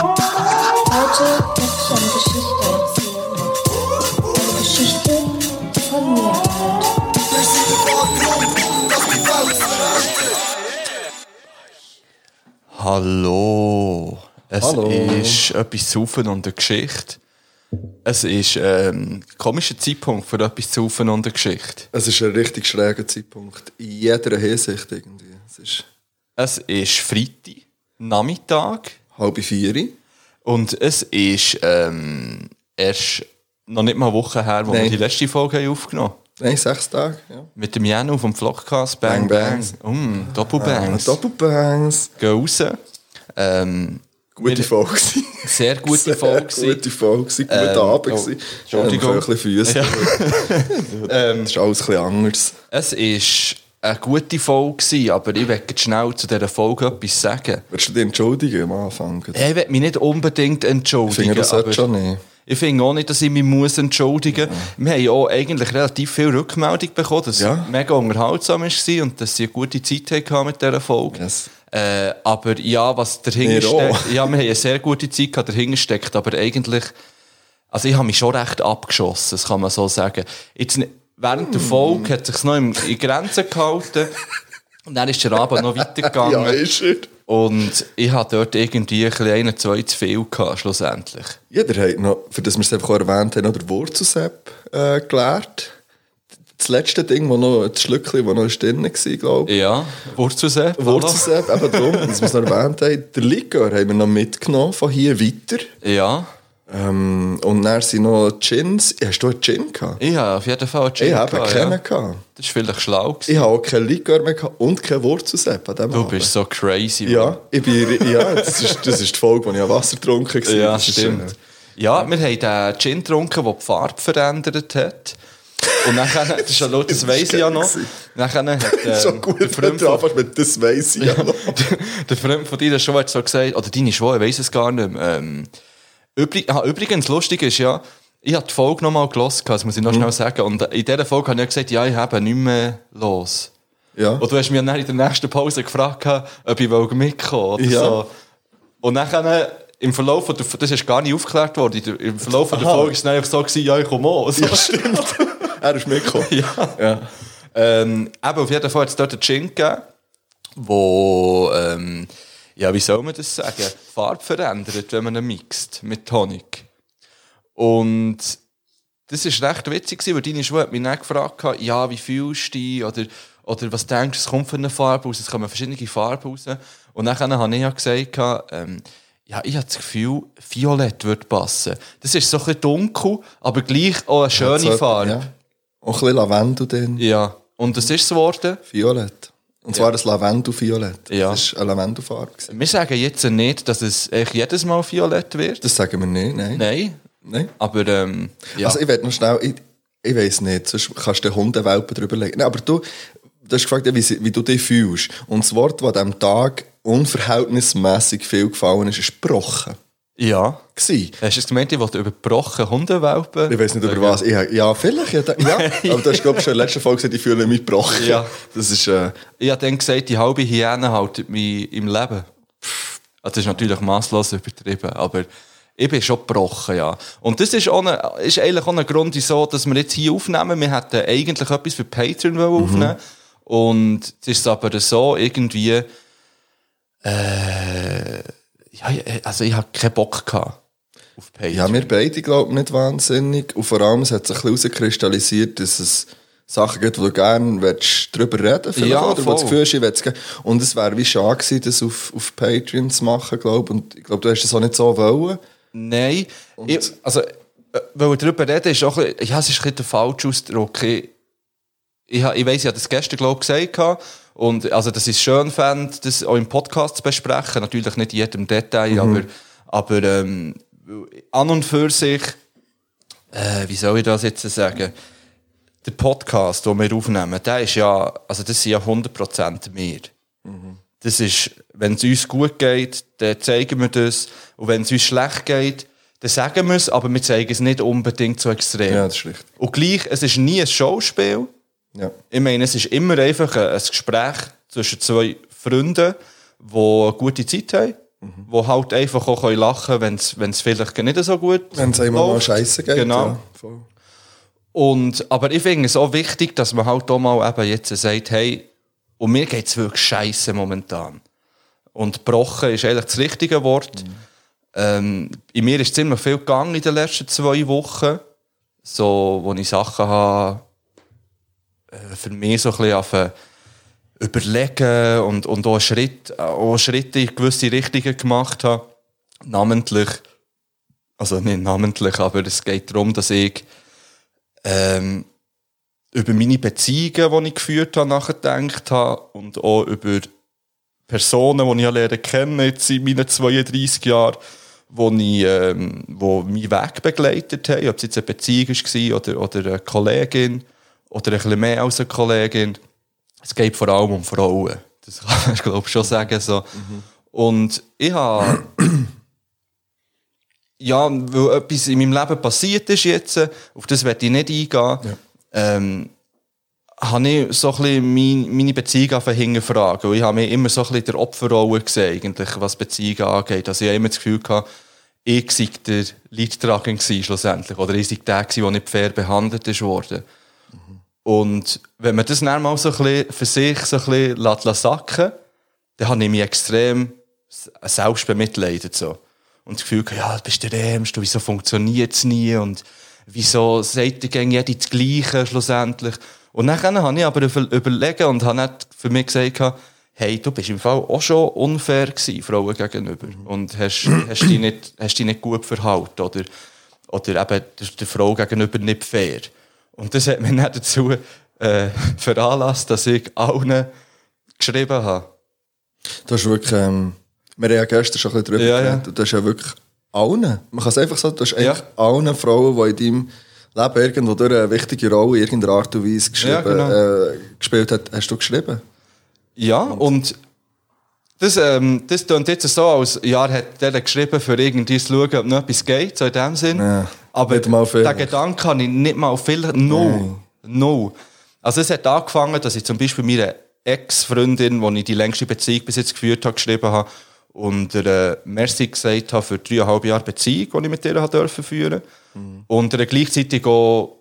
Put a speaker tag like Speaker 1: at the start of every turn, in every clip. Speaker 1: Heute möchte ich eine Geschichte erzählen. Eine Geschichte, die von mir handelt.
Speaker 2: Hallo. Es
Speaker 3: Hallo.
Speaker 2: ist etwas zu saufen und eine Geschichte. Es ist ähm, ein komischer Zeitpunkt für etwas zu saufen und eine Geschichte.
Speaker 3: Es ist ein richtig schräger Zeitpunkt. In jeder Hinsicht irgendwie. Es ist
Speaker 2: Es ist Freitag, Nachmittag
Speaker 3: halb vier.
Speaker 2: und es ist ähm, erst noch nicht mal eine Woche her, wo wir
Speaker 3: Nein.
Speaker 2: die letzte Folge haben aufgenommen haben.
Speaker 3: Nein, sechs Tage. Ja.
Speaker 2: Mit dem Janu vom Vlogcast Bang
Speaker 3: Bang Äh,
Speaker 2: Bang. Mm, Doppelbangs.
Speaker 3: Doppelbangs.
Speaker 2: Gehen raus. Ähm,
Speaker 3: Gute
Speaker 2: Wir-
Speaker 3: Folge. gewesen.
Speaker 2: sehr gute
Speaker 3: Sehr
Speaker 2: Folge. gewesen.
Speaker 3: Gute Folge. gewesen. Guten
Speaker 2: Ähm,
Speaker 3: Abend.
Speaker 2: oh,
Speaker 3: gewesen.
Speaker 2: Entschuldigung.
Speaker 3: Ja, wir können ein bisschen Füße.
Speaker 2: Ähm,
Speaker 3: Es ist alles ein bisschen anders.
Speaker 2: Es war eine gute Folge, gewesen, aber ich möchte schnell zu dieser Folge etwas sagen.
Speaker 3: Willst du dich entschuldigen am Anfang? Ich
Speaker 2: Ich will mich nicht unbedingt entschuldigen.
Speaker 3: finde, das
Speaker 2: aber
Speaker 3: sollte schon nicht.
Speaker 2: Ich finde auch nicht, dass ich mich muss entschuldigen muss. Wir haben ja auch eigentlich relativ viel Rückmeldung bekommen, dass
Speaker 3: Ja.
Speaker 2: es mega unterhaltsam war und dass sie eine gute Zeit hatten mit dieser Folge.
Speaker 3: Yes.
Speaker 2: Äh, aber ja, was dahinter
Speaker 3: Wir auch.
Speaker 2: steckt, ja, wir haben eine sehr gute Zeit gehabt, dahinter steckt, aber eigentlich, also ich habe mich schon recht abgeschossen, das kann man so sagen. Jetzt, n- während
Speaker 3: Hm.
Speaker 2: der Folge hat sich noch im, in Grenzen gehalten und dann ist der Abend noch
Speaker 3: Ja,
Speaker 2: weitergegangen
Speaker 3: ist er.
Speaker 2: und ich hatte dort irgendwie ein bisschen einen, zwei zu viel gehabt, schlussendlich.
Speaker 3: Jeder hat noch, für das wir es einfach auch erwähnt haben, noch der Wurzelsepp äh, gelernt. Das letzte Ding, wo noch, das Schlückchen, das noch drin war, glaube ich.
Speaker 2: Ja, Wurzelsepp. hallo.
Speaker 3: Wurzelsepp, eben darum, dass wir es noch erwähnt haben. Der Likör haben wir noch mitgenommen, von hier weiter.
Speaker 2: Ja,
Speaker 3: Ähm, und dann sind noch Gins. Hast du einen Gin gehabt?
Speaker 2: ich habe auf jeden Fall einen Gin
Speaker 3: Ich habe
Speaker 2: gehabt,
Speaker 3: keinen
Speaker 2: ja.
Speaker 3: gehabt.
Speaker 2: Das war vielleicht schlau. gewesen.
Speaker 3: Ich habe auch keinen Likör mehr gehabt und keinen Wurzelsepp an diesem
Speaker 2: Du bist so crazy. Mann.
Speaker 3: Ja, ich bin, ja das, ist, das ist die Folge, wo ich an Wasser getrunken war.
Speaker 2: Ja,
Speaker 3: Das ist,
Speaker 2: stimmt.
Speaker 3: äh,
Speaker 2: Ja, wir haben den Gin getrunken, der die Farbe verändert hat. Und nachher, das ist ja laut, das
Speaker 3: Das
Speaker 2: weiss ich ja noch.
Speaker 3: ist geil
Speaker 2: Nachher
Speaker 3: gewesen.
Speaker 2: hat ähm,
Speaker 3: so gut,
Speaker 2: der,
Speaker 3: wenn
Speaker 2: Freund
Speaker 3: du
Speaker 2: von,
Speaker 3: anfängst mit «Das weiss ich ja noch».
Speaker 2: der Freund von dir schon hat so gesagt, oder deine Schwau, ich weiss es gar nicht mehr. Ähm, übrig, ah, übrigens, lustig ist ja, ich habe die Folge nochmal gelesen, das muss ich
Speaker 3: Hm.
Speaker 2: noch schnell sagen. Und in dieser Folge habe ich ja gesagt, ja, ich habe nicht mehr los.
Speaker 3: Ja.
Speaker 2: Und du hast mich dann in der nächsten Pause gefragt, ob ich mitkommen wollte. oder
Speaker 3: Ja.
Speaker 2: So. Und dann äh, im Verlauf von der, das ist gar nicht aufgeklärt worden, in der- im Verlauf von der
Speaker 3: Aha.
Speaker 2: Folge war es dann einfach so, gewesen, ja, ich komme auch. So.
Speaker 3: Ja, stimmt. er ist mitgekommen.
Speaker 2: Ja. Ähm, eben, auf jeden Fall hat es dort einen Gin gegeben, wo, ähm, ja, wie soll man das sagen, die Farbe verändert, wenn man ihn mixt mit Tonic. Und das war recht witzig, gewesen, weil deine Schwester hat mich dann gefragt, hat, ja, wie fühlst du dich oder, oder was denkst du, es kommt für eine Farbe raus, es kommen verschiedene Farben raus. Und dann habe ich ja gesagt, gehabt, ähm, ja, ich habe das Gefühl, Violett würde passen. Das ist so ein bisschen dunkel, aber gleich auch eine schöne
Speaker 3: So,
Speaker 2: Farbe.
Speaker 3: Ja. Auch ein bisschen Lavendel drin.
Speaker 2: Ja, und das ist es geworden.
Speaker 3: Violett. Und zwar das Lavendelviolett.
Speaker 2: Ja.
Speaker 3: Das war eine Lavendelfarbe. gewesen.
Speaker 2: Wir sagen jetzt nicht, dass es eigentlich jedes Mal violett wird.
Speaker 3: Das sagen wir nicht, nein.
Speaker 2: Nein,
Speaker 3: Nein.
Speaker 2: aber ähm, ja.
Speaker 3: Also ich werde noch schnell, ich, ich weiß nicht, sonst kannst du den Hundewelpen drüber legen. Nein, aber du, du hast gefragt, wie, sie- wie du dich fühlst. Und das Wort, das an diesem Tag unverhältnismäßig viel gefallen ist, ist «brochen».
Speaker 2: ja.
Speaker 3: Gsi.
Speaker 2: Hast du es gemeint, ich wollte über gebrochene Hundewelpen?
Speaker 3: Ich weiß nicht, über was. Ich, hab- ja, vielleicht. Ja, da- ja. aber du hast, glaube ich, schon in der letzten Folge gesagt, ich fühle mich gebrochen.
Speaker 2: Ja.
Speaker 3: Das ist, äh,
Speaker 2: Ich habe dann gesagt, die halbe Hyäne haltet mich im Leben. Das ist natürlich masslos übertrieben, aber ich bin schon gebrochen, ja. Und das ist, auch ein- ist eigentlich auch ein Grund, wieso dass wir jetzt hier aufnehmen. Wir hätten eigentlich etwas für Patreon wollen aufnehmen Und es ist aber so irgendwie... Äh, ja, also ich habe keinen Bock gehabt auf Patreon.
Speaker 3: ja, wir beide, glaube ich, nicht wahnsinnig. Und vor allem, es hat sich ein bisschen herauskristallisiert, dass es Sachen gibt, wo du gerne willst, drüber reden willst.
Speaker 2: Ja,
Speaker 3: oder wo
Speaker 2: voll.
Speaker 3: du fühlst, ich will's gerne. Und es wäre wie schade gewesen, das auf, auf Patreon zu machen, glaube ich. Und ich glaube, du hast das auch nicht so wollen.
Speaker 2: Nein. Ich, also, äh, wenn wir darüber reden, ist auch ein bisschen, ja, es ist ein bisschen der falsche Ausdruck. Ich, ich, ha- ich weiss, ich habe das gestern, glaube ich, gesagt. gehabt. Und, also, dass ich es schön fände, das auch im Podcast zu besprechen. Natürlich nicht in jedem
Speaker 3: Mhm.
Speaker 2: Detail, aber, aber ähm, an und für sich, äh, wie soll ich das jetzt sagen? Der Podcast, den wir aufnehmen, der ist ja, also das sind ja 100% wir
Speaker 3: Mhm.
Speaker 2: das ist, wenn es uns gut geht, dann zeigen wir das. Und wenn es uns schlecht geht, dann sagen wir es, aber wir zeigen es nicht unbedingt so extrem.
Speaker 3: Ja, das ist richtig.
Speaker 2: Und gleich, es ist nie ein Showspiel.
Speaker 3: Ja.
Speaker 2: Ich meine, es ist immer einfach ein ein Gespräch zwischen zwei Freunden, die eine gute Zeit haben,
Speaker 3: Mhm.
Speaker 2: die halt einfach auch können lachen können, wenn es vielleicht nicht so gut
Speaker 3: Wenn es einmal mal
Speaker 2: läuft.
Speaker 3: scheiße geht.
Speaker 2: Genau.
Speaker 3: Ja, voll.
Speaker 2: Und, aber ich finde es auch wichtig, dass man halt auch mal eben jetzt sagt, hey, und mir geht es wirklich scheiße momentan. Und gebrochen ist eigentlich das richtige Wort. Ähm, in mir ist ziemlich viel gegangen in den letzten zwei Wochen. So, wo ich Sachen habe, äh, für mich so ein bisschen anfangen überlegen und, und auch, Schritt, äh, auch Schritte in gewisse Richtungen gemacht habe. Namentlich, also nicht namentlich, aber es geht darum, dass ich ähm, über meine Beziehungen, die ich geführt habe, nachgedacht habe und auch über Personen, die ich lerne kennen jetzt in meinen 32 Jahren, wo ich, ähm, wo meinen Weg begleitet haben, ob es jetzt eine Beziehung war oder, oder eine Kollegin oder ein bisschen mehr als eine Kollegin. Es geht vor allem um Frauen. Das kann ich glaube ich schon sagen. So. Und ich habe ja, weil etwas in meinem Leben passiert ist jetzt, auf das werde ich nicht eingehen, ähm, habe ich so ein bisschen mein, meine Beziehung angefangen zu hinterfragen. Weil Ich habe mir immer so ein bisschen der Opferrolle gesehen, eigentlich, was Beziehungen angeht. Also ich habe immer das Gefühl gehabt, ich sei der Leidtragende gewesen, schlussendlich. Oder ich sei der gewesen, der nicht fair behandelt ist worden. Und wenn man das dann mal so ein bisschen für sich so ein bisschen lässt- lässt sacken dann habe ich mich extrem s- selbst bemitleidet. So. Und das Gefühl, gehabt, ja, du bist der Ärmste, wieso funktioniert es nie und wieso sagt ihr gegen jede das Gleiche schlussendlich. Und nachher habe ich aber über- überlegt und habe nicht für mich gesagt, gehabt, hey, du bist im Fall auch schon unfair gewesen, Frauen gegenüber. Und hast, hast, dich nicht, hast dich nicht gut verhalten oder, oder eben der, der Frau gegenüber nicht fair. Und das hat mich dann dazu äh, veranlasst, dass ich allen geschrieben habe.
Speaker 3: Du hast wirklich, ähm, wir haben ja gestern schon ein bisschen drüber
Speaker 2: Ja, ja.
Speaker 3: geredet, und du hast ja wirklich allen, man kann es einfach sagen, du hast
Speaker 2: Ja.
Speaker 3: eigentlich allen Frauen, die in deinem Leben irgendwo durch eine wichtige Rolle in irgendeiner Art und Weise geschrieben,
Speaker 2: Ja, genau.
Speaker 3: äh, gespielt hat, hast du geschrieben.
Speaker 2: Ja, und das, ähm, das klingt jetzt so, als ja, er hat der geschrieben, für irgendwie zu schauen, ob noch etwas geht, so in dem Sinn.
Speaker 3: Ja,
Speaker 2: Aber
Speaker 3: nicht mal
Speaker 2: den
Speaker 3: vielleicht.
Speaker 2: Gedanken habe ich nicht mal viel. Null. Null. Also es hat angefangen, dass ich zum Beispiel meiner Ex-Freundin, die ich die längste Beziehung bis jetzt geführt habe, geschrieben habe und ihr, äh, Merci gesagt habe für dreieinhalb Jahre Beziehung, die ich mit ihr habe dürfen führen Und ihr gleichzeitig auch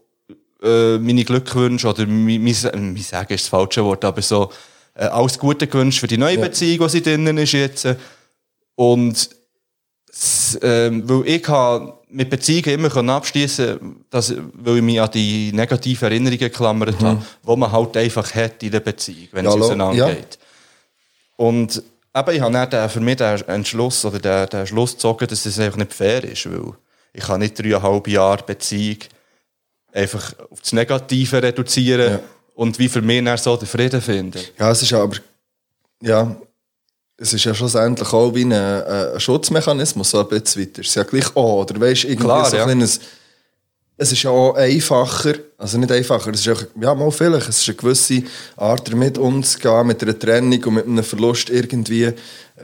Speaker 2: äh, meine Glückwünsche oder mein, mein, mein Sagen ist das falsche Wort, aber so äh, alles Gute gewünscht für die neue Beziehung, die sie drinnen ist jetzt. Und s- ähm, weil ich habe mit Beziehungen immer können abschließen, dass weil ich mich an die negativen Erinnerungen geklammert habe, die man halt einfach hat in der Beziehung, wenn
Speaker 3: Mhm. Ja,
Speaker 2: es
Speaker 3: lo-
Speaker 2: auseinandergeht. Und eben, ich habe dann den, für mich den Entschluss oder den, den Schluss gezogen, dass es einfach nicht fair ist, weil ich kann nicht dreieinhalb Jahre Beziehung einfach auf das Negative reduzieren
Speaker 3: Ja.
Speaker 2: und wie für mich dann so den Frieden finden.
Speaker 3: Ja, es ist ja aber, ja, es ist ja schlussendlich auch wie ein, äh, ein Schutzmechanismus, so ein bisschen weiter. Es ist ja gleich auch, oder weißt, irgendwie
Speaker 2: Klar,
Speaker 3: so
Speaker 2: ja.
Speaker 3: ein kleines, es ist ja auch einfacher, also nicht einfacher, es ist auch, ja, mal vielleicht, es ist eine gewisse Art, damit umzugehen, mit einer Trennung und mit einem Verlust irgendwie,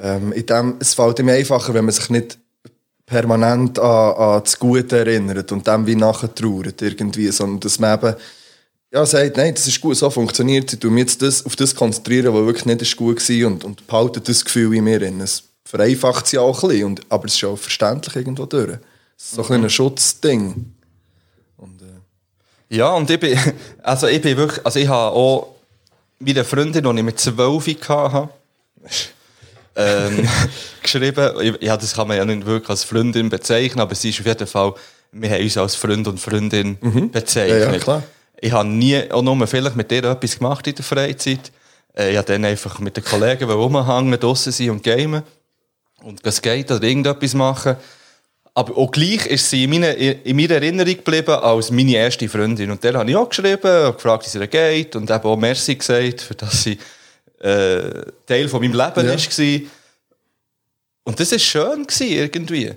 Speaker 3: ähm, in dem, es fällt ihm einfacher, wenn man sich nicht permanent an, an das Gute erinnert und dem wie nachher trauert irgendwie, sondern dass man eben ja, sagt, nein, das ist gut, so funktioniert es, ich tu mich jetzt das, auf das konzentrieren, was wirklich nicht ist gut war und, und behalte das Gefühl in mir drin. Es vereinfacht es ja auch ein bisschen, und, aber es ist ja auch verständlich irgendwo durch. Es ist so ein bisschen ein Schutzding. Und, äh,
Speaker 2: Ja, und ich bin, also ich bin wirklich, also ich habe auch meiner Freundin, die ich mit 12 hatte, ähm, geschrieben, ja, das kann man ja nicht wirklich als Freundin bezeichnen, aber sie ist auf jeden Fall, wir haben uns als Freund und Freundin bezeichnet.
Speaker 3: Mhm. Ja, ja, klar.
Speaker 2: Ich habe nie, auch nur vielleicht mit dir etwas gemacht in der Freizeit. Äh, Ich habe dann einfach mit den Kollegen rumhängen, draussen sein und gamen. Und das geht oder irgendetwas machen. Aber auch gleich ist sie in meiner, in meiner Erinnerung geblieben als meine erste Freundin. Und der habe ich auch geschrieben und gefragt, wie es ihr geht. Und eben auch Merci gesagt, für dass sie äh, Teil von meinem Leben
Speaker 3: Ja.
Speaker 2: ist war. Und das war schön gewesen, irgendwie.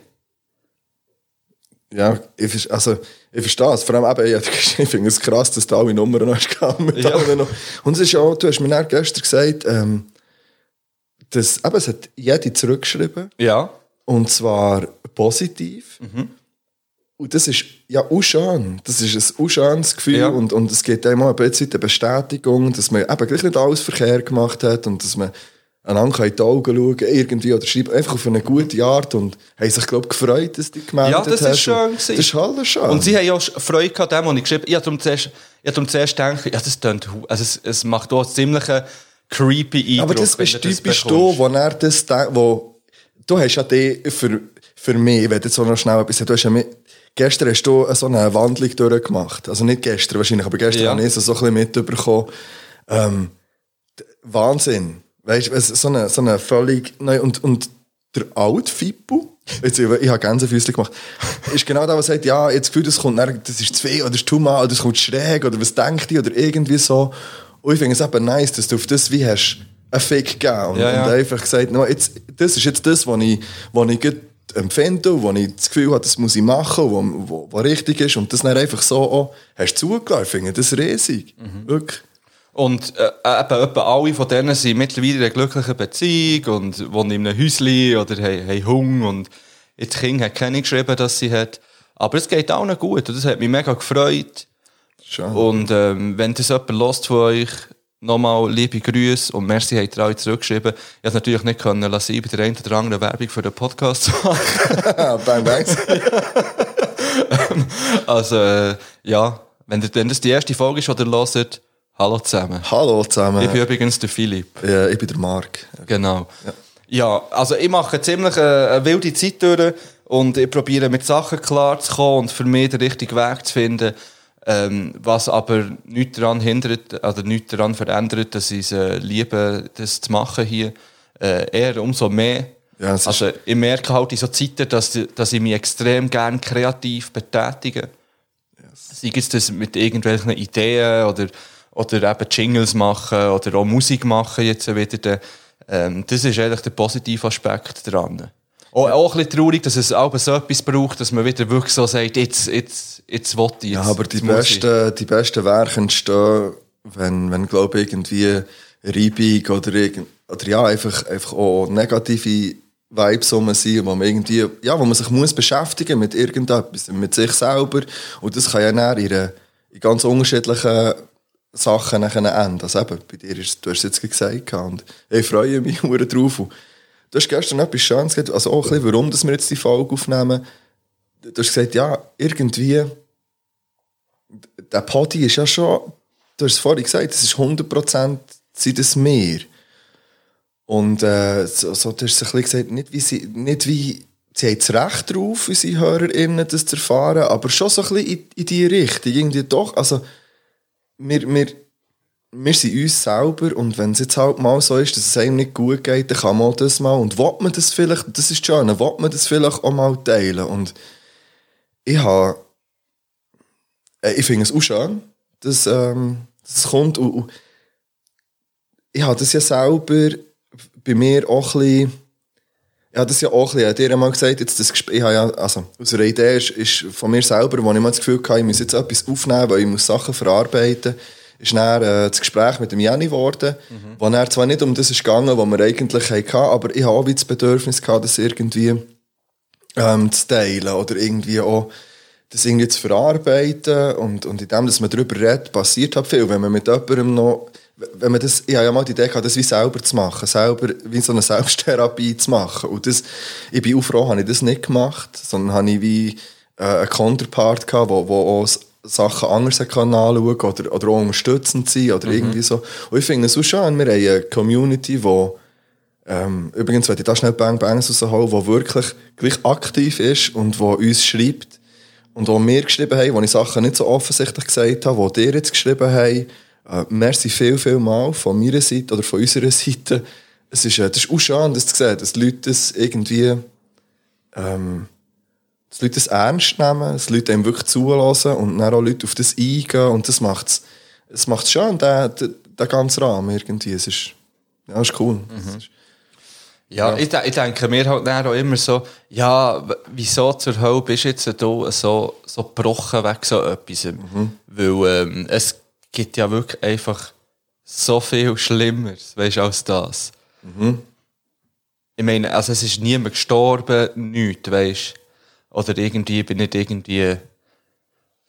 Speaker 3: ja, ich, ver- also, ich verstehe es. Vor allem eben, ich hab geschrieben, ich finde es krass, dass du alle Nummern noch hast gehabt mit
Speaker 2: Ja.
Speaker 3: allen noch. Und es ist auch, du hast mir dann gestern gesagt, ähm, dass, eben, es hat jede zurückgeschrieben.
Speaker 2: Ja. Mhm.
Speaker 3: Und zwar positiv. Und das ist ja auch schön. Das ist ein auch schönes Gefühl.
Speaker 2: Ja.
Speaker 3: Und, und es gibt einem auch ein bisschen eine Bestätigung, dass man eben gleich nicht alles verkehrt gemacht hat und dass man einander kann in die Augen schauen kann, irgendwie, oder schreibt einfach auf eine gute Art und haben sich, glaube ich, gefreut, dass du dich gemeldet
Speaker 2: Ja, das
Speaker 3: hast.
Speaker 2: ist schön
Speaker 3: Und Das
Speaker 2: gewesen.
Speaker 3: ist halt schön.
Speaker 2: Und sie haben ja auch Freude gehabt, dem, was ich geschrieben habe. Ich habe darum zuerst, ich habe darum zuerst gedacht, ja, das tönt, hu- also es, es macht auch einen ziemlichen creepy Eindruck.
Speaker 3: Aber das
Speaker 2: wenn
Speaker 3: bist typisch
Speaker 2: bekommst.
Speaker 3: du, wo er das denkt, wo du hast ja die für, für mich, wenn du so noch schnell etwas du hast ja mit, gestern hast du so eine Wandlung durchgemacht. Also nicht gestern wahrscheinlich, aber gestern
Speaker 2: Ja.
Speaker 3: habe ich es so ein bisschen mitbekommen. Ähm, d- Wahnsinn. Weißt du, so eine, so eine völlig neue, und, und der alte Fippo, jetzt, ich, ich habe Gänsefüßchen gemacht, ist genau da, was sagt, ja, jetzt Gefühl, das kommt, dann, das ist zu viel, oder das ist zu mal, oder das kommt schräg, oder was denkt ihr, oder irgendwie so. Und ich finde es eben nice, dass du auf das wie hast einen Fick gegeben und,
Speaker 2: Ja, ja.
Speaker 3: und einfach gesagt, no, jetzt, das ist jetzt das, was ich, was ich gut empfinde, und was ich das Gefühl habe, das muss ich machen, was wo, wo richtig ist, und das dann einfach so auch, hast du zugelassen, ich finde das riesig.
Speaker 2: Mhm.
Speaker 3: Wirklich.
Speaker 2: Und äh, eben, etwa alle von denen sind mittlerweile in einer glücklichen Beziehung und wohnen in einem Häuschen oder haben, haben Hunger und jetzt Kind hat keine geschrieben, dass sie hat. Aber es geht allen gut und das hat mich mega gefreut.
Speaker 3: Schön.
Speaker 2: Und ähm, wenn das jemand lost von euch, nochmal liebe Grüße und merci, habt ihr alle zurückgeschrieben. Ich hätte natürlich nicht können lassen, bei der einen oder anderen Werbung für den Podcast zu machen.
Speaker 3: Ah, bang, bang.
Speaker 2: Also, äh, ja, wenn, ihr, wenn das die erste Folge ist, die ihr hört, hallo zusammen.
Speaker 3: Hallo zusammen.
Speaker 2: Ich bin übrigens der Philipp.
Speaker 3: Ja, ich bin der Marc.
Speaker 2: Genau. Ja, also ich mache ziemlich äh, eine wilde Zeit durch und ich probiere mit Sachen klarzukommen und für mich den richtigen Weg zu finden, ähm, was aber nichts daran hindert, oder nichts daran verändert, dass ich es äh, liebe, das zu machen hier. Äh, eher umso mehr.
Speaker 3: Ja, es ist-
Speaker 2: also ich merke halt in so Zeiten, dass, dass ich mich extrem gerne kreativ betätige. Sei es das mit irgendwelchen Ideen oder, oder eben Jingles machen oder auch Musik machen jetzt wieder. Dann, ähm, das ist eigentlich der positive Aspekt dran. Auch, auch ein bisschen traurig, dass es auch so etwas braucht, dass man wieder wirklich so sagt, jetzt, jetzt, jetzt will ich. Jetzt,
Speaker 3: Ja, aber die
Speaker 2: jetzt muss ich.
Speaker 3: besten, die besten Werke entstehen, wenn, wenn glaube ich, irgendwie Reibung oder, irgend, oder ja, einfach, einfach auch negative Vibes rum sind, wo man irgendwie, ja, wo man sich muss beschäftigen mit irgendetwas, mit sich selber. Und das kann ja dann in, einer- in ganz unterschiedlichen Sachen nachher enden. Also eben, bei dir ist, du hast es jetzt gesagt gehabt und ich freue mich hure drauf. Und du hast gestern etwas Schönes gesagt, also auch ein bisschen, warum dass wir jetzt die Folge aufnehmen. Du hast gesagt, ja, irgendwie der Podi ist ja schon, du hast es vorhin gesagt, es ist 100% sind es mehr. Und äh, so, so, du hast es ein bisschen gesagt, nicht wie sie, nicht wie, sie haben das Recht drauf, unsere HörerInnen, das zu erfahren, aber schon so ein bisschen in, in die Richtung, irgendwie doch, also wir, wir, wir sind uns selber und wenn es jetzt halt mal so ist, dass es einem nicht gut geht, dann kann man auch das mal und will man das vielleicht, das ist schön, will man das vielleicht auch mal teilen und ich habe äh, ich finde es auch schön, dass ähm, das kommt. Und, und ich habe das ja selber bei mir auch ein bisschen. Ich habe das ja auch ein bisschen, ich habe dir mal gesagt, jetzt das Gespräch, ich habe ja, also, aus einer Idee ist, ist von mir selber, wo ich mal das Gefühl hatte, ich muss jetzt etwas aufnehmen, weil ich muss Sachen verarbeiten, ist dann äh, das Gespräch mit dem Jenny geworden, wo er zwar nicht um das ist gegangen, was wir eigentlich hatten, aber ich habe auch wie das Bedürfnis gehabt, dass irgendwie ähm, zu teilen oder irgendwie auch das irgendwie zu verarbeiten und, und in dem, dass man darüber redet, passiert halt viel. Wenn man mit jemandem noch, wenn man das, ich habe ja mal die Idee gehabt, das wie selber zu machen, selber, wie so eine Selbsttherapie zu machen und das, ich bin auch froh, habe ich das nicht gemacht, sondern habe ich wie äh, einen Counterpart gehabt, wo, wo auch s- Sachen anders hat können anschauen oder, oder auch unterstützend sein oder irgendwie so. Und ich finde es auch schön, wir haben eine Community, die Ähm, Übrigens, wenn ich da schnell Bang Bangs rausholen, der wirklich gleich aktiv ist und der uns schreibt und auch mir geschrieben haben, wo ich Sachen nicht so offensichtlich gesagt habe, wo dir jetzt geschrieben haben, äh, merci viel, viel mal von meiner Seite oder von unserer Seite. Es ist, äh, das ist auch schön, das zu sehen, dass die Leute das irgendwie, ähm, dass die Leute das ernst nehmen, dass die Leute einem wirklich zulassen und dann auch Leute auf das eingehen und das macht es, es macht's schön, der, der, der ganze Rahmen irgendwie. Es ist, ja, es ist cool. Es ist,
Speaker 2: Ja, Ich, de- ich denke mir halt dann auch immer so, ja, w- wieso zur Hölle bist du jetzt da so, so gebrochen wegen so etwas?
Speaker 3: Mhm.
Speaker 2: Weil ähm, es gibt ja wirklich einfach so viel Schlimmeres, weißt du, als das. Ich meine, also es ist niemand gestorben, nichts, weißt Oder irgendwie bin ich irgendwie,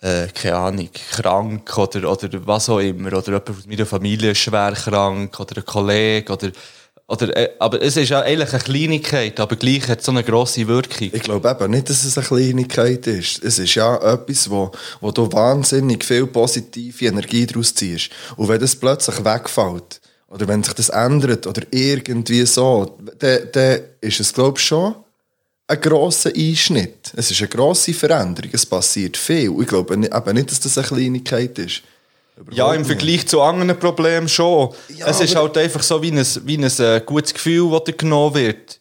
Speaker 2: äh, keine Ahnung, krank oder, oder was auch immer. Oder jemand aus meiner Familie ist schwer krank oder ein Kollege oder, oder, äh, aber es ist ja eigentlich eine Kleinigkeit, aber gleich hat es so eine grosse Wirkung.
Speaker 3: Ich glaube eben nicht, dass es eine Kleinigkeit ist. Es ist ja etwas, wo, wo du wahnsinnig viel positive Energie daraus ziehst. Und wenn das plötzlich wegfällt, oder wenn sich das ändert, oder irgendwie so, dann, dann ist es, glaube ich, schon ein grosser Einschnitt. Es ist eine grosse Veränderung, es passiert viel. Und ich glaube ni- eben nicht, dass das eine Kleinigkeit ist.
Speaker 2: Ja, im Vergleich zu anderen Problemen schon.
Speaker 3: Ja,
Speaker 2: es ist
Speaker 3: aber-
Speaker 2: halt einfach so wie ein, wie ein äh, gutes Gefühl, das dir genommen wird.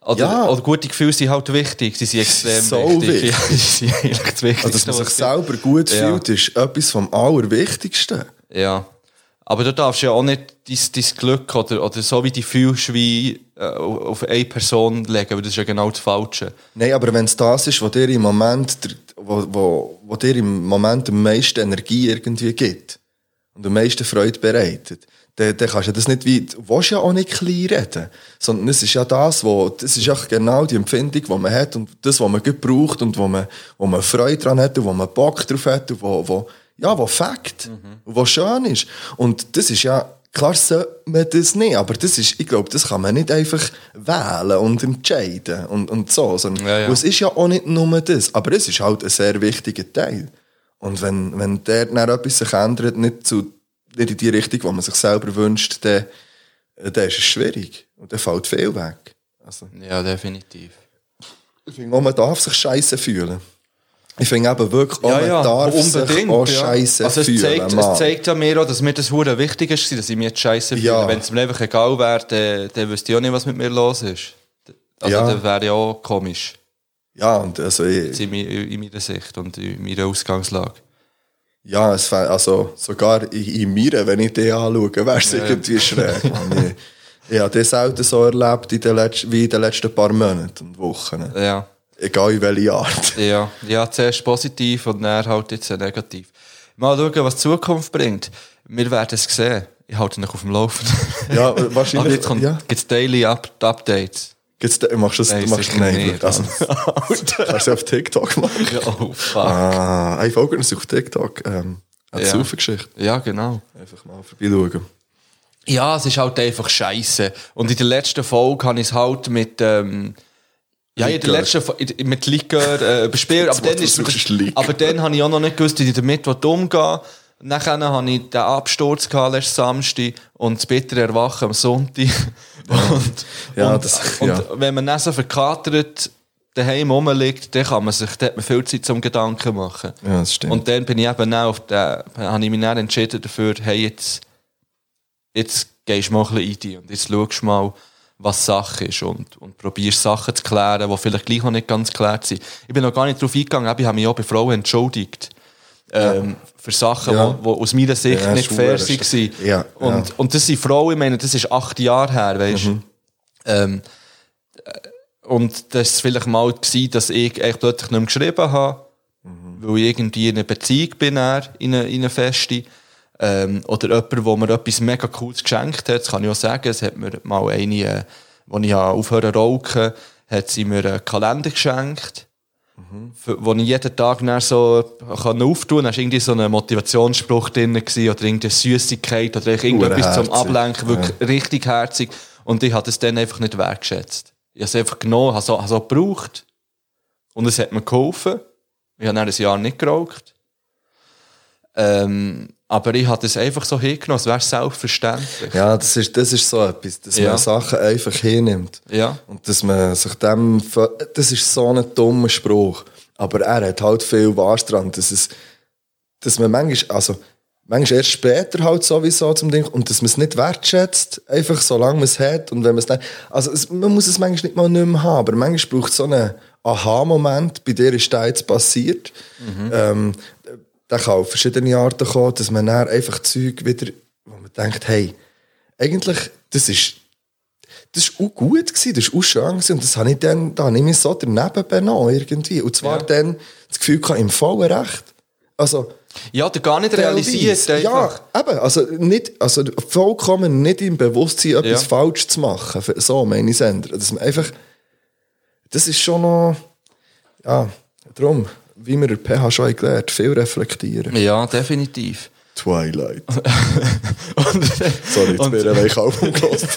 Speaker 2: Oder,
Speaker 3: Ja.
Speaker 2: oder gute Gefühle sind halt wichtig, sie sind extrem
Speaker 3: So
Speaker 2: wichtig. Ja, sie sind eigentlich das Wichtigste.
Speaker 3: Also, dass
Speaker 2: was
Speaker 3: man sich
Speaker 2: es gibt.
Speaker 3: selber gut
Speaker 2: Ja.
Speaker 3: fühlt, ist etwas vom Allerwichtigsten.
Speaker 2: Ja. Aber du darfst ja auch nicht dein, dein Glück oder, oder so wie die fühlst, wie äh, auf eine Person legen, weil das ist ja genau das Falsche.
Speaker 3: Nein, aber wenn es das ist, was dir im Moment, der- wo, wo, wo dir im Moment am meisten Energie irgendwie gibt und am meisten Freude bereitet, dann, dann kannst du das nicht wie, du willst ja auch nicht klein reden, sondern es ist ja das, wo, das ist ja genau die Empfindung, die man hat und das, was man gut braucht und wo man, wo man Freude dran hat und wo man Bock drauf hat und wo, wo ja, wo Fakt
Speaker 2: Mhm.
Speaker 3: und wo schön ist. Und das ist ja, klar sollte man das nicht, aber das ist, ich glaube, das kann man nicht einfach wählen und entscheiden und, und so, sondern
Speaker 2: Ja, ja.
Speaker 3: und es ist ja auch nicht nur das, aber es ist halt ein sehr wichtiger Teil. Und wenn, wenn der dann etwas sich ändert, nicht, zu, nicht in die Richtung, die man sich selber wünscht, dann, dann ist es schwierig. Und dann fällt viel weg. Also,
Speaker 2: Ja, definitiv.
Speaker 3: ich finde, auch man darf sich scheiße fühlen. Ich finde eben wirklich, auch man darf sich
Speaker 2: ja.
Speaker 3: auch scheiße
Speaker 2: also es
Speaker 3: fühlen.
Speaker 2: zeigt,
Speaker 3: Mann.
Speaker 2: es zeigt ja mir auch, dass mir das Huren wichtig ist, dass ich mir jetzt scheiße fühle.
Speaker 3: Ja.
Speaker 2: Wenn es mir einfach egal wäre, dann, dann wüsste ich auch nicht, was mit mir los ist. Also
Speaker 3: Ja.
Speaker 2: dann wäre ja auch komisch,
Speaker 3: Ja, und also eh, ich,
Speaker 2: in, mi- in meiner Sicht und in meiner Ausgangslage.
Speaker 3: Ja, es fä- also sogar in, in mir, wenn ich den anschaue, wäre es irgendwie schräg. Mann. Ich, ich habe das selten so erlebt in den letzten, wie in den letzten paar Monaten und Wochen.
Speaker 2: Ja.
Speaker 3: Egal in welcher Art.
Speaker 2: Ja, ja, zuerst positiv und dann halt jetzt äh, negativ. Mal schauen, was die Zukunft bringt. Wir werden es sehen. Ich halte dich auf dem Laufenden.
Speaker 3: Ja, äh,
Speaker 2: Aber
Speaker 3: wahrscheinlich.
Speaker 2: jetzt kommt,
Speaker 3: ja.
Speaker 2: gibt's Daily Up Updates.
Speaker 3: Gibt's da, machst du das?
Speaker 2: Nein,
Speaker 3: machst du
Speaker 2: sicher
Speaker 3: nein,
Speaker 2: nicht.
Speaker 3: also, kannst du auf TikTok machen?
Speaker 2: Ja, oh, fuck.
Speaker 3: Ah, ich folge uns auf TikTok. Ähm, eine
Speaker 2: Ja.
Speaker 3: ja. Geschichte.
Speaker 2: Ja, genau.
Speaker 3: Einfach mal vorbeischauen.
Speaker 2: Ja, es ist halt einfach scheiße. Und in der letzten Folge habe ich es halt mit, ähm, ja, in der
Speaker 3: Likör.
Speaker 2: letzten Fo- in- mit Likör äh, bespielt. aber,
Speaker 3: Das Wort,
Speaker 2: dann
Speaker 3: das
Speaker 2: ist,
Speaker 3: du suchst, ist Likör.
Speaker 2: aber dann habe ich auch noch nicht gewusst, wie ich damit umgehe. Nachher hatte ich den Absturz gehabt, letzten Samstag und das bittere Erwachen am Sonntag. Und,
Speaker 3: Ja,
Speaker 2: und,
Speaker 3: das-
Speaker 2: und
Speaker 3: ja.
Speaker 2: wenn man dann so verkatert daheim rumliegt, dann kann man sich dann hat man viel Zeit zum Gedanken machen.
Speaker 3: Ja, das stimmt.
Speaker 2: Und dann bin ich eben auch auf den, habe ich mich dann entschieden dafür, hey, jetzt, jetzt gehst du mal ein bisschen in dich und jetzt schaust du mal, was Sache ist und, und probierst Sachen zu klären, die vielleicht gleich noch nicht ganz geklärt sind. Ich bin noch gar nicht darauf eingegangen, aber ich habe mich auch bei Frauen entschuldigt. Ähm, Für Sachen, die
Speaker 3: Ja.
Speaker 2: aus meiner Sicht
Speaker 3: Ja,
Speaker 2: nicht
Speaker 3: ist
Speaker 2: fair
Speaker 3: verdammt
Speaker 2: waren.
Speaker 3: schlimm. Ja,
Speaker 2: und,
Speaker 3: ja. Mhm.
Speaker 2: und das sind Frauen, ich meine, das ist acht Jahre her, weißt du. Ähm, und das war vielleicht mal, gewesen, dass ich echt plötzlich nicht mehr geschrieben habe, weil ich irgendwie in einer Beziehung bin, eher, in einer, in einer Feste. Ähm, oder jemand, der mir etwas mega Cooles geschenkt hat, das kann ich auch sagen, es hat mir mal eine, äh, wo ich habe aufhören zu rauchen, hat sie mir einen Kalender geschenkt, für, wo ich jeden Tag dann so kann auftun kann. Da war irgendwie so ein Motivationsspruch drin gewesen, oder irgendeine Süßigkeit oder irgendetwas zum
Speaker 3: Urherzig.
Speaker 2: Ablenken, wirklich
Speaker 3: Ja.
Speaker 2: richtig herzig. Und ich habe es dann einfach nicht wertschätzt. Ich habe es einfach genommen, habe es auch, habe es auch gebraucht. Und es hat mir geholfen. Ich habe dann ein Jahr nicht geraucht. Ähm, aber ich habe es einfach so hingenommen, es wäre selbstverständlich.
Speaker 3: Ja, das ist, das ist so etwas, dass
Speaker 2: Ja.
Speaker 3: man Sachen einfach hinnimmt.
Speaker 2: Ja.
Speaker 3: Und dass man sich dem. ver- Das ist so ein dummer Spruch. Aber er hat halt viel Wahres dran, dass, es, dass man manchmal. Also, manchmal erst später halt sowieso zum Ding. Und dass man es nicht wertschätzt, einfach solange man es hat. Und wenn man es dann. Also, es, man muss es manchmal nicht mal nicht mehr haben. Aber manchmal braucht es so einen Aha-Moment, bei dir ist das jetzt passiert. Ähm, der kann auf verschiedene Arten kommen, dass man dann einfach Zeug wieder. wo man denkt, hey, eigentlich, das ist das war auch gut, gewesen, das war auch schön. Gewesen. Und das habe ich dann, da habe ich mich so daneben benommen, irgendwie. Und zwar
Speaker 2: Ja.
Speaker 3: dann das Gefühl gehabt, im Fall recht. Also,
Speaker 2: Ja, du gar nicht realisiert
Speaker 3: teilweise.
Speaker 2: einfach.
Speaker 3: Ja, eben. Also, nicht, also, vollkommen nicht im Bewusstsein, etwas
Speaker 2: Ja.
Speaker 3: falsch zu machen. So meine ich es ändern. Dass man einfach, das ist schon noch, Ja, darum, wie wir in der PH schon haben gelernt viel reflektieren.
Speaker 2: Ja, definitiv.
Speaker 3: Twilight.
Speaker 2: Und,
Speaker 3: Sorry, jetzt
Speaker 2: Und-
Speaker 3: bin ich ein Album gehört.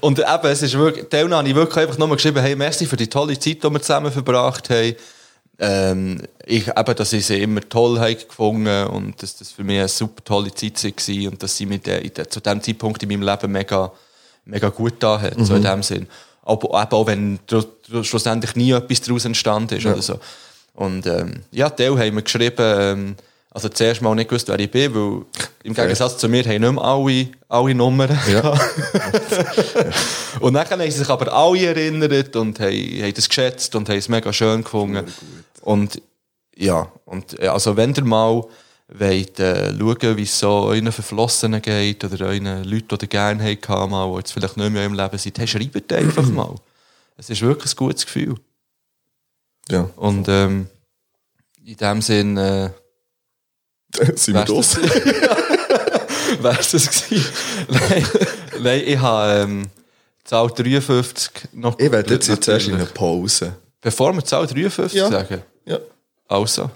Speaker 2: und eben, es ist wirklich, Teilnahme habe ich wirklich einfach nur geschrieben, hey, merci für die tolle Zeit, die wir zusammen verbracht haben. Ähm, ich, eben, dass ich sie immer toll habe gefunden und dass das für mich eine super tolle Zeit war und dass sie mir de, in de, zu dem Zeitpunkt in meinem Leben mega, mega gut da hat, so in dem Sinn. Aber eben auch wenn dr- dr- schlussendlich nie etwas daraus entstanden ist oder so. Und ähm, ja, Teil haben wir geschrieben, ähm, also zuerst mal nicht gewusst, wer ich bin, weil im Gegensatz zu mir haben nicht mehr alle, alle Nummern.
Speaker 3: Ja.
Speaker 2: Und dann haben sie sich aber alle erinnert und haben, haben das geschätzt und haben es mega schön gefunden. Und ja, und äh, also wenn ihr mal wollt, äh, schauen, wie es so euren Verflossenen geht oder euren Leuten, die ihr gerne hatten, mal, die jetzt vielleicht nicht mehr im Leben sind, hey, schreibt einfach mal. Es ist wirklich ein gutes Gefühl.
Speaker 3: ja.
Speaker 2: Und ähm, in dem Sinn äh,
Speaker 3: Sind
Speaker 2: Weißt
Speaker 3: wir
Speaker 2: du-
Speaker 3: los?
Speaker 2: wäre es das gewesen. nein, nein, ich habe ähm, Zahl 53 noch...
Speaker 3: Ich werde jetzt jetzt erst in eine
Speaker 2: Natürlich.
Speaker 3: Pause.
Speaker 2: Bevor wir Zahl 53
Speaker 3: Ja.
Speaker 2: sagen...
Speaker 3: Ja.
Speaker 2: Also,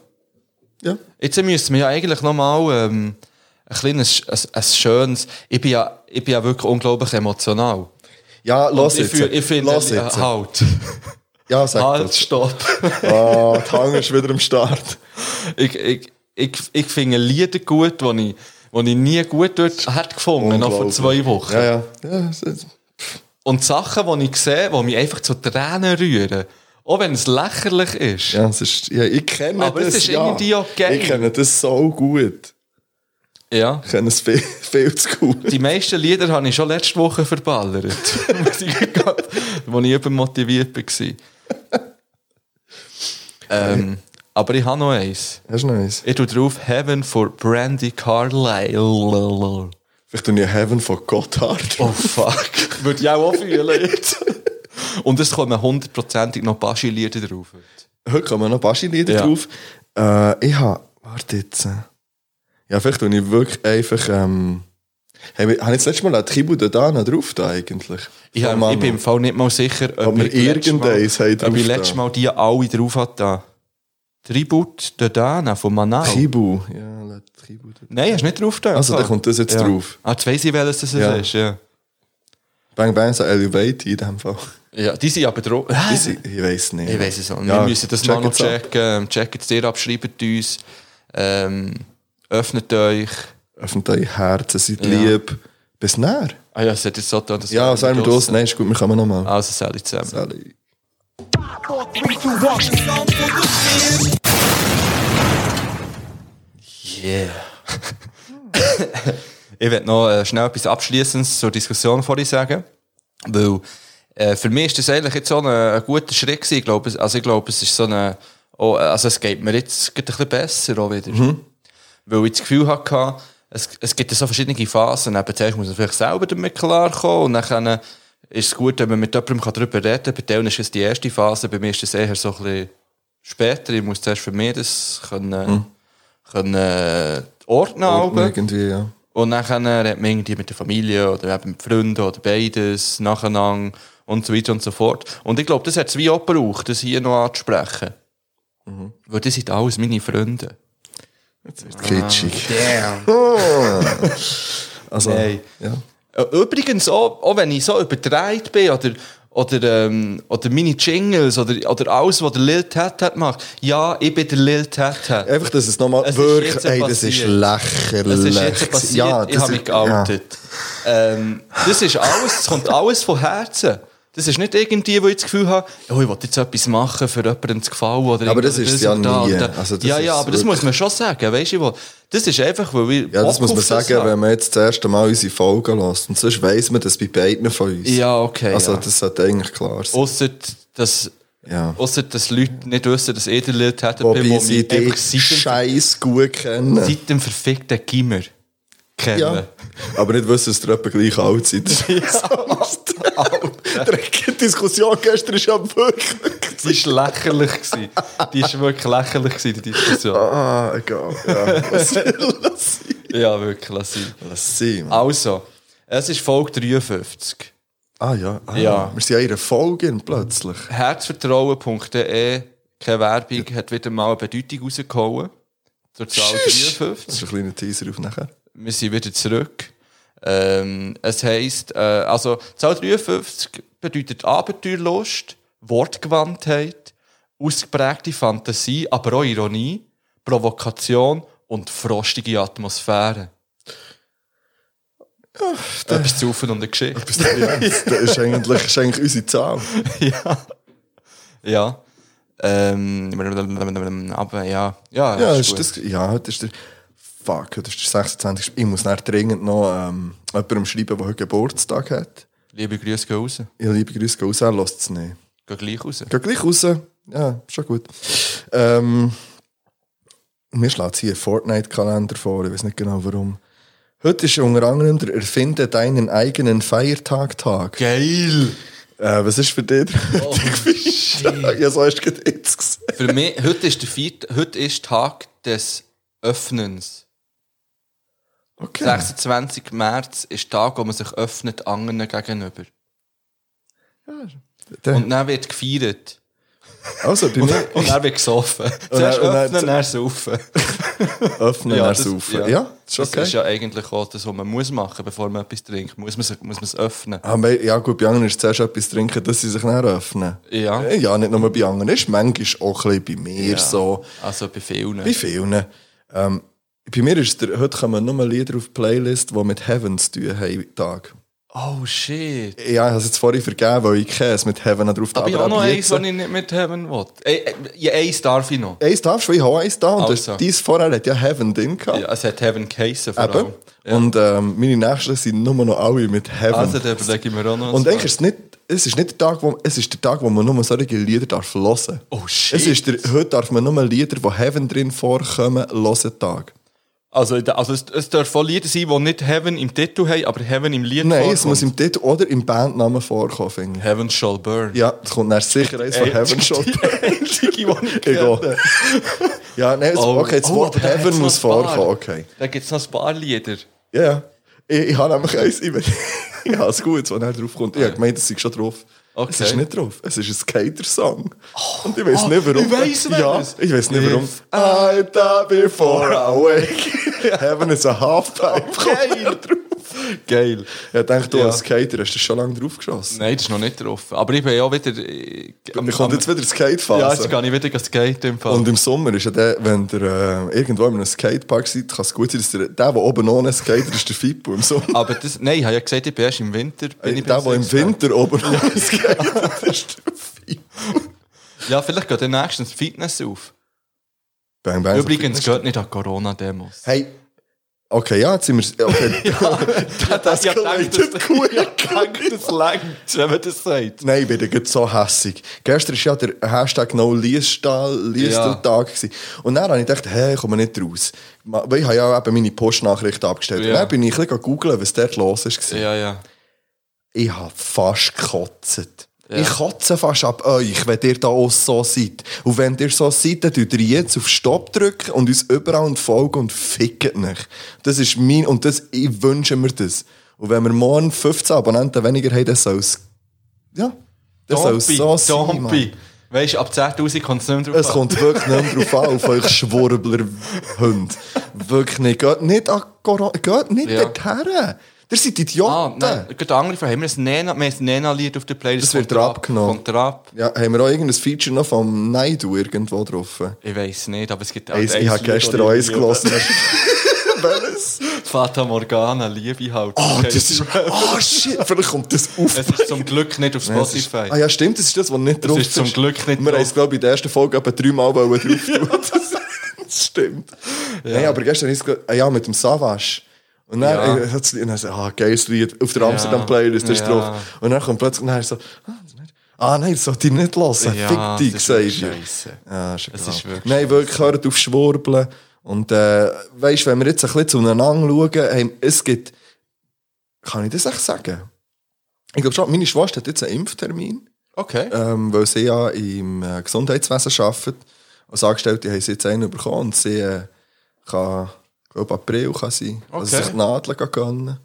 Speaker 3: Ja.
Speaker 2: jetzt müssten wir ja eigentlich nochmal ähm, ein kleines, ein, ein schönes. Ich bin, ja, ich bin ja wirklich unglaublich emotional.
Speaker 3: Ja, lass
Speaker 2: ich
Speaker 3: jetzt.
Speaker 2: fühl- ich finde,
Speaker 3: Lass jetzt.
Speaker 2: äh, halt,
Speaker 3: Ja, sag
Speaker 2: halt,
Speaker 3: halt.
Speaker 2: stopp.
Speaker 3: Ah, die Hang ist wieder am Start.
Speaker 2: ich ich, ich, ich finde Lieder gut, die ich, die ich nie gut dort hätte gefunden, noch vor
Speaker 3: Unglaublich.
Speaker 2: zwei Wochen.
Speaker 3: Ja, ja. ja es ist-
Speaker 2: Und die Sachen, die ich sehe, die mich einfach zu Tränen rühren. Auch wenn es lächerlich ist.
Speaker 3: Ja, es ist, ja, ich kenne
Speaker 2: Aber es
Speaker 3: das.
Speaker 2: ist
Speaker 3: ja.
Speaker 2: irgendwie okay.
Speaker 3: Ich kenne das so gut.
Speaker 2: ja.
Speaker 3: Ich kenne es viel, viel zu gut.
Speaker 2: Die meisten Lieder habe ich schon letzte Woche verballert, muss ich gerade- wo ich übermotiviert war. ähm, aber ich habe noch eins.
Speaker 3: Hast du noch eins?
Speaker 2: Ich tue drauf Heaven for Brandy Carlyle.
Speaker 3: Vielleicht tue ich Heaven von Gotthard.
Speaker 2: Oh fuck. Würde ich auch fühlen jetzt. Und es kommen hundertprozentig noch Baschi-Lieder drauf.
Speaker 3: Heute kommen noch Baschi-Lieder
Speaker 2: Ja.
Speaker 3: drauf. Äh, ich habe... Warte jetzt. äh. Ja, vielleicht tue ich wirklich einfach... Ähm, hey, wir- haben jetzt letztes Mal auch Tribu de Dana drauf da eigentlich?
Speaker 2: Ich, hab-
Speaker 3: Von Manu.
Speaker 2: Ähm, ich bin im Fall nicht mal sicher, ob
Speaker 3: wir
Speaker 2: ich letztes Mal-
Speaker 3: irgendeins haben
Speaker 2: ob ich
Speaker 3: drauf
Speaker 2: letztes
Speaker 3: da.
Speaker 2: Mal die alle drauf hatte. Tribut de Dana von Manaus.
Speaker 3: Tribu. Ja, La Tribu de
Speaker 2: Nein, hast du nicht drauf da.
Speaker 3: Also, da kommt das jetzt
Speaker 2: ja.
Speaker 3: drauf.
Speaker 2: Ah, jetzt weiss ich, welches das
Speaker 3: Ja.
Speaker 2: ist, ja.
Speaker 3: Bang Bang, so eh, Elevate in dem Fall.
Speaker 2: Ja, die sind aber drauf.
Speaker 3: Die sind- Ich weiß nicht.
Speaker 2: Ich weiss es auch.
Speaker 3: Ja,
Speaker 2: Wir müssen das
Speaker 3: check
Speaker 2: mal noch
Speaker 3: it's out.
Speaker 2: checken. Checkt es dir ab, schreibt uns. Ähm, öffnet euch.
Speaker 3: Öffnet euer Herzen, seid
Speaker 2: Ja.
Speaker 3: lieb. Bis näher.
Speaker 2: Ah ja, es hat jetzt so getan, dass
Speaker 3: Ja,
Speaker 2: wir
Speaker 3: sagen wir
Speaker 2: draussen-
Speaker 3: los. Nein, ist gut, wir kommen nochmal.
Speaker 2: Also, Sally zusammen. Yeah. ich werde noch äh, schnell etwas Abschließendes zur Diskussion vorhin sagen. Weil äh, für mich ist das eigentlich jetzt so ein, ein guter Schritt gewesen. Ich glaube, es- also ich glaube, es ist so eine, oh, äh, also es geht mir jetzt gerade ein bisschen besser auch wieder. Weil ich das Gefühl hatte, es, es gibt ja so verschiedene Phasen. Eben zuerst muss man vielleicht selber damit klarkommen und dann ist es gut, wenn man mit jemandem darüber reden kann. Bei denen ist es die erste Phase, bei mir ist es eher so ein bisschen später. Ich muss zuerst für mich das können, können äh, ordnen.
Speaker 3: Ordnung
Speaker 2: Ordnen
Speaker 3: Irgendwie, ja.
Speaker 2: und dann redet man irgendwie mit der Familie oder eben mit Freunden oder beides nacheinander und so weiter und so fort. Und ich glaube, das hat es wie auch gebraucht, das hier noch anzusprechen. Weil das sind alles meine Freunde.
Speaker 3: Kitschig.
Speaker 2: Ah, Damn.
Speaker 3: Also,
Speaker 2: Nein.
Speaker 3: ja.
Speaker 2: Äh, Übrigens, auch, auch wenn ich so überdreht bin oder, oder, ähm, oder meine Jingles oder, oder alles, was der Lil Tat Tat macht. Ja, ich bin der Lil Tat Tat.
Speaker 3: Einfach, dass es nochmal
Speaker 2: Es ist
Speaker 3: wirklich,
Speaker 2: jetzt
Speaker 3: ey, das ist
Speaker 2: passiert.
Speaker 3: lächerlich.
Speaker 2: Das ist jetzt passiert,
Speaker 3: Ja,
Speaker 2: ich habe mich geoutet. Ähm, das ist alles, das kommt alles von Herzen. Das ist nicht irgendwie, wo ich das Gefühl habe, oh, ich will jetzt etwas machen, für jemandem zu gefallen. Oder
Speaker 3: Aber das
Speaker 2: irgend-
Speaker 3: ist es ja
Speaker 2: oder da
Speaker 3: nie.
Speaker 2: oder da.
Speaker 3: Also das
Speaker 2: ja,
Speaker 3: ist
Speaker 2: ja, aber das
Speaker 3: wirklich-
Speaker 2: muss man schon sagen. Weißt du, ich will- das ist einfach, weil wir.
Speaker 3: Ja,
Speaker 2: Bock
Speaker 3: das muss man
Speaker 2: auf das
Speaker 3: sagen,
Speaker 2: haben.
Speaker 3: wenn man jetzt das erste Mal unsere Folgen lässt. Und sonst weiss man das bei beiden von uns.
Speaker 2: Ja, okay,
Speaker 3: Also,
Speaker 2: ja.
Speaker 3: das sollte eigentlich klar sein.
Speaker 2: Ausser, dass,
Speaker 3: Ja.
Speaker 2: ausser, dass Leute nicht wissen, dass ich der Leute hätte,
Speaker 3: Wobei sie
Speaker 2: einfach
Speaker 3: dich
Speaker 2: seit
Speaker 3: scheiß gut kennen.
Speaker 2: dem, seit dem verfickten Gimmer kennen.
Speaker 3: Ja. Aber nicht wissen, dass ihr etwa gleich alt seid. Ja. Die Diskussion gestern ist ja wirklich.
Speaker 2: Die war lächerlich. gewesen. Die war wirklich lächerlich, gewesen, die Diskussion.
Speaker 3: Ah, egal. Ja. Lass, lass,
Speaker 2: Ja, wirklich, lass sein.
Speaker 3: lass sein. Mann.
Speaker 2: Also, es ist Folge 53.
Speaker 3: Ah ja, ah,
Speaker 2: Ja.
Speaker 3: wir sind ja in einer Folge und plötzlich.
Speaker 2: Herzvertrauen.de, keine Werbung, hat wieder mal eine Bedeutung rausgehauen. Zur Zahl
Speaker 3: Tschüss.
Speaker 2: 53.
Speaker 3: Das ist ein kleiner Teaser auf nachher.
Speaker 2: wir sind wieder zurück. Ähm, es heisst, äh, also Zahl 53 bedeutet Abenteuerlust, Wortgewandtheit, ausgeprägte Fantasie, aber auch Ironie, Provokation und frostige Atmosphäre. Etwas zu und eine Geschichte.
Speaker 3: Bis dann, ja. Das ist eigentlich, ist eigentlich unsere Zahl.
Speaker 2: ja. Ja. Ähm, aber ja. Ja,
Speaker 3: Ja,
Speaker 2: ist
Speaker 3: Ah, ist
Speaker 2: gut.
Speaker 3: das, ja, heute ist der. Fuck, heute ist der 26. Ich muss nachher dringend noch ähm, jemandem schreiben, der heute Geburtstag hat.
Speaker 2: Liebe Grüße gehen raus.
Speaker 3: Ja, liebe Grüße, geh raus, er lässt es nicht.
Speaker 2: Geh gleich raus.
Speaker 3: Geh gleich raus. Ja, schon gut. Ähm, mir schlägt hier ein Fortnite-Kalender vor, ich weiß nicht genau warum. Heute ist unter anderem der Erfinde deinen eigenen Feiertag-Tag.
Speaker 2: Geil!
Speaker 3: Äh, was ist für dich der
Speaker 2: Oh,
Speaker 3: Feiertag? Ja, so hast du gerade jetzt gesehen.
Speaker 2: Für mich, heute ist der Viert, heute ist Tag des Öffnens.
Speaker 3: Okay.
Speaker 2: 26. März ist Tag, wo man sich öffnet anderen gegenüber. Und
Speaker 3: Dann,
Speaker 2: dann wird gefeiert.
Speaker 3: also, bei mir
Speaker 2: Und dann wird gesoffen.
Speaker 3: dann-
Speaker 2: Zuerst
Speaker 3: und dann-
Speaker 2: öffnen, dann saufen.
Speaker 3: öffnen,
Speaker 2: Ja,
Speaker 3: ja,
Speaker 2: das-
Speaker 3: saufen.
Speaker 2: ja.
Speaker 3: Ja. ist okay.
Speaker 2: Das ist ja eigentlich auch das, was man muss machen, bevor man etwas trinkt. Muss man, sich- muss man es öffnen.
Speaker 3: Ah, bei- ja gut, bei anderen ist zuerst etwas trinken, dass sie sich dann öffnen.
Speaker 2: Ja.
Speaker 3: Äh, Ja, nicht nur bei anderen. Ist manchmal auch ein bisschen bei mir so.
Speaker 2: Also bei vielen.
Speaker 3: Bei vielen. Ähm, bei mir ist der, heute kommen nur Lieder auf die Playlist, die mit Heaven zu tun haben. Tag.
Speaker 2: Oh shit.
Speaker 3: Ja, ich habe es jetzt vorhin vergeben, weil ich es mit Heaven drauf
Speaker 2: Aber ich
Speaker 3: ab
Speaker 2: habe noch eins,
Speaker 3: jetzt-
Speaker 2: was ich nicht mithaben will. Ey, ey, Ja, eins darf ich noch.
Speaker 3: Eins darfst du, ich habe eins da. Und
Speaker 2: Also.
Speaker 3: das- deins vorher hat ja Heaven drin gehabt.
Speaker 2: Ja, genau. es hat Heaven Case vor
Speaker 3: Eben.
Speaker 2: allem.
Speaker 3: Und ähm, meine Nächsten sind nur noch alle mit Heaven.
Speaker 2: Also, da überlege ich mir auch noch.
Speaker 3: Und
Speaker 2: ein
Speaker 3: eigentlich ist es nicht, es ist nicht der Tag, wo, es ist der Tag, wo man nur solche Lieder darf hören
Speaker 2: Oh, shit.
Speaker 3: es ist der, Heute darf man nur Lieder, die Heaven drin vorkommen, hören Tag.
Speaker 2: Also, da- also es, es dürfen auch Lieder sein, die nicht Heaven im Titel haben, aber Heaven im Lied
Speaker 3: Nein,
Speaker 2: vorkommt.
Speaker 3: es muss im Titel oder im Bandnamen vorkommen, finde ich.
Speaker 2: Heaven Shall Burn.
Speaker 3: Ja, es kommt dann sicher eins von
Speaker 2: Ey,
Speaker 3: Heaven schon.
Speaker 2: einzige, die ich
Speaker 3: Egal. Ja, nein, es,
Speaker 2: Oh,
Speaker 3: okay, das
Speaker 2: oh,
Speaker 3: Wort
Speaker 2: aber da hat's
Speaker 3: Heaven
Speaker 2: noch
Speaker 3: muss
Speaker 2: ein paar.
Speaker 3: vorkommen, okay.
Speaker 2: Da gibt es noch ein paar Lieder.
Speaker 3: Ja, ja. Ich, ich habe nämlich eins, ich, ich habe es gut, wenn er drauf kommt. Ich habe gemeint, es sei schon drauf.
Speaker 2: Okay. Oh,
Speaker 3: Es ist nicht drauf, es ist ein Skater-Song. Und ich weiß nicht warum.
Speaker 2: ich weiss,
Speaker 3: ja,
Speaker 2: welches.
Speaker 3: ich weiß nicht warum.
Speaker 2: If
Speaker 3: I die before I wake. Heaven is a halfpipe.
Speaker 2: Geil. Geil.
Speaker 3: Ich denke, du
Speaker 2: Ja.
Speaker 3: als Skater hast das schon lange draufgeschossen.
Speaker 2: Nein, das ist noch nicht drauf. Aber ich bin ja auch wieder... äh, am-
Speaker 3: Dann kommt
Speaker 2: am-
Speaker 3: jetzt wieder die
Speaker 2: Ja,
Speaker 3: Skate-Phase.
Speaker 2: jetzt gehe ich wieder skaten im Fall.
Speaker 3: Und im Sommer ist ja der, wenn ihr äh, irgendwo in einem Skatepark seid, kann es gut sein, dass der, der, der oben ohne Skater ist, der Fippo im Sommer.
Speaker 2: aber das... Nein, ich habe ja gesagt, ich bin erst im Winter. Bin ich
Speaker 3: Äh, der,
Speaker 2: beim
Speaker 3: der im
Speaker 2: Sixpack.
Speaker 3: Winter oben ohne Skater ist, der Fippo.
Speaker 2: Ja, vielleicht geht dann nächstens Fitness auf.
Speaker 3: Bang, bang,
Speaker 2: Übrigens,
Speaker 3: so-
Speaker 2: geht nicht an Corona-Demos.
Speaker 3: Hey. Okay, ja, jetzt sind wir. Okay. das
Speaker 2: ich hab gedacht,
Speaker 3: escalated
Speaker 2: Ah, das-
Speaker 3: gut.
Speaker 2: Ich denke, das längt, wenn man das sagt.
Speaker 3: Nein, ich bin da gerade so hässig. Gestern war ja der Hashtag No Liestal, Liestal-Tag. gewesen. Und dann habe ich gedacht, hey, komme nicht raus. Ma- Weil ich habe ja eben meine Postnachrichten abgestellt.
Speaker 2: Ja.
Speaker 3: Und dann bin ich ein bisschen googeln, was dort los war.
Speaker 2: Ja, ja.
Speaker 3: Ich habe fast gekotzt. Ich kotze fast ab euch, wenn ihr da auch so seid. Und wenn ihr so seid, dann drückt ihr jetzt auf Stopp drücken und uns überall und folgen und fickt nicht. Das ist mein, und das, ich wünsche mir das. Und wenn wir morgen 15 Abonnenten weniger haben, dann soll es, ja, dann soll es
Speaker 2: Dompi,
Speaker 3: so sein. Mann.
Speaker 2: Dompi. Weißt du, ab 10.000 kommt es nicht mehr drauf
Speaker 3: Es
Speaker 2: an.
Speaker 3: kommt wirklich nicht mehr drauf an, auf euch Schwurbler-Hund. Wirklich nicht. Geht nicht an Corona, geht nicht
Speaker 2: Ja.
Speaker 3: dorthin. Ihr seid Idioten.
Speaker 2: Ah, nein, gerade eine andere Frage. Haben wir ein Nena- wir haben ein Nena-Lied auf der Playlist?
Speaker 3: Das wird
Speaker 2: Kommt er
Speaker 3: ab genommen.
Speaker 2: Kommt er ab?
Speaker 3: Ja, haben wir auch irgendein Feature noch vom Naidu irgendwo drauf?
Speaker 2: Ich weiß nicht, aber es gibt auch
Speaker 3: Eins, ich habe gestern auch eins gelassen. Welches?
Speaker 2: Fata Morgana, Liebe halt.
Speaker 3: Oh,
Speaker 2: Okay.
Speaker 3: das ist. Oh shit, vielleicht kommt das auf.
Speaker 2: Es ist zum Glück nicht auf
Speaker 3: Das ist-
Speaker 2: Spotify.
Speaker 3: Ah ja, stimmt, das ist das, was nicht drauf
Speaker 2: ist zum Glück nicht
Speaker 3: Wir haben es,
Speaker 2: drauf.
Speaker 3: glaube ich, in der ersten Folge etwa dreimal wollen drauf tun. Das- Das stimmt. Nein, aber gestern ist es. Ah ja, mit dem Savage. Und dann
Speaker 2: Ja.
Speaker 3: ja. hat es ah, geiles Lied, auf der Amsterdam-Playlist ist
Speaker 2: Ja.
Speaker 3: drauf. Und dann kommt plötzlich, nein, so, ah, das ist nicht- ah nein, das sollte ich nicht hören.
Speaker 2: Ja,
Speaker 3: Fick dich,
Speaker 2: das ist
Speaker 3: sagst du.
Speaker 2: scheisse.
Speaker 3: Ja, ist es
Speaker 2: ist wirklich
Speaker 3: Nein, wirklich, hört auf Schwurbeln. Und äh, weißt, wenn wir jetzt ein bisschen zueinander schauen, hey, es gibt. Kann ich das echt sagen? Ich glaube schon, meine Schwester hat jetzt einen Impftermin,
Speaker 2: Okay.
Speaker 3: ähm, weil sie ja im äh, Gesundheitswesen arbeitet. Als Angestellte haben sie jetzt einen bekommen und sie äh, kann, ich glaube, April kann sie, also
Speaker 2: Okay.
Speaker 3: sich die Nadeln gehen gönnen.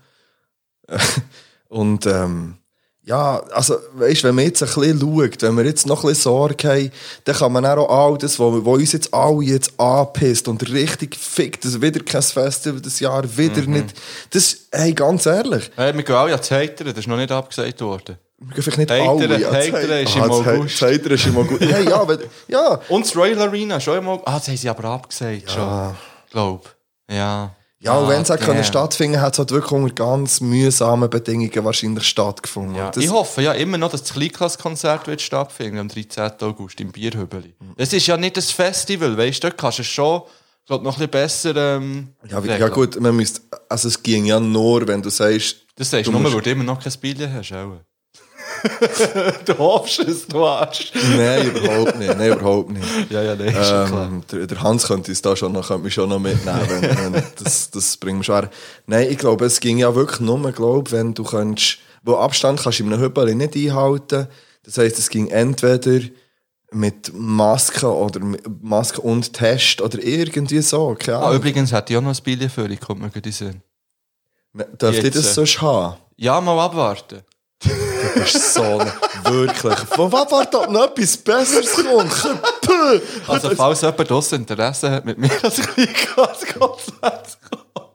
Speaker 3: Und ähm, Ja, also, weißt, wenn man jetzt ein bisschen schaut, wenn wir jetzt noch ein bisschen Sorge haben, dann kann man dann auch all das, wo, wo uns jetzt alle jetzt anpisst und richtig fickt, dass wieder kein Festival das Jahr, wieder
Speaker 2: Mhm.
Speaker 3: nicht. Das, hey, ganz ehrlich,
Speaker 2: Hey, Äh, wir gehen alle an die Hater, das ist noch nicht abgesagt worden.
Speaker 3: wir gehen vielleicht nicht
Speaker 2: Hater-
Speaker 3: alle.
Speaker 2: Hater ist im August.
Speaker 3: Hater ist im August. hey, ja, wenn, ja.
Speaker 2: Und das Royal Arena schon einmal. Ah, das haben sie aber abgesagt schon. Glaub. Ja.
Speaker 3: Ja, und wenn es
Speaker 2: Ah,
Speaker 3: auch können
Speaker 2: damn.
Speaker 3: stattfinden hat es halt wirklich unter ganz mühsamen Bedingungen wahrscheinlich stattgefunden.
Speaker 2: Ja,
Speaker 3: Und das,
Speaker 2: ich hoffe ja immer noch, dass das Kleinklasskonzert wird stattfinden am 13. August im Bierhübeli.
Speaker 3: Mhm.
Speaker 2: Es ist ja nicht ein Festival, weißt du, dort kannst du es schon glaub, noch ein bisschen besser. Ähm,
Speaker 3: ja, wie- ja
Speaker 2: regeln.
Speaker 3: gut, man müsste, also es ging ja nur, wenn du sagst,
Speaker 2: Das sagst du
Speaker 3: Du
Speaker 2: nur,
Speaker 3: musst-
Speaker 2: weil du immer noch kein Billett hast. Auch. du hoffst es, du Arsch.
Speaker 3: nein, überhaupt nicht, nein, überhaupt nicht.
Speaker 2: Ja, ja, nein, ist schon klar.
Speaker 3: Ähm, der, der Hans könnte uns da schon noch, könnte mich schon noch mitnehmen. wenn, wenn, das, das bringt mir schwer. Nein, ich glaube, es ging ja wirklich nur, glaub, wenn du könntest, wo Abstand kannst du in einem Hüppel nicht einhalten. Das heisst, es ging entweder mit Maske oder mit Maske und Test oder irgendwie so. Keine
Speaker 2: Ah,
Speaker 3: Ahnung.
Speaker 2: übrigens hätte ich auch noch ein Billett für dich, kommt mir gerade in den Sinn.
Speaker 3: Dürft ihr
Speaker 2: Jetzt,
Speaker 3: das
Speaker 2: äh,
Speaker 3: sonst haben?
Speaker 2: Ja, mal abwarten.
Speaker 3: Das ist so eine- wirklich. Von was war da noch etwas Besseres kommt? Puh.
Speaker 2: Also, falls jemand draussen Interesse hat, mit mir als Kleinklasskonzert zu kommen.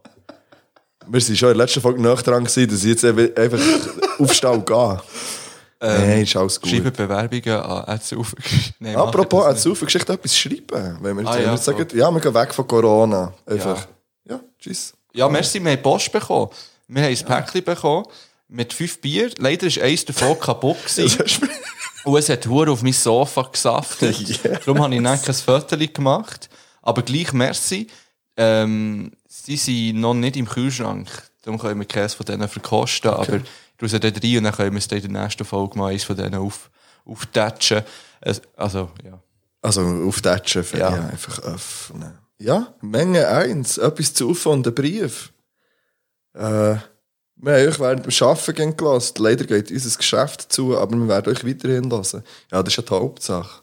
Speaker 3: Wir waren schon in der letzten Folge nah dran, gewesen, dass ich jetzt ev- einfach aufstehe und gehe. Nein, ist alles gut.
Speaker 2: Ähm, Schreibe Bewerbungen an Ätzaufer. Nein, macht
Speaker 3: Apropos,
Speaker 2: das
Speaker 3: an der Geschichte etwas schreiben. Wenn wir jetzt,
Speaker 2: Ah,
Speaker 3: wenn wir
Speaker 2: ja,
Speaker 3: jetzt sagen, ja, wir gehen weg von Corona. Einfach.
Speaker 2: Ja.
Speaker 3: Ja, tschüss.
Speaker 2: Ja, merci, wir haben Post bekommen. Wir haben ein Päckchen bekommen mit fünf Bier. Leider war eins davon kaputt. Gewesen. Und es hat Hure auf mein Sofa gesaftet.
Speaker 3: Yes.
Speaker 2: Darum habe ich dann kein Foto gemacht. Aber gleich merci. Ähm, sie sind noch nicht im Kühlschrank. Darum können wir keins von denen verkosten. Aber du sie dann rein und dann können wir es dann in der nächsten Folge mal eins von denen auf, auftatschen. Es- Also, ja.
Speaker 3: Also auf den Chef, ja.
Speaker 2: Ja.
Speaker 3: einfach öffnen. Ja, Menge 1, etwas zu auf und ein Brief. Äh, wir haben euch während dem Arbeiten gelassen. Leider geht unser Geschäft zu, aber wir werden euch weiterhin lassen. Ja, das ist ja die Hauptsache.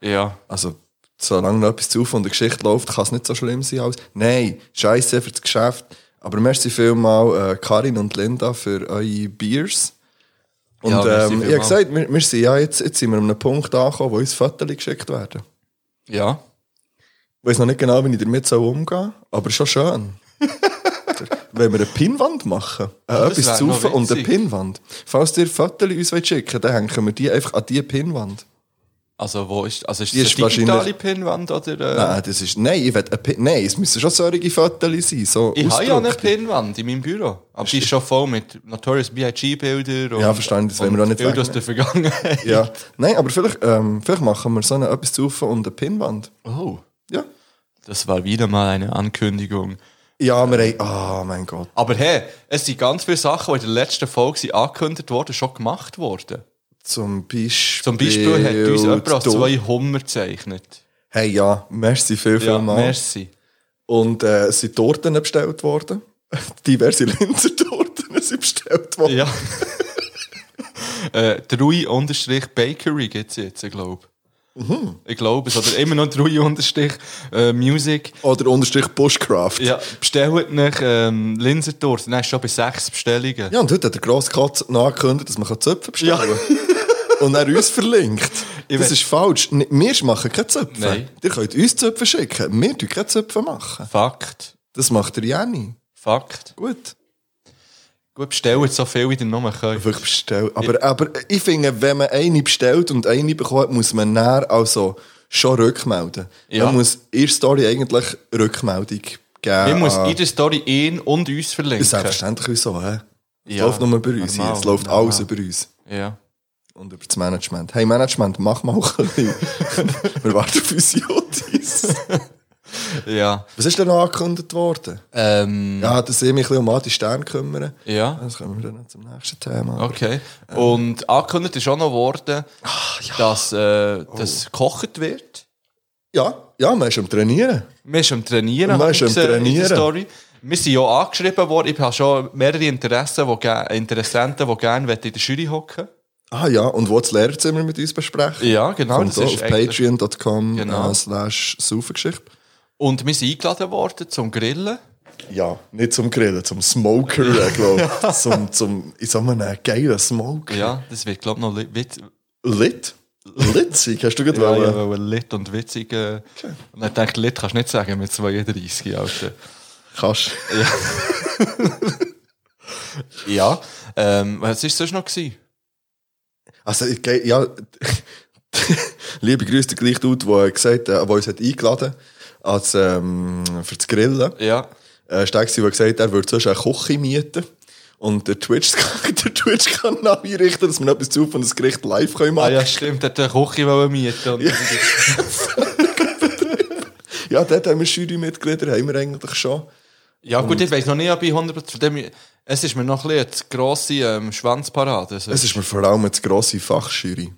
Speaker 2: Ja.
Speaker 3: Also, solange noch etwas zu von der Geschichte läuft, kann es nicht so schlimm sein als. Nein, Scheiße für das Geschäft. Aber merci vielmal äh, Karin und Linda für eure Beers. Und
Speaker 2: Ja, merci
Speaker 3: ähm, ich habe
Speaker 2: vielmals.
Speaker 3: gesagt, wir, wir sind ja jetzt, jetzt sind wir an einem Punkt angekommen, wo uns Fotos geschickt werden.
Speaker 2: Ja.
Speaker 3: Ich weiß noch nicht genau, wie ich damit soll umgehen soll, aber schon schön. Wenn wir eine Pinwand machen, äh,
Speaker 2: Ah, das
Speaker 3: etwas
Speaker 2: wär
Speaker 3: zu
Speaker 2: noch
Speaker 3: auf und eine
Speaker 2: witzig.
Speaker 3: Pinwand. Falls ihr Fotos uns wollt schicken wollt, dann hängen wir die einfach an die Pinwand.
Speaker 2: Also, wo ist, also ist
Speaker 3: Die
Speaker 2: das
Speaker 3: ist
Speaker 2: eine digitale
Speaker 3: wahrscheinlich-
Speaker 2: Pinwand oder? Äh?
Speaker 3: Nein, das ist, nein, ich will eine Pin, nein, es müssen schon solche Fotos sein. So
Speaker 2: Ich habe ja eine
Speaker 3: ausgedruckt.
Speaker 2: Pinwand in meinem Büro. Aber die ist schon voll mit Notorious B.I.G.-Bildern und,
Speaker 3: Ja, verstanden, das wollen wir auch nicht ne?
Speaker 2: Bilder aus der Vergangenheit.
Speaker 3: Ja. Nein, aber vielleicht, ähm, vielleicht machen wir so eine etwas zu auf und eine Pinwand.
Speaker 2: Oh,
Speaker 3: Ja.
Speaker 2: das war wieder mal eine Ankündigung.
Speaker 3: Ja, wir haben, ah, mein Gott.
Speaker 2: Aber hey, es sind ganz viele Sachen, die in der letzten Folge sind angekündigt wurden, schon gemacht wurden.
Speaker 3: Zum Beispiel.
Speaker 2: Zum Beispiel hat uns jemand als
Speaker 3: Du-
Speaker 2: zwei Hummer gezeichnet.
Speaker 3: Hey, ja, merci viel, viel
Speaker 2: Ja,
Speaker 3: mal.
Speaker 2: merci.
Speaker 3: Und äh, es sind Torten bestellt worden. Diverse Linzer Torten sind bestellt worden.
Speaker 2: Ja. äh, Drui-Bakery gibt es jetzt, ich glaube.
Speaker 3: Mhm.
Speaker 2: Ich glaube es. Oder immer noch Drui-Music.
Speaker 3: Oder unterstrich Bushcraft.
Speaker 2: Ja, bestellt nicht ähm, Linsertorte. Nein, schon bei sechs Bestellungen.
Speaker 3: Ja, und heute hat der grosse Katz angekündigt, dass man Zöpfe bestellen kann. Und er uns verlinkt.
Speaker 2: Ich
Speaker 3: das
Speaker 2: wett-
Speaker 3: ist falsch. N- Wir machen keine Zöpfe.
Speaker 2: Nein.
Speaker 3: Ihr könnt uns Zöpfe schicken. Wir tun keine Zöpfe machen.
Speaker 2: Fakt.
Speaker 3: Das macht der Jenny.
Speaker 2: Fakt.
Speaker 3: Gut.
Speaker 2: Gut, bestellt so viel, wie ihr nur könnt.
Speaker 3: Wirklich bestellen. Aber, aber ich finde, wenn man eine bestellt und eine bekommt, muss man näher also schon rückmelden.
Speaker 2: Ja.
Speaker 3: Man muss in der Story eigentlich Rückmeldung geben.
Speaker 2: Wir müssen
Speaker 3: an-
Speaker 2: in der Story ihn und uns verlinken.
Speaker 3: Selbstverständlich uns so, hä? Es
Speaker 2: Ja,
Speaker 3: läuft nur über uns hier.
Speaker 2: normal,
Speaker 3: Es läuft
Speaker 2: normal.
Speaker 3: alles über uns.
Speaker 2: Ja.
Speaker 3: Und über das Management. Hey, Management, mach mal ein bisschen. Wir warten auf unsere Otis.
Speaker 2: Ja.
Speaker 3: Was ist denn noch angekündigt worden?
Speaker 2: Ähm,
Speaker 3: Ja, dass ich mich ein bisschen um Adi Stern kümmern.
Speaker 2: ja.
Speaker 3: Das kommen wir dann noch zum nächsten Thema.
Speaker 2: Okay.
Speaker 3: Ähm.
Speaker 2: Und angekündigt ist auch noch worden,
Speaker 3: Ah,
Speaker 2: dass, äh,
Speaker 3: Oh.
Speaker 2: dass gekocht wird.
Speaker 3: Ja, ja, man ist am Trainieren.
Speaker 2: Wir sind am Trainieren.
Speaker 3: Wir
Speaker 2: hab ich
Speaker 3: sind am
Speaker 2: gesehen in der
Speaker 3: Trainieren.
Speaker 2: Story. Wir sind ja auch angeschrieben worden. Ich habe schon mehrere Interessen, die, ge- Interessenten, die gerne wollen in der Jury hocken
Speaker 3: Ah ja, und wo das Lehrzimmer mit uns besprechen?
Speaker 2: Ja, genau.
Speaker 3: Kommt auch auf
Speaker 2: eigentlich-
Speaker 3: patreon.com
Speaker 2: Genau.
Speaker 3: äh, slash Saufengeschichte.
Speaker 2: Und wir sind eingeladen worden zum Grillen.
Speaker 3: Ja, nicht zum Grillen, zum Smoker, glaube ich. Zum, zum, ich sag mal, einen geilen Smoker.
Speaker 2: Ja, das wird, glaube ich, noch li- witz.
Speaker 3: Lit? Litzig, hast du gerade
Speaker 2: Ja,
Speaker 3: wollen?
Speaker 2: ich wollte lit und witzig. Äh, Und dann dachte ich, lit kannst du nicht sagen mit 32, Alter.
Speaker 3: Kannst.
Speaker 2: Ja. Ähm, was war sonst noch? Gewesen?
Speaker 3: Also, ich geh- ja. Liebe Grüße, der gleiche Dude, der äh, gesagt hat, der uns hat eingeladen als, ähm, für das Grillen.
Speaker 2: Ja.
Speaker 3: Äh, Steg war gesagt, er würde sonst eine Küche mieten und den Twitch- den Twitch-Kanal einrichten, dass wir noch etwas zu von das Gericht live können
Speaker 2: Ah
Speaker 3: machen
Speaker 2: ja, stimmt, hat der Kochi wollen mieten. Und
Speaker 3: ja. dort haben wir Jury mitgeredet, haben wir eigentlich schon.
Speaker 2: ja, gut, ich weiß noch nicht, ob ich 100%. Von dem, es ist mir noch ein bisschen eine zu grosse ähm, Schwanzparade. Also.
Speaker 3: Es ist mir vor allem eine zu grosse Fachjury.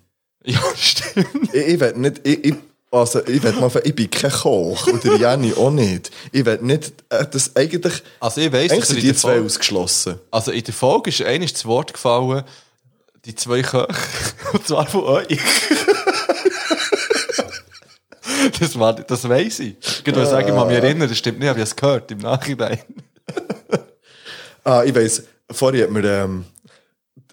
Speaker 2: Ja, stimmt.
Speaker 3: Ich, ich will nicht. Ich, ich, also, ich will mal sagen, ich bin kein Koch. Und der Jenny auch nicht. Ich will nicht. Äh, das eigentlich.
Speaker 2: Also, ich weiss,
Speaker 3: Eigentlich
Speaker 2: dass er
Speaker 3: sind
Speaker 2: in
Speaker 3: die
Speaker 2: der
Speaker 3: zwei
Speaker 2: Folge,
Speaker 3: ausgeschlossen.
Speaker 2: also in der Folge ist eines das Wort gefallen, die zwei Köche. Und zwar von euch. Das, war, das weiss ich. Ich würde sagen, ich kann mich erinnern, das stimmt nicht, aber ich habe es gehört im Nachhinein.
Speaker 3: Ah, ich weiss, vorhin hat mir ähm,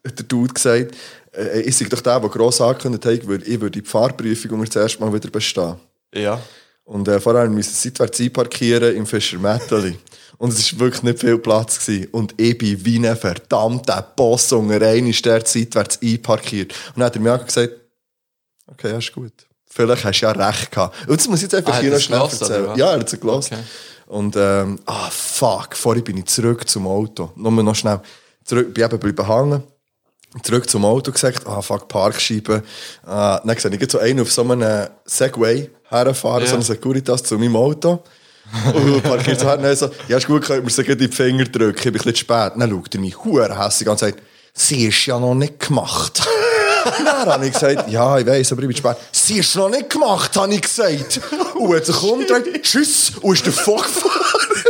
Speaker 3: der Dude gesagt, äh, ich sei doch der, der gross angekündigt hat, ich würde ich würde die Fahrprüfung um das erste Mal wieder bestehen.
Speaker 2: Ja.
Speaker 3: Und äh, vorher mussten wir seitwärts einparkieren im Fischer Metteli. Und es war wirklich nicht viel Platz. Gewesen. Und ich bin wie ein verdammter Boss unter einer Stern seitwärts einparkiert. Und dann hat er mir auch gesagt, okay, ja, ist gut. Vielleicht hast du ja recht gehabt. Und das muss ich jetzt einfach
Speaker 2: Ah, hat
Speaker 3: hier noch
Speaker 2: er's
Speaker 3: schnell
Speaker 2: gehört,
Speaker 3: erzählen.
Speaker 2: oder was?
Speaker 3: Ja, er hat es gelassen.
Speaker 2: Okay.
Speaker 3: Und ähm, ah, fuck, vorher bin ich zurück zum Auto. Nur noch schnell. Zurück, bin eben bleiben hängen zurück zum Auto gesagt, ah fuck, Parkscheibe. Ah, dann sehe ich so einen auf so einem äh, Segway herfahren,
Speaker 2: Ja.
Speaker 3: so einem Securitas zu meinem Auto. Und parkiert so her, und dann so, ja ist gut, könnte mir sie gerade in die Finger drücken, ich bin ein bisschen zu spät. Dann schaut er mich huere hässig an und sagt, sie ist ja noch nicht gemacht. Dann habe ich gesagt, ja, ich weiß, aber ich bin zu spät. Sie ist noch nicht gemacht, habe ich gesagt. Und hat sich umgedreht, tschüss, und ist der Fuck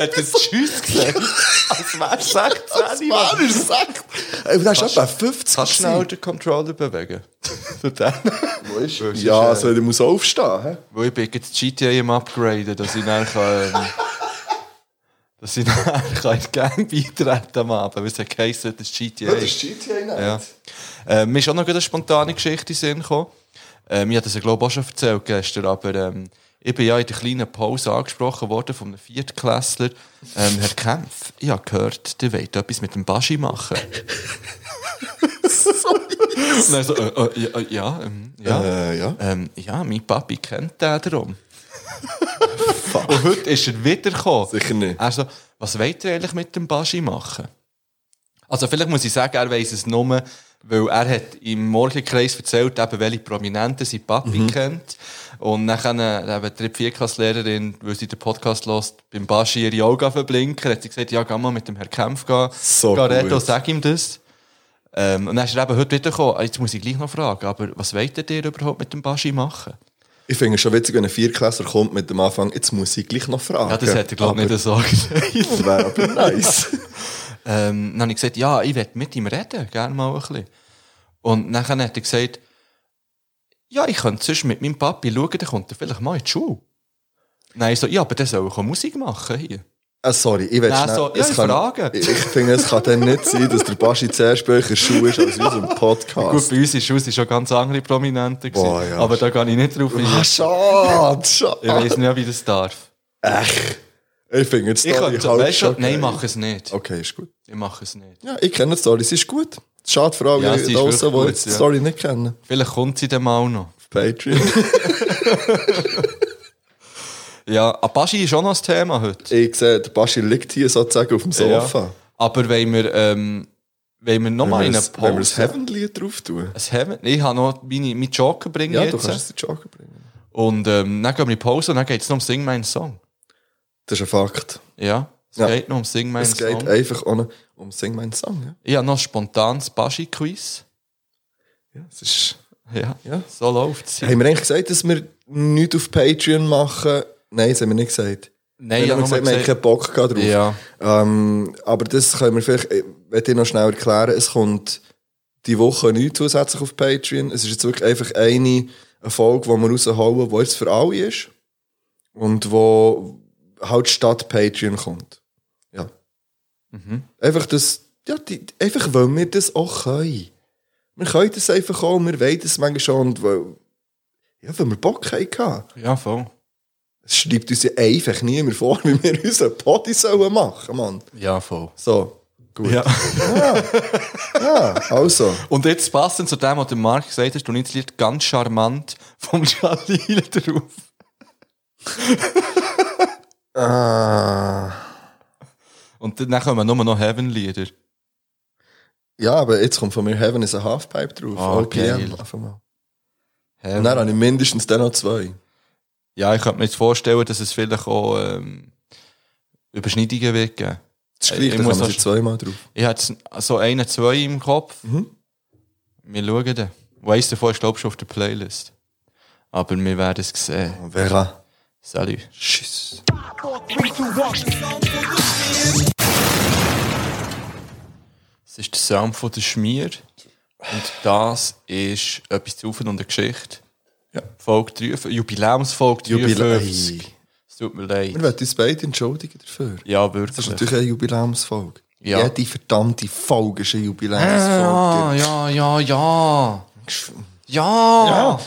Speaker 2: Hat das Tschüss gesagt? Als wär's 16.
Speaker 3: Das war er, sagt. Und dann ist etwa 50
Speaker 2: Kannst du schnell
Speaker 3: gewesen.
Speaker 2: den Controller bewegen?
Speaker 3: Wo ist er? Ja, also ich muss aufstehen. hä?
Speaker 2: Weil ich bin jetzt GTA am Upgraden, dass ich dann kann, ähm, dass ich dann kann in die Gang beitreten am Abend, weil es hat geheißen, das ist GTA.
Speaker 3: Das ist GTA Night.
Speaker 2: Ja. Äh, mir ist auch noch gerade eine spontane Geschichte in den Sinn gekommen. Äh, mir hat das ja, glaube ich, auch schon erzählt gestern, aber ähm, ich bin ja in der kleinen Pause angesprochen worden von einem Viertklässler. Ähm, Herr Kempf, ich habe gehört, der wollt etwas mit dem Baschi machen. Und er so, äh, äh, ja, äh, ja, ähm, ja.
Speaker 3: Äh, ja.
Speaker 2: Ähm, ja, mein Papi kennt den darum. Und heute ist er wiedergekommen.
Speaker 3: Sicher nicht.
Speaker 2: Er so, was wollt ihr eigentlich mit dem Baschi machen? Also vielleicht muss ich sagen, er weiß es nur, weil er hat im Morgenkreis erzählt, eben, welche Prominenten sein Papi
Speaker 3: Mhm.
Speaker 2: kennt. Und dann äh, eben die Vierklasslehrerin, weil sie den Podcast hört, beim Baschi ihre Augen verblinken, hat sie gesagt, ja, geh mal mit dem Herrn Kempf gehen,
Speaker 3: So
Speaker 2: geh reden,
Speaker 3: gut.
Speaker 2: sag ihm das. Ähm, und dann ist er eben heute wiedergekommen. Ah, Jetzt muss ich gleich noch fragen, aber was wollt ihr überhaupt mit dem Baschi machen?
Speaker 3: Ich finde es schon witzig, wenn ein Vierklässler kommt mit dem Anfang, jetzt muss ich gleich noch fragen.
Speaker 2: Ja, das hätte ich glaube ich nicht so gesagt.
Speaker 3: das wäre aber nice.
Speaker 2: ähm, dann habe ich gesagt, ja, ich werde mit ihm reden, gerne mal ein bisschen. Und dann hat er gesagt, ja, ich könnte sonst mit meinem Papi schauen, dann kommt er vielleicht mal in die Schule. Nein, ich so, ja, aber der soll auch Musik machen hier.
Speaker 3: Ah, sorry, ich will
Speaker 2: Nein,
Speaker 3: schnell...
Speaker 2: so- ja,
Speaker 3: es
Speaker 2: ich
Speaker 3: kann,
Speaker 2: frage.
Speaker 3: Ich, ich finde, es kann dann nicht sein, dass der Baschi zuerst bei euch in der Schule ist als in unserem
Speaker 2: Gut,
Speaker 3: Podcast.
Speaker 2: bei uns ist es schon ganz andere Prominente gewesen,
Speaker 3: Boah, ja.
Speaker 2: aber da gehe ich nicht drauf
Speaker 3: Ah,
Speaker 2: ein.
Speaker 3: schade,
Speaker 2: Ich
Speaker 3: schade.
Speaker 2: weiß nicht, ob ich das darf.
Speaker 3: Ich finde jetzt
Speaker 2: Ich könnte,
Speaker 3: halb
Speaker 2: weißt du,
Speaker 3: schon
Speaker 2: nein, ich
Speaker 3: geil.
Speaker 2: mache es nicht.
Speaker 3: halt, Okay, ist gut.
Speaker 2: Ich mache es nicht.
Speaker 3: Ja, ich kenne die Story, sie ist gut. Schade für alle
Speaker 2: Ja,
Speaker 3: ja,
Speaker 2: sie ist
Speaker 3: draussen, die
Speaker 2: wirklich
Speaker 3: jetzt die
Speaker 2: gut, ja.
Speaker 3: Story nicht kennen.
Speaker 2: Vielleicht kommt sie dann mal noch.
Speaker 3: Auf Patreon.
Speaker 2: Ja, Apache ist auch noch ein Thema heute.
Speaker 3: ich sehe, der Baschi liegt hier sozusagen auf dem Sofa.
Speaker 2: Ja. Aber wenn wir, ähm, wenn wir nochmal
Speaker 3: Wenn
Speaker 2: in
Speaker 3: wir
Speaker 2: eine
Speaker 3: das- wenn wir das
Speaker 2: Pause...
Speaker 3: Heaven-Lied drauf tun.
Speaker 2: Es haben, ich habe noch meine, meinen Joker bringen
Speaker 3: Ja, du
Speaker 2: jetzt.
Speaker 3: kannst es in die Jogger bringen.
Speaker 2: Und ähm, dann gehen wir in die Pause und dann geht es noch um Sing meinen Song.
Speaker 3: Das ist ein Fakt.
Speaker 2: Ja, es
Speaker 3: Ja.
Speaker 2: geht noch um Sing meinen
Speaker 3: Es geht
Speaker 2: Song.
Speaker 3: einfach ohne um Sing meinen Song. Ja.
Speaker 2: Ich habe noch spontan das Baschi-Quiz.
Speaker 3: Ja, es ist
Speaker 2: Ja,
Speaker 3: Ja.
Speaker 2: so läuft es.
Speaker 3: haben wir eigentlich gesagt, dass wir nichts auf Patreon eh, machen? Nein, das haben wir nicht gesagt.
Speaker 2: Nein, ich
Speaker 3: wir
Speaker 2: habe
Speaker 3: haben
Speaker 2: nur
Speaker 3: gesagt, wir haben
Speaker 2: gesagt...
Speaker 3: keinen Bock gehabt drauf.
Speaker 2: Ja,
Speaker 3: Ähm, aber das können wir vielleicht, äh, ich will dir noch schnell erklären, es kommt die Woche nichts zusätzlich auf Patreon. Es ist jetzt wirklich einfach eine Folge, die wir rausholen, die jetzt für alle ist und wo halt statt Patreon kommt. Einfach das, ja, die, einfach weil wir das auch können. Wir können das einfach auch, und wir wollen das manchmal schon, und weil, ja, weil wir Bock hatten.
Speaker 2: Ja, voll.
Speaker 3: Es schreibt uns ja einfach niemand vor, wie wir unseren Party sollen machen, Mann.
Speaker 2: Ja, voll.
Speaker 3: So, gut.
Speaker 2: Ja.
Speaker 3: Ja, also.
Speaker 2: Und jetzt passend zu dem, was der Marc gesagt hat, du nicht das Lied ganz charmant vom Jalil drauf.
Speaker 3: Ah.
Speaker 2: Und dann kommen nur noch Heaven-Lieder.
Speaker 3: Ja, aber jetzt kommt von mir Heaven is a Halfpipe drauf. Oh,
Speaker 2: Ah,
Speaker 3: OPM,
Speaker 2: geil.
Speaker 3: einfach mal. Und dann
Speaker 2: Heaven.
Speaker 3: habe ich mindestens dann noch zwei.
Speaker 2: Ja, ich könnte mir jetzt vorstellen, dass es vielleicht auch ähm, Überschneidungen wird geben.
Speaker 3: Das ist
Speaker 2: Ich-
Speaker 3: gleich,
Speaker 2: ich
Speaker 3: da
Speaker 2: muss
Speaker 3: kommen
Speaker 2: noch-
Speaker 3: sie zweimal drauf.
Speaker 2: Ich hatte so einen, zwei im Kopf.
Speaker 3: Mhm.
Speaker 2: Wir schauen dann. Weiss davon ist, glaube ich, schon auf der Playlist. Aber wir werden es sehen.
Speaker 3: Vera.
Speaker 2: Salut.
Speaker 3: Tschüss.
Speaker 2: Es ist der Sound von der Schmier. Und das ist etwas zu und eine Geschichte.
Speaker 3: Ja.
Speaker 2: Folge 53, Jubiläumsfolge
Speaker 3: Jubilä-
Speaker 2: 53. Es tut mir leid.
Speaker 3: Wir wollen uns beide entschuldigen dafür.
Speaker 2: Ja,
Speaker 3: Das
Speaker 2: wirklich.
Speaker 3: ist natürlich eine Jubiläumsfolge.
Speaker 2: Ja.
Speaker 3: Jede verdammte Folge ist eine
Speaker 2: ja,
Speaker 3: Jubiläumsfolge.
Speaker 2: ja, ja, ja. Ja!
Speaker 3: Ja.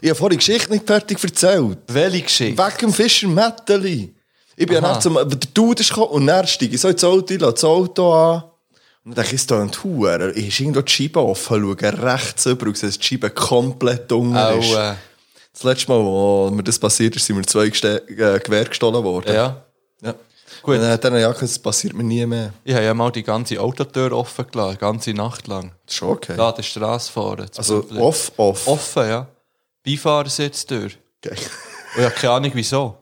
Speaker 3: Ich habe vorhin die Geschichte nicht fertig erzählt.
Speaker 2: Welche Geschichte?
Speaker 3: Wegen dem Fischer Metteli. Ich bin ja
Speaker 2: Aha.
Speaker 3: nach zum, der Dude ist gekommen und dann steige ich so ins Auto, ich lasse das Auto an. Und dann dachte ich, es tönt verdammt. Ich ist irgendwo die Scheibe offen, schaue rechts rüber und sehe, dass die Scheibe komplett dunkel ist.
Speaker 2: Auch, äh,
Speaker 3: Das letzte Mal, als mir das passiert ist, sind mir zwei Geste äh, Gewehr gestohlen worden.
Speaker 2: ja.
Speaker 3: ja.
Speaker 2: Gut.
Speaker 3: Gut. Und dann hat er gesagt, das passiert mir nie mehr.
Speaker 2: Ich habe ja mal die ganze Autotür offen gelassen, die ganze Nacht lang.
Speaker 3: Das ist schon okay.
Speaker 2: Da an der Straße fahren.
Speaker 3: also off, off.
Speaker 2: Offen, ja. Beifahrersitztür.
Speaker 3: Okay.
Speaker 2: Und ich habe keine Ahnung, wieso.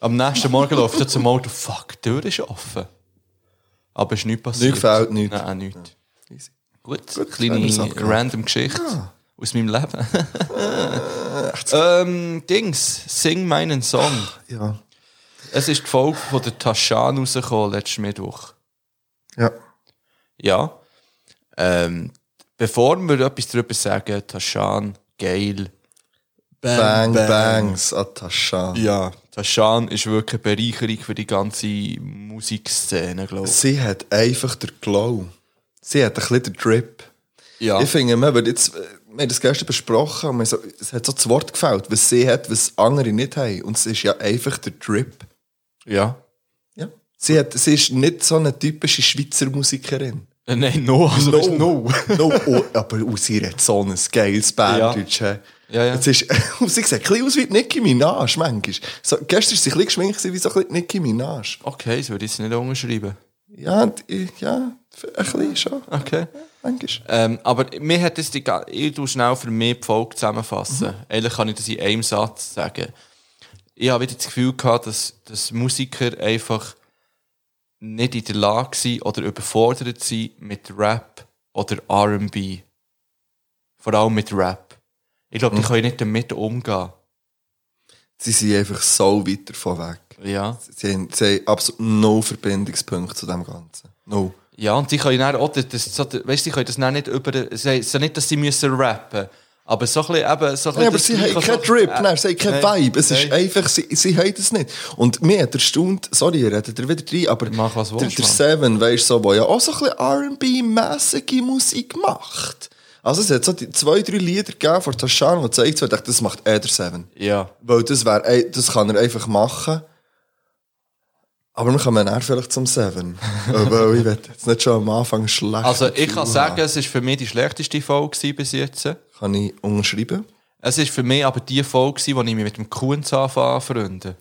Speaker 2: Am nächsten Morgen läuft er zum Auto, fuck, die Tür ist offen. Aber es ist nichts passiert.
Speaker 3: Nichts gefällt, nichts.
Speaker 2: Nein, nichts.
Speaker 3: Easy.
Speaker 2: Gut,
Speaker 3: haben
Speaker 2: kleine
Speaker 3: wir's abgehakt.
Speaker 2: random Geschichte
Speaker 3: Ah.
Speaker 2: aus meinem Leben. ähm, Dings, sing meinen Song.
Speaker 3: Ja.
Speaker 2: Es ist die Folge von der Taschan rausgekommen, letzten Mittwoch.
Speaker 3: Ja.
Speaker 2: Ja. Ähm, bevor wir etwas darüber sagen, Taschan, geil.
Speaker 3: Bang, bangs, Atascha.
Speaker 2: Ja, Taschan ist wirklich eine Bereicherung für die ganze Musikszene, glaube ich.
Speaker 3: Sie hat einfach den Glow. Sie hat ein bisschen den Drip.
Speaker 2: Ja.
Speaker 3: Ich finde, man wird jetzt, äh, wir haben das gestern besprochen, und wir so, es hat so das Wort gefällt, was sie hat, was andere nicht haben. Und es ist ja einfach der Drip.
Speaker 2: Ja.
Speaker 3: Ja. Sie, hat, sie ist nicht so eine typische Schweizer Musikerin.
Speaker 2: Äh, Nein, no, also weißt du, no.
Speaker 3: no. Oh, aber aus ihr hat so ein geiles Berndeutsch. Ja.
Speaker 2: Ja, ja.
Speaker 3: Jetzt ist, und sie sieht ein bisschen aus wie die Nicki Minaj manchmal. So, gestern war sie ein bisschen geschminkt gewesen wie so ein bisschen die Nicki Minaj.
Speaker 2: Okay, das würde ich jetzt nicht unterschreiben.
Speaker 3: Ja, und ich- ja, ein bisschen schon.
Speaker 2: Okay.
Speaker 3: Manchmal.
Speaker 2: Ähm, aber mir hat das die ga- ich tu schnell für mich die Folge zusammenfassen.
Speaker 3: Mhm.
Speaker 2: Eigentlich kann ich das in einem Satz sagen. Ich habe wieder das Gefühl gehabt, dass, dass Musiker einfach nicht in der Lage sind oder überfordert sind mit Rap oder R&B. Vor allem mit Rap. Ich glaube,
Speaker 3: Mhm.
Speaker 2: die können nicht damit umgehen.
Speaker 3: Sie sind einfach so weit davon weg.
Speaker 2: Ja.
Speaker 3: Sie haben, sie haben absolut no Verbindungspunkt zu dem Ganzen. No.
Speaker 2: Ja, und die können dann auch, das, das, so- weißt, die können das dann nicht über, sie, so nicht, dass sie müssen rappen, aber so ein bisschen, eben, so ein bisschen
Speaker 3: Nein, aber
Speaker 2: das
Speaker 3: sie haben
Speaker 2: Gleiche,
Speaker 3: keinen
Speaker 2: so- äh,
Speaker 3: Drip, nein, sie haben keinen
Speaker 2: Nein,
Speaker 3: Vibe. Es ist
Speaker 2: nein.
Speaker 3: einfach, sie, sie haben das nicht. Und mir hat erstaunt, sorry, ihr redet ihr wieder rein, aber
Speaker 2: Mach, was
Speaker 3: der,
Speaker 2: willst,
Speaker 3: der
Speaker 2: Mann.
Speaker 3: Seven, weißt du, so, der ja auch so ein bisschen R&B-mässige Musik macht. Also es hat so die zwei, drei Lieder gegeben von Taschan, die zeigt, so, ich dachte, das macht eh der Seven.
Speaker 2: Ja.
Speaker 3: Weil das wär, ey, das kann er einfach machen. Aber wir kommen dann vielleicht zum Seven. Weil ich will jetzt nicht schon am Anfang schlecht.
Speaker 2: Also ich kann
Speaker 3: haben.
Speaker 2: sagen, es ist für mich die schlechteste Folge gewesen bis jetzt.
Speaker 3: Kann ich unterschreiben?
Speaker 2: Es ist für mich aber die Folge, gewesen, wo ich mich mit dem Kunz anfange anfreunden.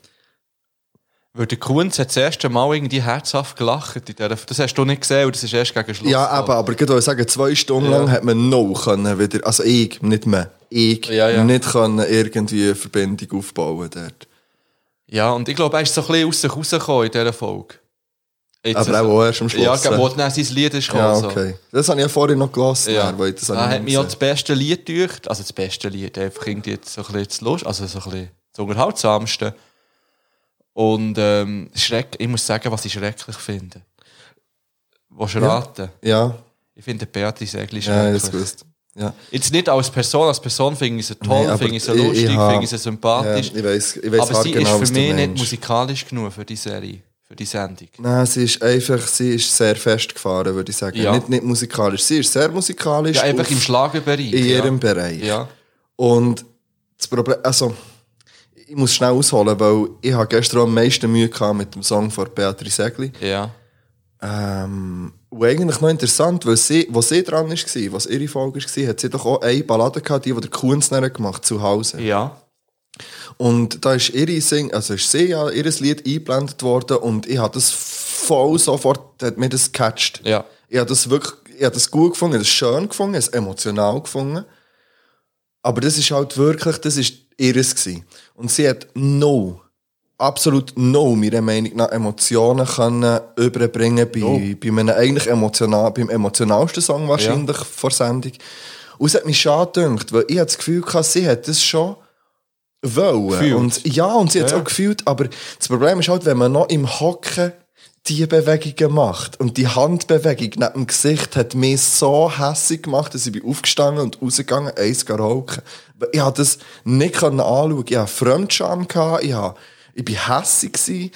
Speaker 2: Weil der Kunz hat das erste Mal irgendwie herzhaft gelacht. In dieser, das hast du nicht gesehen, und das ist erst gegen Schluss.
Speaker 3: Ja, eben,
Speaker 2: gekommen.
Speaker 3: aber ich würde sagen, zwei Stunden lang hat man noch können wieder, also ich, nicht mehr, ich,
Speaker 2: Ja, ja.
Speaker 3: nicht können irgendwie eine Verbindung aufbauen dort.
Speaker 2: Ja, und ich glaube, er ist so ein bisschen aus sich rausgekommen in dieser Folge. Jetzt
Speaker 3: Aber
Speaker 2: also-
Speaker 3: auch erst am Schluss.
Speaker 2: Ja, gerade wo dann sein Lied ist
Speaker 3: Ja,
Speaker 2: gekommen. also. so.
Speaker 3: okay. Das habe ich ja vorhin noch gelassen,
Speaker 2: Ja,
Speaker 3: ja. weil das habe
Speaker 2: Ah,
Speaker 3: ich
Speaker 2: hat
Speaker 3: nicht
Speaker 2: mich auch das
Speaker 3: gesehen.
Speaker 2: beste Lied gedacht. Also das beste Lied, einfach irgendwie jetzt so ein bisschen das Lust, also so ein bisschen das unterhaltsamste. Und ähm, schreck, ich muss sagen, was ich schrecklich finde. Willst du raten?
Speaker 3: Ja,
Speaker 2: Ich finde Beatrice Egli
Speaker 3: ja, ich
Speaker 2: schrecklich.
Speaker 3: hab's gewusst. Ja.
Speaker 2: jetzt nicht als Person, als Person finde ich sie toll,
Speaker 3: Nein, aber
Speaker 2: finde ich sie
Speaker 3: ich- ich
Speaker 2: lustig,
Speaker 3: hab-
Speaker 2: finde ich sie
Speaker 3: Ja,
Speaker 2: sympathisch.
Speaker 3: ich weiss, ich weiss
Speaker 2: aber sie
Speaker 3: haargenau,
Speaker 2: ist
Speaker 3: was
Speaker 2: für
Speaker 3: du
Speaker 2: mich nicht
Speaker 3: meinst.
Speaker 2: musikalisch genug für die Serie, für für die Sendung?
Speaker 3: Nein, sie ist einfach, sie ist sehr festgefahren, würde ich sagen.
Speaker 2: Ja.
Speaker 3: Nicht, nicht musikalisch. Sie ist sehr musikalisch.
Speaker 2: Ja, einfach
Speaker 3: auf-
Speaker 2: im Schlagerbereich.
Speaker 3: In
Speaker 2: ja.
Speaker 3: jedem Bereich.
Speaker 2: Ja.
Speaker 3: Und das Problem, also, ich muss schnell ausholen, weil ich habe gestern am meisten Mühe gehabt mit dem Song von Beatrice Segli.
Speaker 2: Ja.
Speaker 3: Ähm, und eigentlich noch interessant, weil sie, wo sie dran war, was ihre Folge war, hat sie doch auch eine Ballade gehabt, die, die der Kunstner gemacht hat, zu Hause.
Speaker 2: Ja.
Speaker 3: Und da ist ihre Sing also ist sie ja ihr Lied eingeblendet worden und ich habe das voll sofort, hat mir das gecatcht.
Speaker 2: Ja.
Speaker 3: Ich habe das wirklich, ich habe das gut gefunden, ich habe das schön gefunden, ich habe es emotional gefunden. Aber das ist halt wirklich, das ist ihres gewesen. Und sie hat no, absolut no, meiner Meinung nach, Emotionen können überbringen bei, bei einem eigentlich emotional, beim emotionalsten Song wahrscheinlich vor Sendung. Und es hat mich schade gedacht, weil ich hatte das Gefühl hatte, sie hat das schon wollen.
Speaker 2: Gefühlt.
Speaker 3: Und ja, und sie hat es
Speaker 2: Ja.
Speaker 3: auch gefühlt, aber das Problem ist halt, wenn man noch im Hocken die Bewegungen macht und die Handbewegung neben dem Gesicht hat mich so hässlich gemacht, dass ich bin aufgestanden und rausgegangen, eins gerauchen. Ich habe das nicht können anschauen. Ich hatte Fremdscham, gehabt, ich, habe, ich bin hässlich gewesen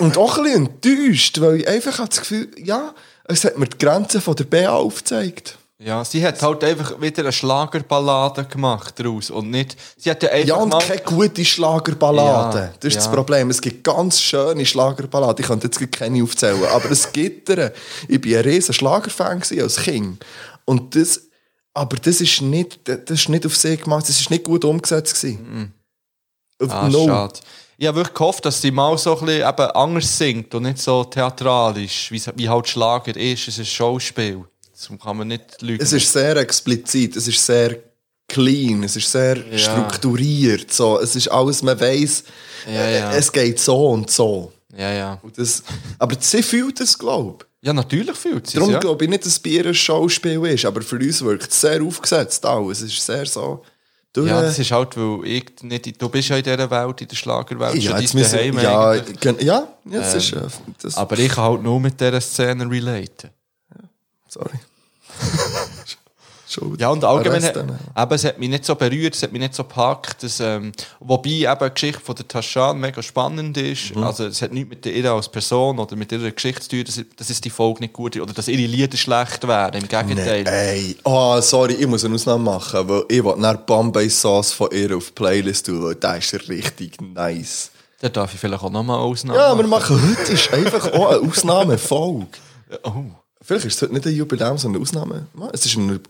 Speaker 3: und auch ein bisschen enttäuscht, weil ich einfach hatte das Gefühl, ja, es hat mir die Grenzen von der BA aufgezeigt.
Speaker 2: Ja, sie hat halt einfach wieder eine Schlagerballade gemacht daraus und nicht... Sie hat ja einfach
Speaker 3: Ja, und
Speaker 2: mal...
Speaker 3: keine gute Schlagerballade.
Speaker 2: Ja,
Speaker 3: das ist das
Speaker 2: ja.
Speaker 3: Problem. Es gibt ganz schöne Schlagerballaden. Ich könnte jetzt gerade keine aufzählen, aber es gibt eine. Ich war ein riesen Schlagerfan gewesen als Kind. Und das, aber das ist nicht, das ist nicht auf See gemacht, das ist nicht gut umgesetzt. Mhm.
Speaker 2: Ah, schade. Ich habe wirklich gehofft, dass sie mal so ein bisschen eben anders singt und nicht so theatralisch, wie, es- wie halt Schlager ist. Es ist ein Schauspiel. Das kann man nicht lügen.
Speaker 3: Es ist sehr explizit, es ist sehr clean, es ist sehr strukturiert. So. Es ist alles, man weiss,
Speaker 2: Ja, ja.
Speaker 3: äh, es geht so und so.
Speaker 2: ja, ja.
Speaker 3: Und das, aber sie fühlt es, glaube ich.
Speaker 2: Ja, natürlich fühlt sie es,
Speaker 3: Darum
Speaker 2: ja.
Speaker 3: glaube ich nicht, dass Bier ein Schauspiel ist, aber für uns wirkt es sehr aufgesetzt auch. Es ist sehr so... durch-
Speaker 2: Ja, das ist halt, weil ich nicht, du bist ja in dieser Welt, in der Schlagerwelt, schon
Speaker 3: ja,
Speaker 2: dein
Speaker 3: jetzt müssen,
Speaker 2: Daheim
Speaker 3: ja,
Speaker 2: eigentlich. Ähm,
Speaker 3: gen- ja, ja, das ist... Äh, das,
Speaker 2: Aber ich kann halt nur mit dieser Szene relaten.
Speaker 3: sorry. Schuld.
Speaker 2: Ja, und allgemein hat,
Speaker 3: Arrest
Speaker 2: eben,
Speaker 3: nehmen.
Speaker 2: es hat mich nicht so berührt, es hat mich nicht so gepackt. dass, ähm, wobei eben die Geschichte von der Taschan mega spannend ist.
Speaker 3: Mhm.
Speaker 2: Also es hat nichts mit ihr als Person oder mit ihrer Geschichte zu tun, dass, dass es die Folge nicht gut ist oder dass ihre Lieder schlecht wären. Im Gegenteil.
Speaker 3: Äh, Ey, oh, sorry, ich muss eine Ausnahme machen, weil ich will nach Bombay Sauce von ihr auf die Playlist tun, weil der ist richtig nice.
Speaker 2: Da darf ich vielleicht auch nochmal ausnehmen.
Speaker 3: Ja, wir machen heute ist einfach auch eine Ausnahmefolge.
Speaker 2: Oh,
Speaker 3: Vielleicht ist es heute nicht ein Jubiläum, sondern eine Ausnahme. Es ist ein...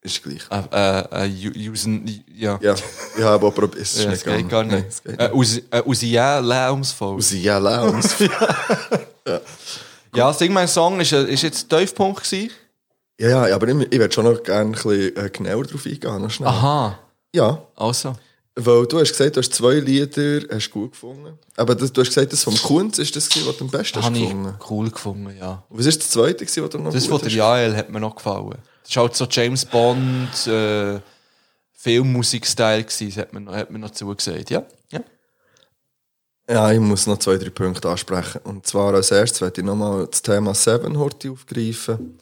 Speaker 3: Ist gleich.
Speaker 2: äh, äh, äh, usen, ja.
Speaker 3: Ja, ich habe aber probiert. Es ist
Speaker 2: Ja,
Speaker 3: nicht
Speaker 2: das geht gar
Speaker 3: gegangen.
Speaker 2: nicht.
Speaker 3: Nein, es geht
Speaker 2: Äh, aus- äh, aus ja, Laumsfolge.
Speaker 3: Aus Jelle und
Speaker 2: Ja, Sing mein Song ist, äh, ist jetzt der Tiefpunkt gewesen.
Speaker 3: Ja, ja, aber ich, ich würde schon noch gerne ein bisschen äh, genauer drauf eingehen. Noch schnell.
Speaker 2: Aha,
Speaker 3: Ja,
Speaker 2: also.
Speaker 3: weil du hast gesagt, du hast zwei Lieder hast du gut gefunden. Aber das, du hast gesagt, das vom Kunz ist das, gewesen, was du am besten hast
Speaker 2: Habe ich
Speaker 3: gefunden
Speaker 2: cool gefunden, ja.
Speaker 3: Was ist das zweite, gewesen, was du noch
Speaker 2: Das von
Speaker 3: gut
Speaker 2: der
Speaker 3: hast?
Speaker 2: Jael hat mir noch gefallen. Das war halt so James Bond, äh, Filmmusik-Style, gewesen. das hat mir, noch- hat mir noch zugesagt. Ja? ja.
Speaker 3: Ja, ich muss noch zwei, drei Punkte ansprechen. Und zwar als erstes werde ich nochmal das Thema Seven Horti aufgreifen.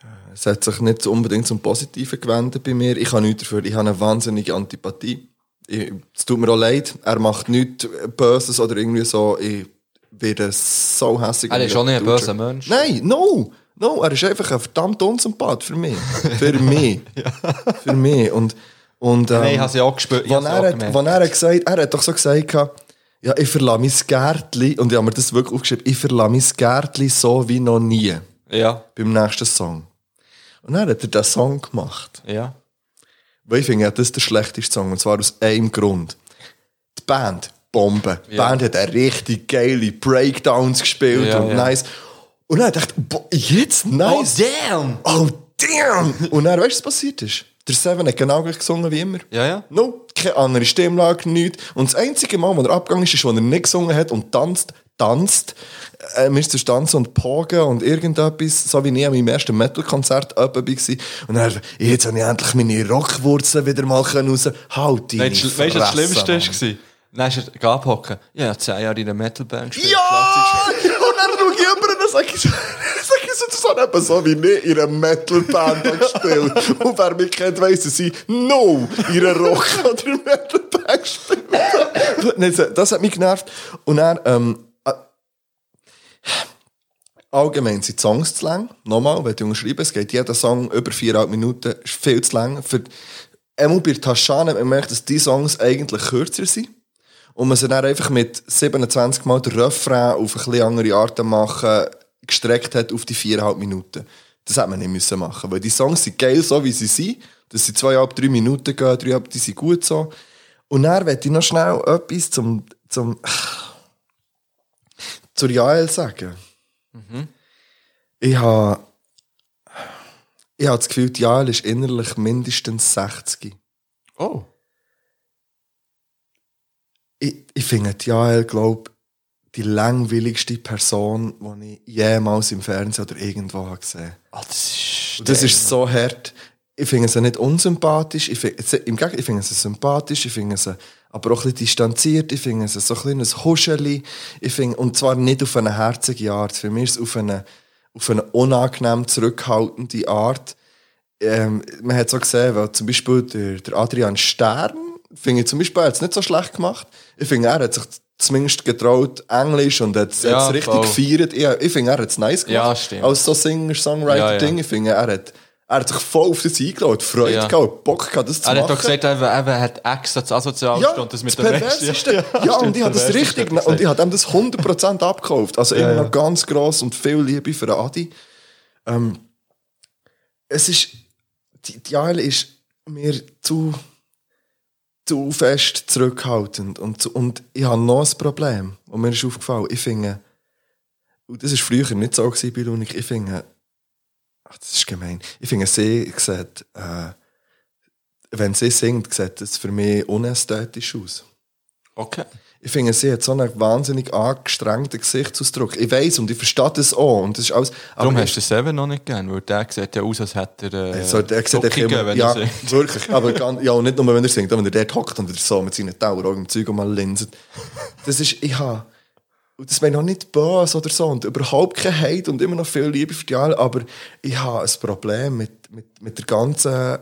Speaker 3: Äh, Es hat sich nicht unbedingt zum Positiven gewendet bei mir. Ich habe nichts dafür. Ich habe eine wahnsinnige Antipathie. Ich- Es tut mir auch leid. Er macht nichts Böses oder irgendwie so. Ich werde so hässlich.
Speaker 2: Er Ah, ist auch nicht ein böser
Speaker 3: Dutscher.
Speaker 2: Mensch.
Speaker 3: Nein, no! No, er ist einfach ein verdammt Unsympath für mich. Für mich. Für mich. Und, und, ähm,
Speaker 2: Nein, ich habe sie auch gespielt.
Speaker 3: Wann er, hat, wann er hat gesagt er hat doch so gesagt, gehabt, ja, ich verlasse mein Gärtli, und ich habe mir das wirklich aufgeschrieben, ich verlasse mein Gärtli so wie noch nie
Speaker 2: Ja,
Speaker 3: beim nächsten Song. Und dann hat er diesen Song gemacht.
Speaker 2: ja.
Speaker 3: Weil ich finde, ja, das ist der schlechteste Song, und zwar aus einem Grund. Die Band, Bombe. Die Band hat eine richtig geile Breakdowns gespielt
Speaker 2: Ja,
Speaker 3: und
Speaker 2: ja.
Speaker 3: nice. Und dann dachte ich, boah, jetzt nice.
Speaker 2: damn!
Speaker 3: Oh, damn! Und dann, weißt du, was passiert ist? Der Seven hat genau gleich gesungen wie immer.
Speaker 2: Ja, ja.
Speaker 3: No, keine andere Stimmlage, nichts. Und das einzige Mal, wo er abgegangen ist, ist, wo er nicht gesungen hat und tanzt, tanzt. Äh, mir ist zwischen Tanzen und Pogen und irgendetwas, so wie ich an meinem ersten Metal-Konzert oben war. Und dann, jetzt habe ich endlich meine Rockwurzeln wieder mal können raus. Halt die
Speaker 2: Weißt du, weißt du, was das Schlimmste
Speaker 3: Mann.
Speaker 2: war? Dann ist er abhocken. Ja, ich habe zehn Jahre in einer Metalband gespielt.
Speaker 3: Ja! Und dann schaue ich über und dann sage ich, sag ich so, das hat eben so wie nicht in einer Metal-Band gespielt. Und wer mich kennt, weiss, dass ich no in einer Rock- oder Metal-Band gespielt habe. Nein, Das das hat mich genervt. Und dann, ähm, äh, Allgemein sind die Songs zu lang. Nochmal, wenn ich unterschreibe, es geht jeder Song über 4,5 Minuten, ist viel zu lang. Für, einmal bei Taschan hat man gemerkt, dass die Songs eigentlich kürzer sind. Und man sie dann einfach mit 27 Mal den Refrain auf eine bisschen andere Art machen, gestreckt hat auf die 4,5 Minuten. Das hätte man nicht müssen machen Weil die Songs sind geil, so wie sie sind. Das sind 2,5, 3 Minuten gehen, 3,5, die sind gut so. Und dann möchte ich noch schnell etwas zum, zum, zur Jael sagen. Ich habe, ich habe das Gefühl, die Jael ist innerlich mindestens 60.
Speaker 2: Oh.
Speaker 3: ich, ich finde die Jael, glaube die langweiligste Person, die ich jemals im Fernsehen oder irgendwo habe gesehen
Speaker 2: Ah,
Speaker 3: habe.
Speaker 2: das ist.
Speaker 3: Und Das ist so hart. Ich finde sie nicht unsympathisch. Ich finde, sie- Im Gegenteil, ich finde sie sympathisch. Ich finde sie aber auch ein bisschen distanziert. Ich finde sie so ein kleines Huscheli. Ich finde, und zwar nicht auf eine herzige Art. Für mich ist es auf eine, auf eine unangenehm zurückhaltende Art. Ähm, man hat es auch gesehen, weil zum Beispiel der, der Adrian Stern, finde ich zum Beispiel, er hat es nicht so schlecht gemacht. Ich finde, er hat sich zumindest getraut, Englisch und hat es
Speaker 2: Ja,
Speaker 3: ja, richtig
Speaker 2: voll.
Speaker 3: gefeiert. Ich, ich finde, er hat es nice gemacht.
Speaker 2: Ja, stimmt.
Speaker 3: Als so Singer-Songwriter-Ding.
Speaker 2: Ja, ja.
Speaker 3: Ich finde, er hat, er hat sich voll auf das eingeladen, Freude
Speaker 2: Ja.
Speaker 3: gehabt, Bock gehabt, das zu
Speaker 2: Er
Speaker 3: machen.
Speaker 2: hat doch gesagt, er, er hat extra das Asozialste
Speaker 3: ja,
Speaker 2: und das mit
Speaker 3: das
Speaker 2: dem Besten.
Speaker 3: Perverseste. Ja, und ich habe das richtig, und ich habe ihm das 100% abgekauft. Also immer noch ganz gross und viel Liebe für den Adi. Ähm, es ist, die, die Jael ist mir zu, zu fest zurückhaltend und, zu, und ich habe noch ein Problem, und mir ist aufgefallen, ich finde, und das war früher nicht so gewesen bei Lunik, ich finde, ach, das ist gemein, ich finde, sie sieht, äh, wenn sie singt, sieht das für mich unästhetisch aus.
Speaker 2: Okay.
Speaker 3: Ich finde, sie hat so einen wahnsinnig angestrengten Gesichtsausdruck. Ich weiß und ich verstehe das auch. Und das ist alles,
Speaker 2: Darum
Speaker 3: aber
Speaker 2: hast du Seven noch nicht gern, weil der sieht ja aus, als hätte er. Äh,
Speaker 3: so, er sieht
Speaker 2: Socken
Speaker 3: echt immer,
Speaker 2: gegeben, wenn
Speaker 3: ja,
Speaker 2: er singt.
Speaker 3: wirklich. Aber ganz, ja, und nicht nur, wenn er singt, auch wenn er dort hockt und wieder so mit seinen Taueraugen im Zeug mal linset. Das ist, ich habe, und das meine ich noch nicht böse oder so und überhaupt kein Hate und immer noch viel Liebe für die alle, aber ich habe ein Problem mit, mit, mit der ganzen,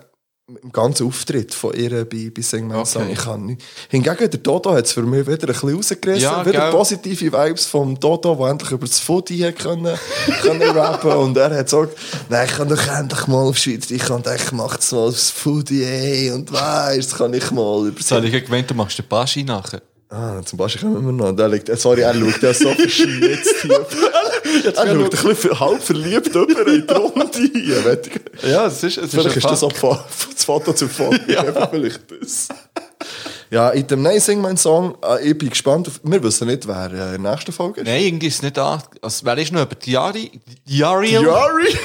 Speaker 3: mit dem ganzen Auftritt von ihr bei, bei Sing My Song.
Speaker 2: Okay.
Speaker 3: Ich kann nicht. Hingegen, der Dodo hat es für mich wieder ein bisschen rausgerissen.
Speaker 2: Ja,
Speaker 3: wieder
Speaker 2: gell.
Speaker 3: positive Vibes vom Dodo, der endlich über das Footy hat können, können rappen Und er hat gesagt, nein, ich kann doch endlich mal auf Schweiz, ich kann echt, mach das mal aufs Footy, ey, und weißt, kann ich mal über
Speaker 2: Das habe ich ja gemeint, du machst den Baschi nachher.
Speaker 3: Ah, zum Beispiel kommen wir noch. Der liegt, äh, sorry, er schaut ja so verschmitzt hier. er schaut ein bisschen halb verliebt über in die Runde hier. weisst du.
Speaker 2: Ja, es ist, es
Speaker 3: Vielleicht ist das auch Fa- das Foto zu Foto. ja. Vielleicht das. Ja, in dem Nein Sing mein Song, äh, ich bin gespannt. Auf, wir wissen nicht, wer äh, in der nächsten Folge ist.
Speaker 2: Nein, irgendwie ist es nicht an. Also, wer ist noch über? Die Jari? Die Jariel?
Speaker 3: Yari!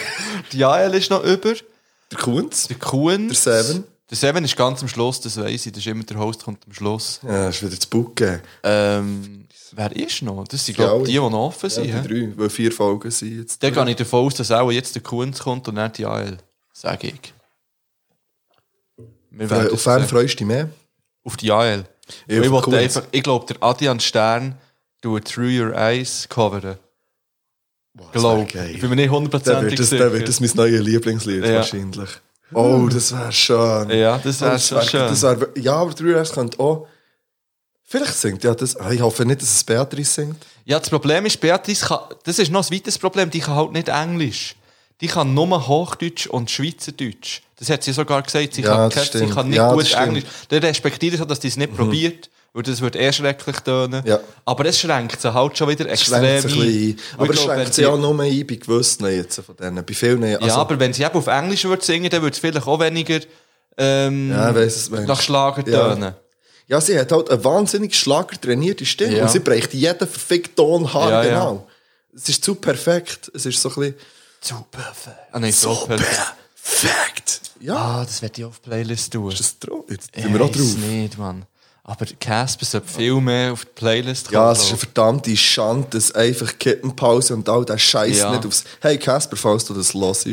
Speaker 2: Die Jael ist noch über.
Speaker 3: Der Kunz.
Speaker 2: Der Kuhn. Der
Speaker 3: Seven.
Speaker 2: Der Seven ist ganz am Schluss, das weiss ich. Das ist immer der Host, kommt am Schluss.
Speaker 3: Ja, ist wieder zu Bucke.
Speaker 2: Ähm, wer ist noch? Das sind, glaube ich, die, die noch offen
Speaker 3: Ja,
Speaker 2: sind.
Speaker 3: die
Speaker 2: Ja,
Speaker 3: drei, weil vier Folgen sind jetzt.
Speaker 2: Dann gehe ich davon aus, dass auch jetzt der Kuhn kommt und nicht die Jael. Sage ich. Wir
Speaker 3: Äh,
Speaker 2: werden
Speaker 3: auf
Speaker 2: es
Speaker 3: wen
Speaker 2: sehen.
Speaker 3: freust du dich mehr?
Speaker 2: Auf die Jael.
Speaker 3: Ja,
Speaker 2: Weil
Speaker 3: auf
Speaker 2: ich
Speaker 3: Kunz.
Speaker 2: wollte einfach, ich glaube, der Adrian Stern tut Through Your Eyes coveren. Glaub.
Speaker 3: geil.
Speaker 2: Ich bin mir nicht
Speaker 3: Der wird,
Speaker 2: hundertprozentig
Speaker 3: das, der wird das mein neues Lieblingslied
Speaker 2: Ja.
Speaker 3: wahrscheinlich. Oh, das wäre schön. Oh,
Speaker 2: Ja, das wär schon schön.
Speaker 3: Das wär, ja, aber Drew Raps könnte auch. Vielleicht singt ja das. Ah, Ich hoffe nicht, dass es Beatrice singt.
Speaker 2: Ja, das Problem ist, Beatrice kann, das ist noch ein weiteres Problem, die kann halt nicht Englisch. Die kann nur Hochdeutsch und Schweizerdeutsch. Das hat sie sogar gesagt, sie,
Speaker 3: Ja,
Speaker 2: kann,
Speaker 3: das
Speaker 2: kein- sie
Speaker 3: stimmt.
Speaker 2: kann nicht
Speaker 3: Ja, das
Speaker 2: gut
Speaker 3: stimmt. Mhm.
Speaker 2: Englisch. Der respektiert es, auch, dass sie es nicht probiert, weil das würde eher schrecklich tönen.
Speaker 3: Ja.
Speaker 2: Aber es schränkt sie halt schon wieder
Speaker 3: Es schränkt
Speaker 2: extrem
Speaker 3: sich ein bisschen ein.
Speaker 2: Weil
Speaker 3: Aber
Speaker 2: ich
Speaker 3: es
Speaker 2: glaube, wenn
Speaker 3: schränkt sich auch nur ein bei gewissen jetzt von denen. Bei vielen. Also,
Speaker 2: Ja, aber wenn sie eben auf Englisch würde singen, dann würde es vielleicht auch weniger ähm,
Speaker 3: Ja, ich weiss, was du meinst.
Speaker 2: nach Schlager
Speaker 3: Ja.
Speaker 2: tönen.
Speaker 3: ja, sie hat halt eine wahnsinnig schlagertrainierte Stimme.
Speaker 2: Ja.
Speaker 3: Und sie bricht jeden verfickten Ton hart.
Speaker 2: Ja, ja.
Speaker 3: genau. Es ist zu perfekt. Es ist so ein bisschen.
Speaker 2: Zu perfekt. Ah, nein, so perfekt.
Speaker 3: perfekt! Ja.
Speaker 2: Ah, das werde ich auf die Playlist tun.
Speaker 3: Ist das drauf? Jetzt
Speaker 2: Ich
Speaker 3: sind wir auch
Speaker 2: weiss
Speaker 3: drauf.
Speaker 2: nicht, Mann. Aber Casper sollte viel mehr auf die Playlist
Speaker 3: Ja,
Speaker 2: kommen,
Speaker 3: es ist eine
Speaker 2: glaub
Speaker 3: verdammte Schande, dass einfach Kippenpause und all der Scheiß
Speaker 2: Ja.
Speaker 3: nicht aufs. Hey Casper, falls du das hörst,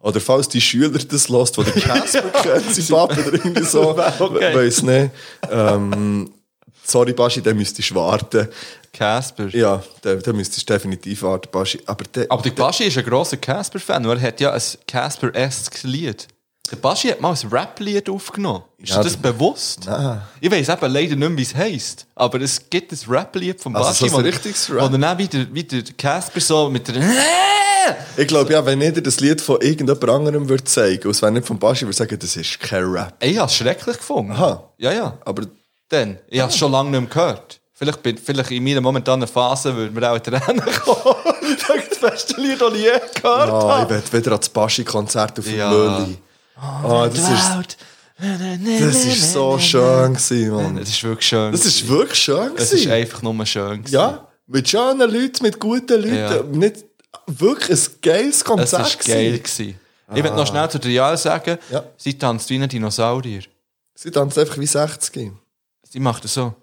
Speaker 3: oder falls die Schüler das hörst, die den Casper kennt, sein Papa oder irgendwie so, okay. weiß nicht. Ähm, sorry, Baschi, dann müsstest du warten.
Speaker 2: ich. Casper.
Speaker 3: Ja, dann, dann müsstest du definitiv warten, Baschi. Aber der,
Speaker 2: Aber der Baschi ist ein grosser Casper-Fan, weil er hat ja ein Casper-esques Lied. Der Baschi hat mal ein Rap-Lied aufgenommen. Ist
Speaker 3: Ja,
Speaker 2: dir das
Speaker 3: das-
Speaker 2: bewusst?
Speaker 3: Nein.
Speaker 2: Ich weiß eben leider nicht, mehr, wie es heisst. Aber es gibt ein Rap-Lied von
Speaker 3: Also
Speaker 2: Baschi.
Speaker 3: so ein
Speaker 2: wo-
Speaker 3: richtiges Rap.
Speaker 2: Wo dann auch wieder, wieder Casper so mit der...
Speaker 3: Ich glaube ja, wenn jeder das Lied von irgendjemand anderem würde zeigen, und es wäre nicht von Baschi, würde ich sagen, das ist kein Rap.
Speaker 2: Ich habe es schrecklich gefunden.
Speaker 3: Aha.
Speaker 2: Ja, ja.
Speaker 3: Aber
Speaker 2: Dann, ich habe es schon lange nicht mehr gehört. Vielleicht, bin, vielleicht in meiner momentanen Phase würde mir auch in Tränen kommen. Ich denke, das beste Lied, das ich je gehört
Speaker 3: ah, ich
Speaker 2: habe.
Speaker 3: will wieder ans Baschi-Konzert auf dem
Speaker 2: Ja. Oh,
Speaker 3: Mölli. Ah, das ist, das ist so schön gewesen, Mann.
Speaker 2: Das ist wirklich schön.
Speaker 3: Das ist wirklich schön
Speaker 2: es ist
Speaker 3: gewesen.
Speaker 2: einfach nur schön. gewesen.
Speaker 3: Ja, mit schönen Leuten, mit guten Leuten.
Speaker 2: Ja.
Speaker 3: Nicht wirklich ein geiles
Speaker 2: Es
Speaker 3: Konzert
Speaker 2: war geil. Gewesen. Ich will noch schnell zu Trial sagen,
Speaker 3: Ah. Ja.
Speaker 2: sie tanzt wie ein Dinosaurier.
Speaker 3: Sie tanzt einfach wie 60.
Speaker 2: Sie macht das so.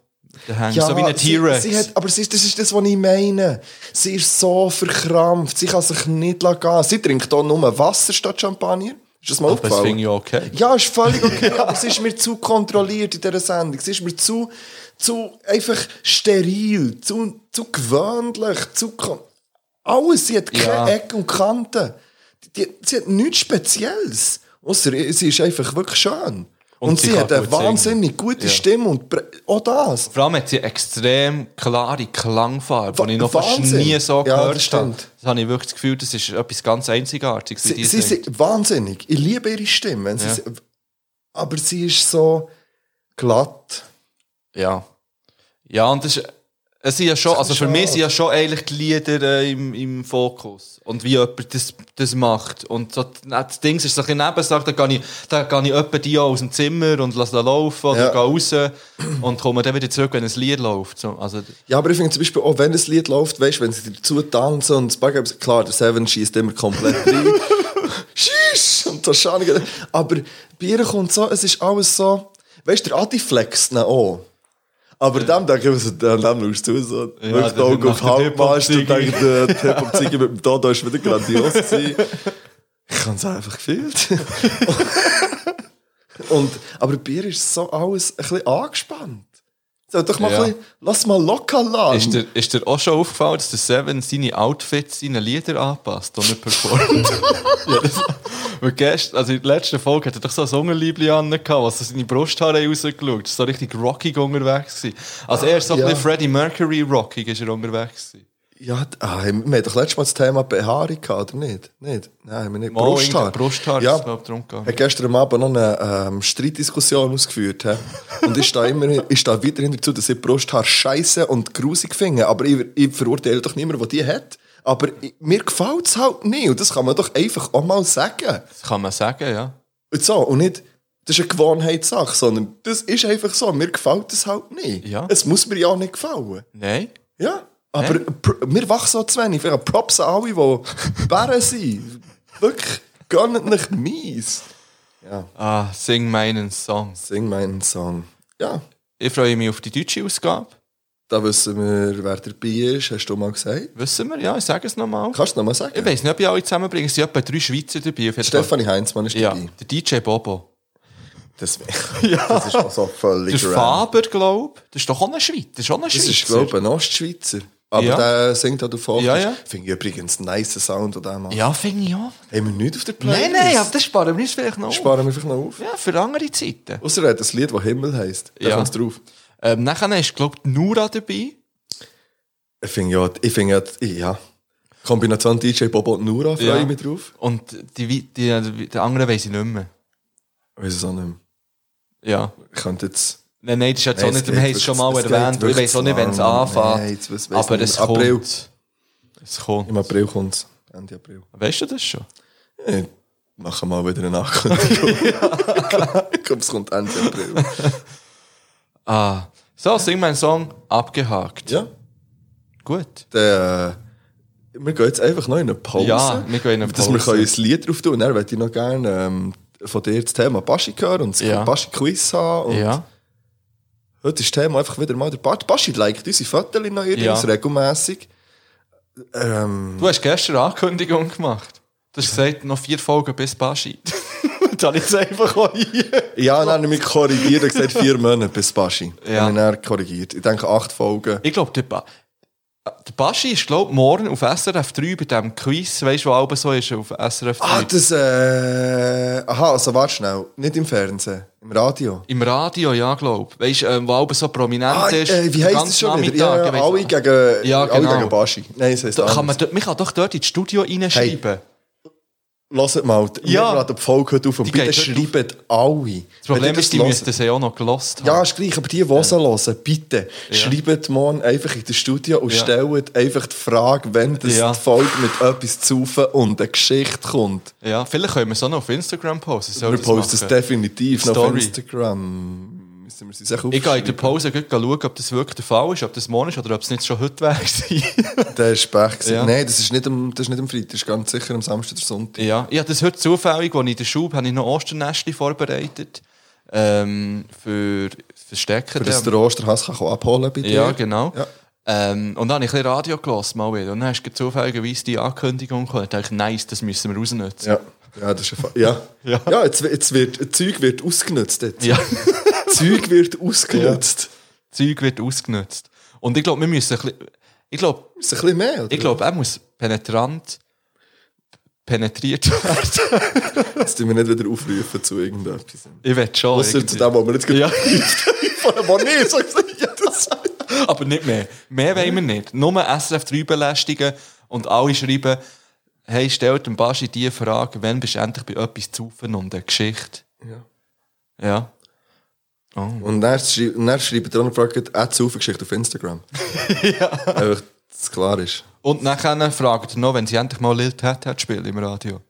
Speaker 2: Der Hang, so wie ein
Speaker 3: sie-
Speaker 2: T-Rex.
Speaker 3: sie hat- Aber sie, ist- das ist das, was ich meine. Sie ist so verkrampft, sie kann sich nicht lassen gehen. Sie trinkt auch nur Wasser statt Champagner. Ist das mal
Speaker 2: Aber das finde
Speaker 3: aufgefallen?
Speaker 2: ich okay.
Speaker 3: Ja, ist völlig okay, aber sie ist mir zu kontrolliert in dieser Sendung. Sie ist mir zu, zu einfach steril, zu, zu gewöhnlich, zu... kon- Alles, sie hat keine
Speaker 2: Ja.
Speaker 3: Ecken und Kanten. Die, die, sie hat nichts Spezielles. Ausser, sie ist einfach wirklich schön. Und,
Speaker 2: sie
Speaker 3: sie,
Speaker 2: kann
Speaker 3: hat eine
Speaker 2: gut singen.
Speaker 3: wahnsinnig gute
Speaker 2: Ja.
Speaker 3: Stimme und prä- auch das.
Speaker 2: Vor allem hat sie extrem klare Klangfarbe, die ich noch fast
Speaker 3: Wahnsinn.
Speaker 2: nie so
Speaker 3: Ja, das
Speaker 2: gehört habe.
Speaker 3: stimmt.
Speaker 2: Das habe ich wirklich das Gefühl, das ist etwas ganz Einzigartiges. wie
Speaker 3: Sie,
Speaker 2: die
Speaker 3: sie,
Speaker 2: singt.
Speaker 3: sind wahnsinnig. Ich liebe ihre Stimme. Wenn sie,
Speaker 2: Ja.
Speaker 3: Aber sie ist so glatt.
Speaker 2: Ja. Ja, und das ist, es sind ja schon, also für
Speaker 3: schon-
Speaker 2: mich sind ja schon eigentlich die Lieder äh, im, im Fokus. Und wie jemand das, das macht. Und so, die- das Ding ist so ein bisschen Nebensache, da gehe ich, da gehe ich jemanden die auch aus dem Zimmer und lasse ihn laufen oder
Speaker 3: Ja.
Speaker 2: gehe raus und komme dann wieder zurück, wenn ein Lied läuft. So, also,
Speaker 3: Ja, aber ich finde zum Beispiel auch, wenn ein Lied läuft, weißt, wenn sie dazu tanzen und das Bagger, klar, der Seven schießt immer komplett rein. Schieß! Und das Schanige. Aber bei ihr kommt so, es ist alles so. Weißt du, der Adi flext ihn auch. Aber dem denke ich, mir so, dem dem schaust du so, wirklich die
Speaker 2: der
Speaker 3: Augen auf
Speaker 2: macht den
Speaker 3: Halbmast und
Speaker 2: Hip-Hop-Ziege.
Speaker 3: denkt, äh, der Hip-Hop-Ziege mit dem Dodo ist wieder grandios gewesen. Ich habe es einfach gefühlt. und, aber bei ihr ist so alles ein bisschen angespannt. So, doch mal
Speaker 2: Ja.
Speaker 3: ein bisschen, lass mal locker lassen.
Speaker 2: ist, dir, ist dir auch schon aufgefallen, dass der Seven seine Outfits seinen Lieder anpasst und nicht performt? ja, das, weil gestern, also in der letzten Folge hat er doch so ein Ungerliebli an, was so seine Brusthaare haben rausgeschaut hat. So richtig rockig unterwegs. gewesen. Also er ist so ein
Speaker 3: Ja.
Speaker 2: bisschen Freddie Mercury rockig ist er unterwegs. gewesen.
Speaker 3: Ja, d- ah, wir haben doch letztes Mal das Thema Behaarung gehabt, oder nicht? Nicht? Nein, haben wir nicht.
Speaker 2: Mal
Speaker 3: Brusthaar.
Speaker 2: irgendein Brusthaar ist
Speaker 3: ja.
Speaker 2: es, glaub ich, darum gegangen.
Speaker 3: Hat gestern Abend noch eine ähm, Streitdiskussion ausgeführt. He? Und ich stehe immerhin, ich stehe weiterhin dazu, dass ich Brusthaar scheiße und grusig finde. Aber ich, ich verurteile doch niemanden, der die hat. Aber ich, mir gefällt es halt nicht. Und das kann man doch einfach auch mal sagen.
Speaker 2: Das kann man sagen, ja.
Speaker 3: Und so, und nicht, das ist eine Gewohnheitssache, sondern das ist einfach so. Mir gefällt es halt nicht.
Speaker 2: Ja.
Speaker 3: Es muss mir ja auch nicht gefallen.
Speaker 2: Nein.
Speaker 3: Ja, aber pr- wir wach so zu wenig. Ich habe Props an alle, die Bären sind. Wirklich, gönnt nicht mies.
Speaker 2: Ah, sing meinen Song.
Speaker 3: Sing meinen Song. Ja,
Speaker 2: Ich freue mich auf die deutsche Ausgabe.
Speaker 3: da wissen wir, wer dabei ist, hast du mal gesagt.
Speaker 2: Wissen wir, ja, ich sage es nochmal.
Speaker 3: Kannst du noch mal
Speaker 2: Ich
Speaker 3: sagen?
Speaker 2: weiß nicht, ob ich alle zusammenbringe. Es sind etwa drei Schweizer dabei. auf jeden Fall.
Speaker 3: Stefanie Heinzmann ist
Speaker 2: Ja,
Speaker 3: dabei.
Speaker 2: der DJ Bobo.
Speaker 3: Das, das ist auch so völlig
Speaker 2: Der Faber, glaube ich, das ist doch auch ein Schweizer. Das ist auch ein
Speaker 3: Das
Speaker 2: Schweizer.
Speaker 3: ist, glaube ich, ein Ostschweizer. Aber
Speaker 2: Ja.
Speaker 3: der singt auch davon.
Speaker 2: Ja, ja.
Speaker 3: Finde ich übrigens einen nice Sound, den der macht.
Speaker 2: ja, finde ich auch.
Speaker 3: Haben wir nichts auf der Playlist?
Speaker 2: Nein, nein, aber das sparen wir uns vielleicht noch auf.
Speaker 3: Sparen wir vielleicht noch auf.
Speaker 2: Ja, für andere Zeiten.
Speaker 3: Außer er hat ein Lied, das Himmel heisst. Da
Speaker 2: Ja.
Speaker 3: kommt es drauf.
Speaker 2: Ähm, nachher ist, glaube ich, Nura dabei.
Speaker 3: Ich finde ja, ich finde ja, die- ja. Kombination DJ Bobo und Nura freue
Speaker 2: Ja.
Speaker 3: ich mich drauf.
Speaker 2: Und die, die, die, die anderen weiss ich nicht mehr.
Speaker 3: Weiß es auch nicht. mehr.
Speaker 2: Ja.
Speaker 3: Ich könnte jetzt.
Speaker 2: Nein, nein, das ist jetzt
Speaker 3: Nein,
Speaker 2: auch
Speaker 3: es
Speaker 2: nicht, wir
Speaker 3: geht
Speaker 2: haben es schon mal
Speaker 3: wirklich- es
Speaker 2: erwähnt.
Speaker 3: geht
Speaker 2: Ich weiß auch nicht, wenn es
Speaker 3: wirklich zu lang. Nein,
Speaker 2: anfängt.
Speaker 3: jetzt weiss- weiss
Speaker 2: aber
Speaker 3: nicht.
Speaker 2: es
Speaker 3: April.
Speaker 2: kommt. Es kommt.
Speaker 3: Im April kommt es. Ende April.
Speaker 2: Weißt du das schon?
Speaker 3: Ich mache mal wieder eine Ankündigung. ich glaube, es kommt Ende April.
Speaker 2: Ah. So, sing meinen Song. Abgehakt.
Speaker 3: Ja.
Speaker 2: Gut.
Speaker 3: Dann, äh, wir gehen jetzt einfach noch in eine Pause.
Speaker 2: Ja, wir gehen in eine
Speaker 3: Dass wir
Speaker 2: Pause.
Speaker 3: können ein Lied drauf tun Und dann möchte ich noch gerne ähm, von dir das Thema Baschi hören und das
Speaker 2: Ja.
Speaker 3: Baschi-Quiz haben. Und
Speaker 2: Ja.
Speaker 3: Heute ist das Thema einfach wieder mal der Bart. Baschi liked unsere Fotos neuerdings
Speaker 2: Ja.
Speaker 3: regelmässig. Ähm,
Speaker 2: Du hast gestern eine Ankündigung gemacht. Du hast gesagt, noch vier Folgen bis Baschi. da ist einfach auch hier.
Speaker 3: ja, nou, dann habe ich mich korrigiert und gesagt, vier Monate bis Baschi.
Speaker 2: Ja.
Speaker 3: Ja. Habe ich dann korrigiert. Ich denke, acht Folgen.
Speaker 2: Ich glaube, der ba Der Baschi ist, glaube ich, morgen auf SRF 3 bei diesem Quiz, weißt du, was so ist auf SRF 3?
Speaker 3: Ah, das, äh, aha, also warte schnell. Nicht im Fernsehen, im Radio.
Speaker 2: Im Radio, ja, glaube ich. Weißt du, ähm, wo so prominent
Speaker 3: Ah,
Speaker 2: ist.
Speaker 3: äh, wie
Speaker 2: der
Speaker 3: heisst
Speaker 2: ganze
Speaker 3: das schon
Speaker 2: Nachmittag,
Speaker 3: wieder? Ja, ja,
Speaker 2: ich weiss
Speaker 3: alle
Speaker 2: nicht.
Speaker 3: gegen,
Speaker 2: Ja, genau.
Speaker 3: alle gegen Baschi. Nein, es heisst
Speaker 2: Da kann
Speaker 3: anders.
Speaker 2: man, dort- man kann doch dort ins Studio reinschreiben.
Speaker 3: Hört mal,
Speaker 2: Ja.
Speaker 3: wir laden die Folge heute auf und
Speaker 2: Die
Speaker 3: bitte
Speaker 2: geht heute
Speaker 3: schreibt alle.
Speaker 2: Das Problem ist, die müssten
Speaker 3: müssen
Speaker 2: sie ja auch noch gelost haben.
Speaker 3: Ja, ist gleich, aber die, die es hören, bitte schreibt morgen einfach in das Studio und
Speaker 2: Ja.
Speaker 3: stellt einfach die Frage, wenn das
Speaker 2: Ja.
Speaker 3: die Folge mit etwas zu saufen und eine Geschichte kommt.
Speaker 2: Ja. vielleicht können wir es auch noch auf Instagram posten. Soll
Speaker 3: Wir
Speaker 2: das
Speaker 3: posten es
Speaker 2: machen?
Speaker 3: definitiv noch auf
Speaker 2: Story.
Speaker 3: Instagram. Müssen wir sie sicher
Speaker 2: Ich gehe in der
Speaker 3: aufschreiben.
Speaker 2: Pause gleich schauen, ob das wirklich der Fall ist, ob das morgen ist oder ob es nicht schon heute wäre.
Speaker 3: Der ist Pech. gewesen.
Speaker 2: Ja.
Speaker 3: Nein, das ist, nicht am, das ist nicht am Freitag, das ist ganz sicher am Samstag oder Sonntag.
Speaker 2: Ja, ich habe das heute zufällig, als ich den Schub habe ich noch Osternäschli vorbereitet. Ähm, für Verstecken.
Speaker 3: Für das der Osterhass kann kommen abholen bei dir.
Speaker 2: ja, genau.
Speaker 3: Ja.
Speaker 2: Ähm, und dann habe ich ein bisschen Radio gelassen, mal wieder. Und dann hast du zufälligerweise die Ankündigung gekommen. Ich dachte, nice, das müssen wir rausnutzen.
Speaker 3: Ja, ja das ist ein Fall. Ja, ja.
Speaker 2: Ja.
Speaker 3: jetzt, jetzt wird, Zeug wird ausgenutzt. Jetzt.
Speaker 2: Ja.
Speaker 3: Zeug wird ausgenutzt.
Speaker 2: Zeug wird ausgenutzt. Und ich glaube, wir müssen ein bisschen, ich glaube,
Speaker 3: Ist ein bisschen mehr, oder?
Speaker 2: ich glaube, er muss penetrant penetriert werden.
Speaker 3: Jetzt tun wir nicht wieder aufrufen zu irgendetwas.
Speaker 2: ich will schon.
Speaker 3: Ausser
Speaker 2: irgendwie.
Speaker 3: zu dem, was wir jetzt gerade
Speaker 2: Ja.
Speaker 3: von dem wir nicht so gesagt haben. Das-
Speaker 2: Aber nicht mehr. Mehr wollen wir nicht. Nur SRF 3 belästigen und alle schreiben, hey, stellt dem Baschi die Frage, wann bist du endlich bei etwas zu saufen und eine Geschichte?
Speaker 3: Ja.
Speaker 2: Ja.
Speaker 3: Und dann, schrei und dann schreibt er auch noch fragt, auch zu Geschichte auf Instagram. Eh, ja. Einfach, dass es klar ist.
Speaker 2: Und nachher fragt er noch, wenn sie endlich mal Lil Tat hat spielen im Radio.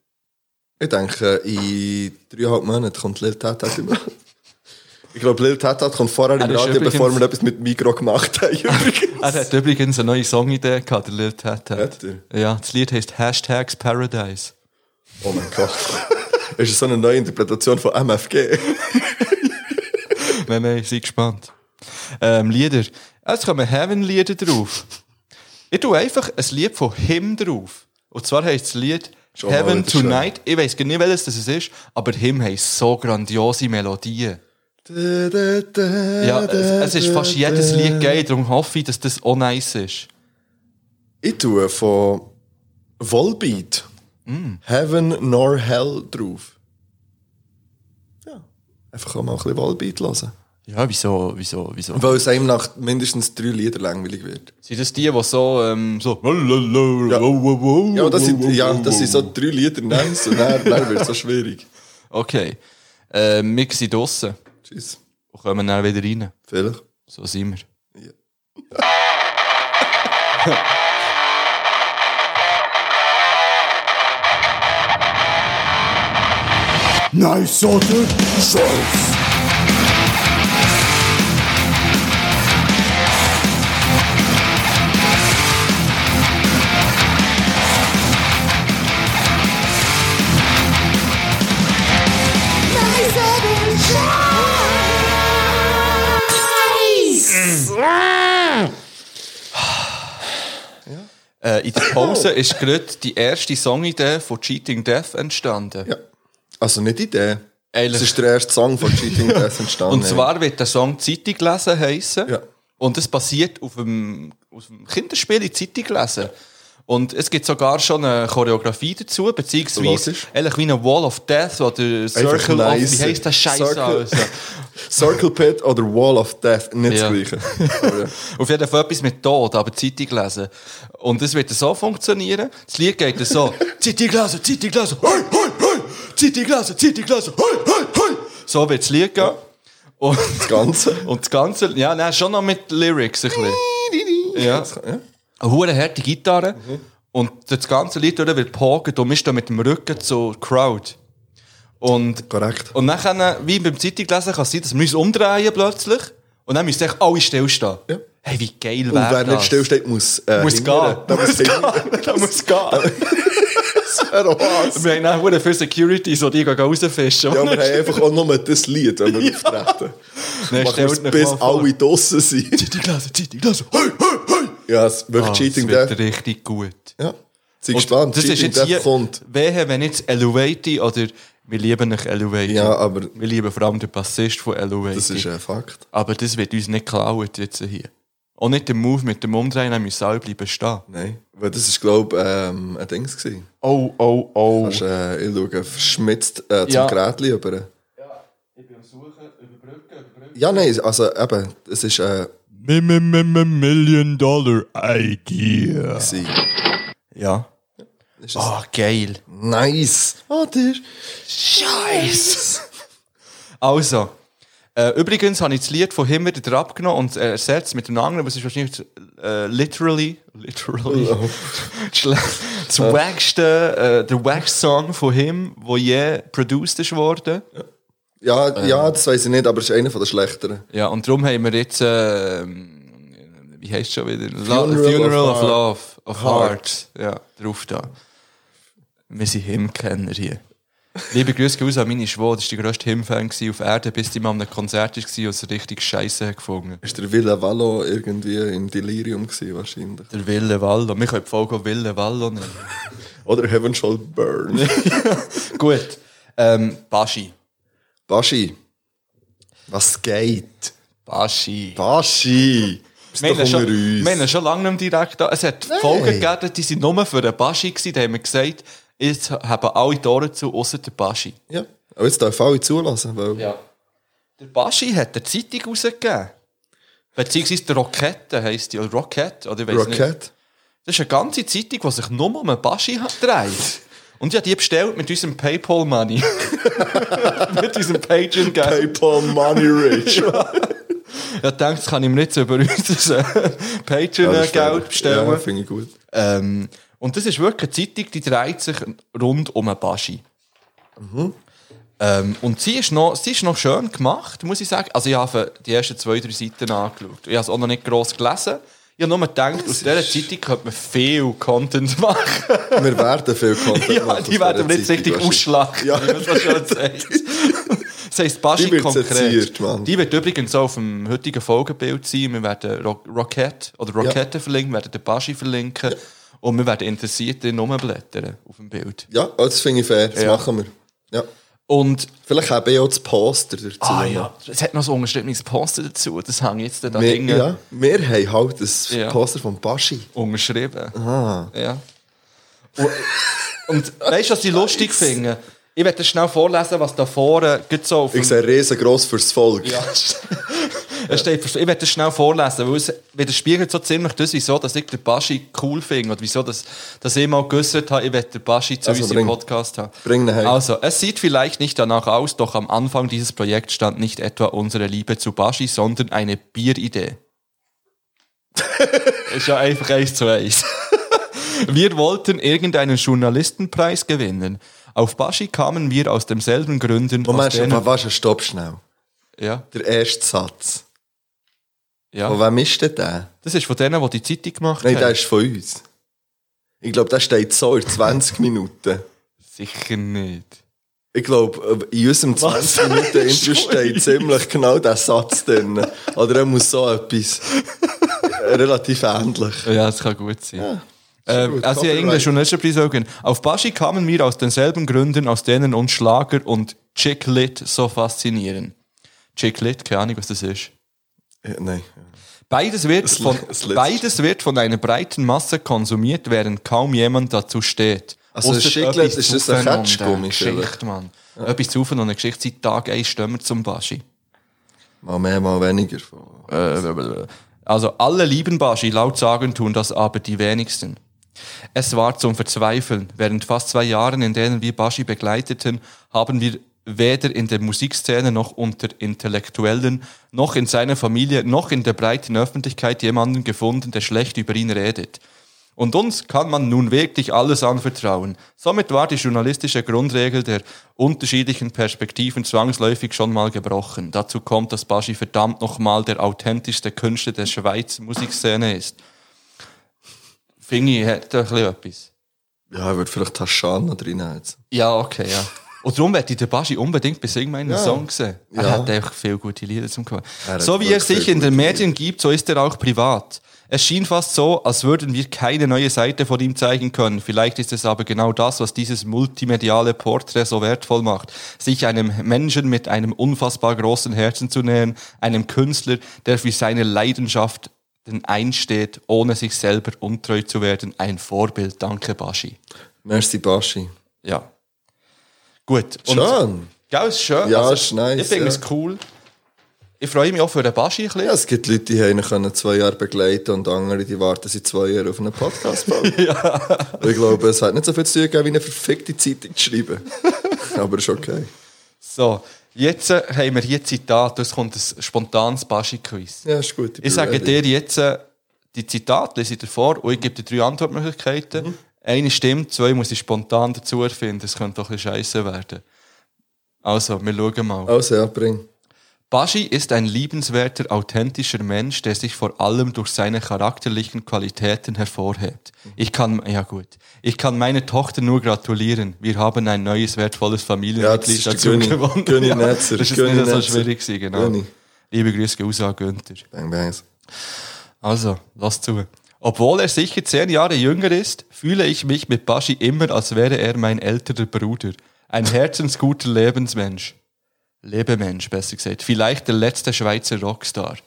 Speaker 3: Ich denke, in dreieinhalb Monaten kommt Lil Tat Tat im Radio. Ich glaube, Lil Tat Tat kommt vorher im
Speaker 2: Er ist
Speaker 3: Radio, bevor
Speaker 2: übrigens-
Speaker 3: wir etwas mit Migro gemacht haben. Übrigens.
Speaker 2: Er hat übrigens eine neue Songidee gehabt, der Lil Tat
Speaker 3: Hat
Speaker 2: hat.
Speaker 3: er?
Speaker 2: Ja, das Lied heisst Hashtags Paradise.
Speaker 3: Oh mein Gott. Ist das so eine neue Interpretation von MFG?
Speaker 2: Nein, nein, sei gespannt. Ähm, Lieder. Es kommen Heaven-Lieder drauf. Ich tue einfach ein Lied von ihm drauf. Und zwar heisst das Lied
Speaker 3: Schon mal
Speaker 2: Heaven
Speaker 3: wieder schön.
Speaker 2: Tonight. Ich weiß nicht, welches das es ist, aber Him heisst so grandiose Melodien. Ja,
Speaker 3: Ja,
Speaker 2: es, es ist fast jedes Lied geil, darum hoffe ich, dass das auch nice ist.
Speaker 3: Ich tue von Volbeat Mm. Heaven nor Hell drauf. Ja, einfach auch mal ein bisschen Volbeat hören.
Speaker 2: Ja, wieso, wieso, wieso?
Speaker 3: Weil es einem nach mindestens drei Liedern langweilig wird.
Speaker 2: Sind das die, die so, ähm, so...
Speaker 3: Ja, das
Speaker 2: Uh,
Speaker 3: sind, ja, das sind so drei Lieder nice und dann, dann wird es so schwierig.
Speaker 2: Okay. Ähm, wir sind draussen
Speaker 3: Tschüss.
Speaker 2: und kommen dann wieder rein.
Speaker 3: Vielleicht.
Speaker 2: So sind wir.
Speaker 3: Ja.
Speaker 4: Nice Sorte Scheiß.
Speaker 2: Äh, in der Pause ist gerade die erste Songidee von Cheating Death entstanden.
Speaker 3: Ja. Also nicht Idee.
Speaker 2: Ehrlich.
Speaker 3: Es ist der erste Song von Cheating Death entstanden.
Speaker 2: Und zwar wird der Song Zeitung lesen heissen.
Speaker 3: Oh, Ja.
Speaker 2: Und es basiert auf dem, auf dem Kinderspiel in Zeitung lesen. Und es gibt sogar schon eine Choreografie dazu, beziehungsweise
Speaker 3: Logisch.
Speaker 2: ehrlich wie eine Wall of Death oder Circle
Speaker 3: nice.
Speaker 2: of, wie heisst der Scheiß
Speaker 3: Circle-
Speaker 2: alles?
Speaker 3: Circle Pit oder Wall of Death, nicht
Speaker 2: Ja.
Speaker 3: das gleiche. Aber ja.
Speaker 2: Auf jeden Fall etwas mit Tod, aber Zeitung lesen. Und das wird dann so funktionieren. Das Lied geht dann so. Zeitung lesen, Zeitung lesen, hoi, hoi, hoi. Zeitung lesen, Zeitung lesen, hoi, hoi, hoi. So wird das Lied gehen. Und,
Speaker 3: Das Ganze.
Speaker 2: und das Ganze, ja, nein, schon noch mit Lyrics ein bisschen. Ja.
Speaker 3: ja.
Speaker 2: Eine hure harte Gitarre. Und das ganze Lied durch wird gepogelt und wir stehen mit dem Rücken zur Crowd. Und
Speaker 3: Korrekt.
Speaker 2: und dann, wie beim Zeitunglesen, kann es sein, dass wir uns umdrehen plötzlich. Und dann müssen echt alle stillstehen.
Speaker 3: Ja.
Speaker 2: Hey, wie geil
Speaker 3: Und
Speaker 2: wäre
Speaker 3: wer
Speaker 2: das?
Speaker 3: nicht stillsteht, muss, äh,
Speaker 2: Muss
Speaker 3: hindern.
Speaker 2: gehen.
Speaker 3: Der muss
Speaker 2: Muss
Speaker 3: gehen.
Speaker 2: gehen. Der muss gehen.
Speaker 3: Was?
Speaker 2: Wir haben dann verdammt viel Security, so die gehen rausfischen.
Speaker 3: Ja, wir haben einfach auch nur das Lied, wenn wir auftreten.
Speaker 2: Nein,
Speaker 3: Machen
Speaker 2: stellt
Speaker 3: wir's,
Speaker 2: euch
Speaker 3: bis
Speaker 2: mal vor.
Speaker 3: alle draussen sind.
Speaker 2: Zeitunglesen, Zeitunglesen. Hoi, hoi, hoi.
Speaker 3: Ja, es ist wirklich
Speaker 2: Ah,
Speaker 3: Cheating
Speaker 2: das wird
Speaker 3: Death.
Speaker 2: richtig gut.
Speaker 3: Ja. Sei
Speaker 2: Und
Speaker 3: gespannt,
Speaker 2: das ist
Speaker 3: Cheating
Speaker 2: jetzt hier,
Speaker 3: Death kommt.
Speaker 2: wehe, wenn jetzt Elevate oder wir lieben nicht Elevate.
Speaker 3: Ja, aber
Speaker 2: Wir lieben vor allem den Bassist von Elevate.
Speaker 3: das ist ein Fakt.
Speaker 2: Aber das wird uns nicht geklaut jetzt hier. Auch nicht den Move mit dem Umdrehen, dann müssen alle bleiben stehen.
Speaker 3: Nein. Weil das war, glaube ich, ähm, ein Dings. Gewesen.
Speaker 2: Oh, oh, oh.
Speaker 3: Hast, äh, ich schaue verschmitzt äh, zum
Speaker 2: Ja.
Speaker 3: Grätli über.
Speaker 2: Ich bin am Suchen, überbrücken, überbrücken.
Speaker 3: Ja, nein, also eben, es ist äh,
Speaker 4: Million Dollar Idea.
Speaker 3: sie.
Speaker 2: Ja.
Speaker 3: Ist es-
Speaker 2: Ah, geil.
Speaker 3: Nice! Ah, der.
Speaker 2: Scheiße! also, äh, übrigens habe ich das Lied von ihm wieder drauf genommen und äh, ersetzt mit einem anderen, aber es ist wahrscheinlich äh, literally, literally,
Speaker 3: Oh.
Speaker 2: schle- das wagste, äh, der wackste Song von ihm, der je produced ist worden.
Speaker 3: Ja,
Speaker 2: Eh.
Speaker 3: ja, das weiß ich nicht, aber es ist einer von der schlechteren.
Speaker 2: Ja, und darum haben wir jetzt, äh, wie heißt es schon wieder? Lo-
Speaker 3: Funeral of
Speaker 2: Funeral of,
Speaker 3: Heart.
Speaker 2: Love, of
Speaker 3: Heart.
Speaker 2: Heart. Ja, drauf da. Wir sind Him-Kenner hier. Liebe Grüße gehen raus an meine Schwester, das war der grösste Him-Fan gewesen auf Erde, bis die mal an einem Konzert war und es richtig scheiße hat gefunden
Speaker 3: Ist der Villa Vallo irgendwie im Delirium gewesen, wahrscheinlich.
Speaker 2: Der Wille Wallo. Wir können die Folge auch Wille Wallo nehmen.
Speaker 3: Oder Heaven Shall Burn.
Speaker 2: Gut. Ähm, Baschi.
Speaker 3: Baschi. Was geht?
Speaker 2: Baschi.
Speaker 3: Baschi! Bist
Speaker 2: Wir
Speaker 3: doch
Speaker 2: haben,
Speaker 3: unter
Speaker 2: schon,
Speaker 3: uns.
Speaker 2: wir haben schon lange nicht mehr direkt da. Es hat Folgen gegeben, die sind nur für den Baschi gewesen. Da haben wir gesagt, jetzt haben alle Tore zu, außer der Baschi.
Speaker 3: Ja. Aber jetzt darf alle zulassen, weil...
Speaker 2: Ja. Der Baschi hat eine Zeitung rausgegeben. Beziehungsweise die Rocketten heisst die. Oder Rocket, oder ich weiss nicht.
Speaker 3: Rocket?
Speaker 2: Das ist eine ganze Zeitung, die sich nur um einen Baschi hat- dreht. Und ich habe die bestellt mit unserem Paypal-Money. mit unserem Patreon-Geld.
Speaker 3: PayPal Money Rich.
Speaker 2: Ich dachte, das kann ich mir nicht so über unser Patreon-Geld bestellen.
Speaker 3: Ja, finde ich gut.
Speaker 2: Ähm, und das ist wirklich eine Zeitung, die dreht sich rund um einen Baschi. Ähm, und sie ist, noch, sie ist noch schön gemacht, muss ich sagen. Also ich habe die ersten zwei, drei Seiten angeschaut. Ich habe es auch noch nicht gross gelesen. Ich habe nur gedacht, aus dieser Zeitung könnte man viel Content machen.
Speaker 3: Wir werden viel Content
Speaker 2: ja,
Speaker 3: machen auf
Speaker 2: die werden aber
Speaker 3: dieser
Speaker 2: nicht richtig
Speaker 3: Zeitung wahrscheinlich.
Speaker 2: ausschlagen,
Speaker 3: Ja.
Speaker 2: wie man so schön sagt. Das heisst Baschi
Speaker 3: Die wird
Speaker 2: konkret.
Speaker 3: seziert, Mann.
Speaker 2: Die wird übrigens auch auf dem heutigen Folgebild sein. Wir werden Ro Rocket oder Rockette verlinken, wir werden den Baschi verlinken und wir werden interessiert in rumblättern auf dem Bild.
Speaker 3: Ja, oh, das finde ich fair. Das
Speaker 2: Ja.
Speaker 3: machen wir. Ja.
Speaker 2: Und
Speaker 3: Vielleicht habe ich auch das Poster dazu.
Speaker 2: ah,
Speaker 3: noch.
Speaker 2: ja, es hat noch so ein unterschriebenes Poster dazu, das hängt jetzt da
Speaker 3: Wir,
Speaker 2: Dinge
Speaker 3: ja, wir haben halt das
Speaker 2: Ja.
Speaker 3: Poster von Baschi.
Speaker 2: unterschrieben. Ja. Und, und weißt du, was ich lustig finde? Ich werde schnell vorlesen, was da vorne gerade so auf dem-
Speaker 3: Ich sehe riesengroß fürs Volk.
Speaker 2: Ja. Es steht, ich werde das schnell vorlesen, weil es widerspiegelt so ziemlich das, wieso dass ich den Baschi cool finde und wieso dass, dass ich mal geäussert habe, ich werde den Baschi zu
Speaker 3: Also
Speaker 2: unserem
Speaker 3: bring-
Speaker 2: Podcast haben.
Speaker 3: bring ihn heim.
Speaker 2: Also, es sieht vielleicht nicht danach aus, doch am Anfang dieses Projekts stand nicht etwa unsere Liebe zu Baschi, sondern eine Bieridee. ist ja einfach eins zu eins. Wir wollten irgendeinen Journalistenpreis gewinnen. Auf Baschi kamen wir aus demselben Gründen.
Speaker 3: Moment,
Speaker 2: aus denen,
Speaker 3: aber warte, stopp schnell.
Speaker 2: ja,
Speaker 3: Der erste Satz.
Speaker 2: ja.
Speaker 3: Von wem ist denn der?
Speaker 2: Das ist von denen, die die Zeitung gemacht
Speaker 3: Nein,
Speaker 2: haben.
Speaker 3: der ist von uns. Ich glaube, der steht so in 20 Minuten.
Speaker 2: Sicher nicht.
Speaker 3: Ich glaube, in unserem 20 Minuten Interview
Speaker 2: Ist von
Speaker 3: steht
Speaker 2: uns.
Speaker 3: ziemlich genau der Satz drin. Oder er muss so etwas. Relativ ähnlich.
Speaker 2: Ja, das kann gut sein. Ähm,
Speaker 3: gut,
Speaker 2: also, ich habe irgendeinen
Speaker 3: Copyright.
Speaker 2: Journalistenpreis auch gegeben. Auf Baschi kamen wir aus denselben Gründen, aus denen uns Schlager und Chick Lit so faszinieren. Chick Lit, keine Ahnung, was das ist.
Speaker 3: Ja, nein.
Speaker 2: Beides wird,
Speaker 3: Es-
Speaker 2: von,
Speaker 3: es letzte.
Speaker 2: beides wird von einer breiten Masse konsumiert, während kaum jemand dazu steht.
Speaker 3: Also
Speaker 2: Ausser
Speaker 3: Chick Lit,
Speaker 2: etwas
Speaker 3: ist
Speaker 2: zu
Speaker 3: das ein
Speaker 2: Ufen und
Speaker 3: Ketschgummi,
Speaker 2: eine
Speaker 3: vielleicht?
Speaker 2: Geschichte, Mann. Etwas zu Ufen und eine Geschichte seit Tag 1 stehen wir zum Baschi.
Speaker 3: Mal mehr, mal weniger.
Speaker 2: Also alle lieben Baschi, laut sagen tun das aber die wenigsten. Es war zum Verzweifeln. Während fast zwei Jahren, in denen wir Baschi begleiteten, haben wir weder in der Musikszene noch unter Intellektuellen, noch in seiner Familie, noch in der breiten Öffentlichkeit jemanden gefunden, der schlecht über ihn redet. Und uns kann man nun wirklich alles anvertrauen. Somit war die journalistische Grundregel der unterschiedlichen Perspektiven zwangsläufig schon mal gebrochen. Dazu kommt, dass Baschi verdammt nochmal der authentischste Künstler der Schweiz Musikszene ist. Fingi hat da ein bisschen etwas.
Speaker 3: Ja, ich würde vielleicht Taschana drin haben. jetzt.
Speaker 2: Ja, okay, ja. Und darum werde ich den Baschi unbedingt bei Sing meinen Song sehen. Er
Speaker 3: Ja.
Speaker 2: hat echt viele gute Lieder zum Gehören.
Speaker 3: Er hat
Speaker 2: So wie er
Speaker 3: wirklich
Speaker 2: sich in
Speaker 3: gute
Speaker 2: den Medien gibt, so ist er auch privat. Es schien fast so, als würden wir keine neue Seite von ihm zeigen können. Vielleicht ist es aber genau das, was dieses multimediale Porträt so wertvoll macht. Sich einem Menschen mit einem unfassbar großen Herzen zu nähern, einem Künstler, der für seine Leidenschaft denn einsteht, ohne sich selber untreu zu werden, ein Vorbild. Danke, Baschi.
Speaker 3: Merci, Baschi.
Speaker 2: Ja. Gut. Und-
Speaker 3: Schön.
Speaker 2: Gell, ist schön. Also,
Speaker 3: Ja, ist nice,
Speaker 2: Ich finde
Speaker 3: ja.
Speaker 2: es cool. Ich freue mich auch für den Baschi ein bisschen.
Speaker 3: Ja, es gibt Leute, die haben ihn können zwei Jahre begleiten und andere, die warten seit zwei Jahren auf einen podcast ja. Ich glaube, es hat nicht so viel zu tun, gegeben, wie eine verfickte Zeitung zu schreiben. Aber ist okay.
Speaker 2: So, jetzt äh, haben wir hier Zitat. Es kommt ein spontanes Baschi-Quiz.
Speaker 3: Ja, ist gut. bin
Speaker 2: Ich sage
Speaker 3: ready.
Speaker 2: dir jetzt äh, die Zitate, lese ich dir vor und ich gebe dir drei Antwortmöglichkeiten.
Speaker 3: Mhm.
Speaker 2: Eine stimmt, zwei muss ich spontan dazu erfinden. Das könnte doch ein bisschen scheisse werden. Also, wir schauen mal.
Speaker 3: Also, ja, bring.
Speaker 2: Baschi ist ein liebenswerter, authentischer Mensch, der sich vor allem durch seine charakterlichen Qualitäten hervorhebt. Ich kann, ja gut, ich kann meiner Tochter nur gratulieren. Wir haben ein neues, wertvolles Familienmitglied
Speaker 3: Ja, das ist
Speaker 2: dazu
Speaker 3: der Günni.
Speaker 2: gewonnen.
Speaker 3: Günni
Speaker 2: Ja,
Speaker 3: Netzer.
Speaker 2: Das ist
Speaker 3: Günni
Speaker 2: nicht so
Speaker 3: Netzer.
Speaker 2: schwierig gewesen, genau.
Speaker 3: Günni.
Speaker 2: Liebe Grüße gehen raus an Günther.
Speaker 3: Bang, bangs.
Speaker 2: Also, lass zu. Obwohl er sicher zehn Jahre jünger ist, fühle ich mich mit Baschi immer, als wäre er mein älterer Bruder. Ein herzensguter Lebensmensch. Lebemensch, besser gesagt. Vielleicht der letzte Schweizer Rockstar.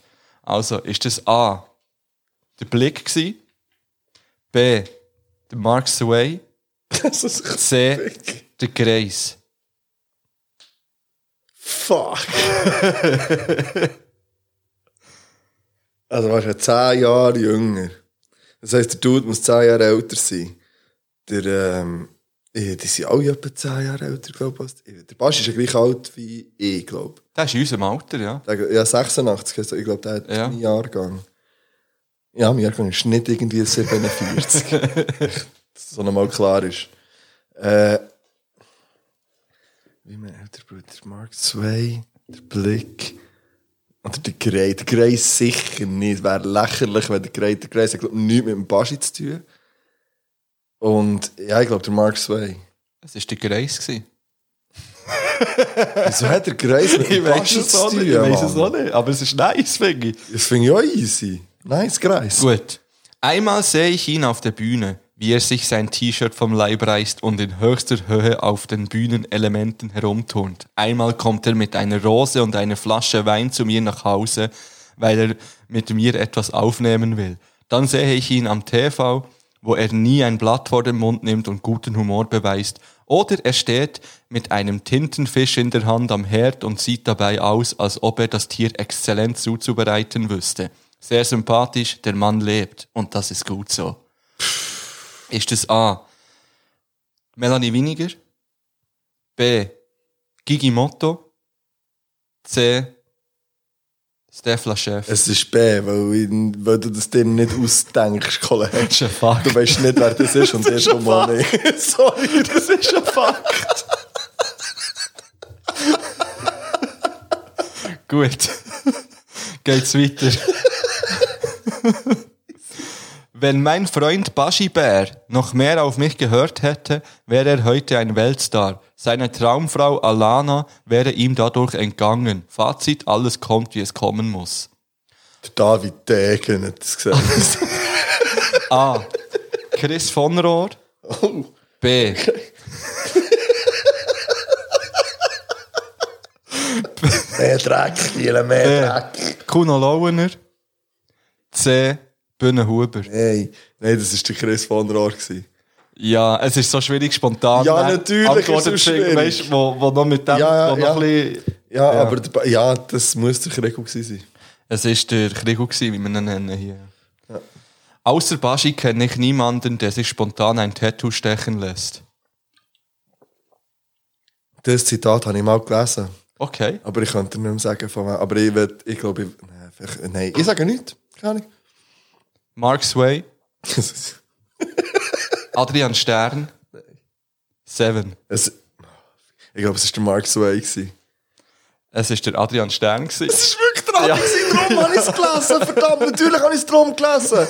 Speaker 2: Also, ist das A. Der Blick gsi? B. Der Mark Sway?
Speaker 3: Das ist
Speaker 2: C. Der Grace.
Speaker 3: Fuck. also, warst du 10 Jahre jünger. Das heisst, der Dude muss 10 Jahre älter sein. Der, ähm, eh, die sind alle etwa 10 Jahre älter, glaube ich. Der Basch ist ja gleich alt wie ich, glaube
Speaker 2: Das ist in unserem Alter, ja.
Speaker 3: ich. Ja, 86, also ich glaube, der hat
Speaker 2: Ja.
Speaker 3: ja. meinen Jahrgang. Ja, mein Jahrgang ist nicht irgendwie 47. Dass das so nochmal klar ist. Äh, wie mein älterer Bruder, der Mark Sway, der Blick. Oder der Grey. Der Grey sicher nicht. Wäre lächerlich, wenn der Grey. Der Grey hat, glaube ich, nichts mit dem Baschi zu tun. Und ja, ich glaube, der Mark Sway.
Speaker 2: Es war der Grace. Gewesen.
Speaker 3: Wieso hat der Grey mit dem Baschi zu tun? Mann?
Speaker 2: nicht. Aber es ist nice, finde ich.
Speaker 3: Das finde ich auch easy. Nice, Greis.
Speaker 2: Gut. Einmal sehe ich ihn auf der Bühne, wie er sich sein T-Shirt vom Leib reißt und in höchster Höhe auf den Bühnenelementen herumturnt. Einmal kommt er mit einer Rose und einer Flasche Wein zu mir nach Hause, weil er mit mir etwas aufnehmen will. Dann sehe ich ihn am TV, wo er nie ein Blatt vor den Mund nimmt und guten Humor beweist. Oder er steht mit einem Tintenfisch in der Hand am Herd und sieht dabei aus, als ob er das Tier exzellent zuzubereiten wüsste. Sehr sympathisch, der Mann lebt und das ist gut so. Ist es A. Melanie Winiger? B. Gigi Motto? C. Steph Lachef?
Speaker 3: Es ist B, weil, ich- weil du das dir nicht ausdenkst, Kollege.
Speaker 2: ist ein Fakt.
Speaker 3: Du weißt nicht, wer das ist und der schon mal nicht. Sorry, das ist ein Fakt.
Speaker 2: Gut. Geht's weiter. Wenn mein Freund Baschi Bär noch mehr auf mich gehört hätte, wäre er heute ein Weltstar. Seine Traumfrau Alana wäre ihm dadurch entgangen. Fazit, alles kommt, wie es kommen muss.
Speaker 3: Der David Degen hat das gesagt.
Speaker 2: A. Chris von Rohr.
Speaker 3: Oh.
Speaker 2: B.
Speaker 3: mehr Dreck, Kiel, mehr Dreck.
Speaker 2: Kuno Lauener. C. Bühne Huber.
Speaker 3: Nein, nein, das war der Chris von Rohr. gewesen.
Speaker 2: Ja, es ist so schwierig, spontan.
Speaker 3: Ja,
Speaker 2: ne?
Speaker 3: natürlich ist
Speaker 2: Antworten
Speaker 3: es
Speaker 2: zu finden,
Speaker 3: schwierig.
Speaker 2: Weißt, wo, wo noch mit dem,
Speaker 3: Ja, ja,
Speaker 2: wo noch
Speaker 3: ja.
Speaker 2: ein bisschen
Speaker 3: Ja, aber der, Ba- ja, das muss der Krieg gewesen sein.
Speaker 2: Es war der Krigo, wie wir ihn nennen hier. Außer Baschi kenne ich niemanden, der sich spontan ein Tattoo stechen lässt.
Speaker 3: Das Zitat habe ich mal gelesen.
Speaker 2: Okay.
Speaker 3: Aber ich könnte nicht mehr sagen, von wem. Aber ich, will, ich glaube, ich, nein, vielleicht- nein, ich sage nichts. Keine Ahnung.
Speaker 2: Mark Sway,
Speaker 3: Das ist-
Speaker 2: Adrian Stern, Seven.
Speaker 3: Es, ich glaube, es war der Mark Sway. gewesen.
Speaker 2: Es ist der Adrian Stern. gewesen.
Speaker 3: Es ist wirklich dran, ja. drum habe ich es gelesen. Verdammt, natürlich habe ich es drum gelesen.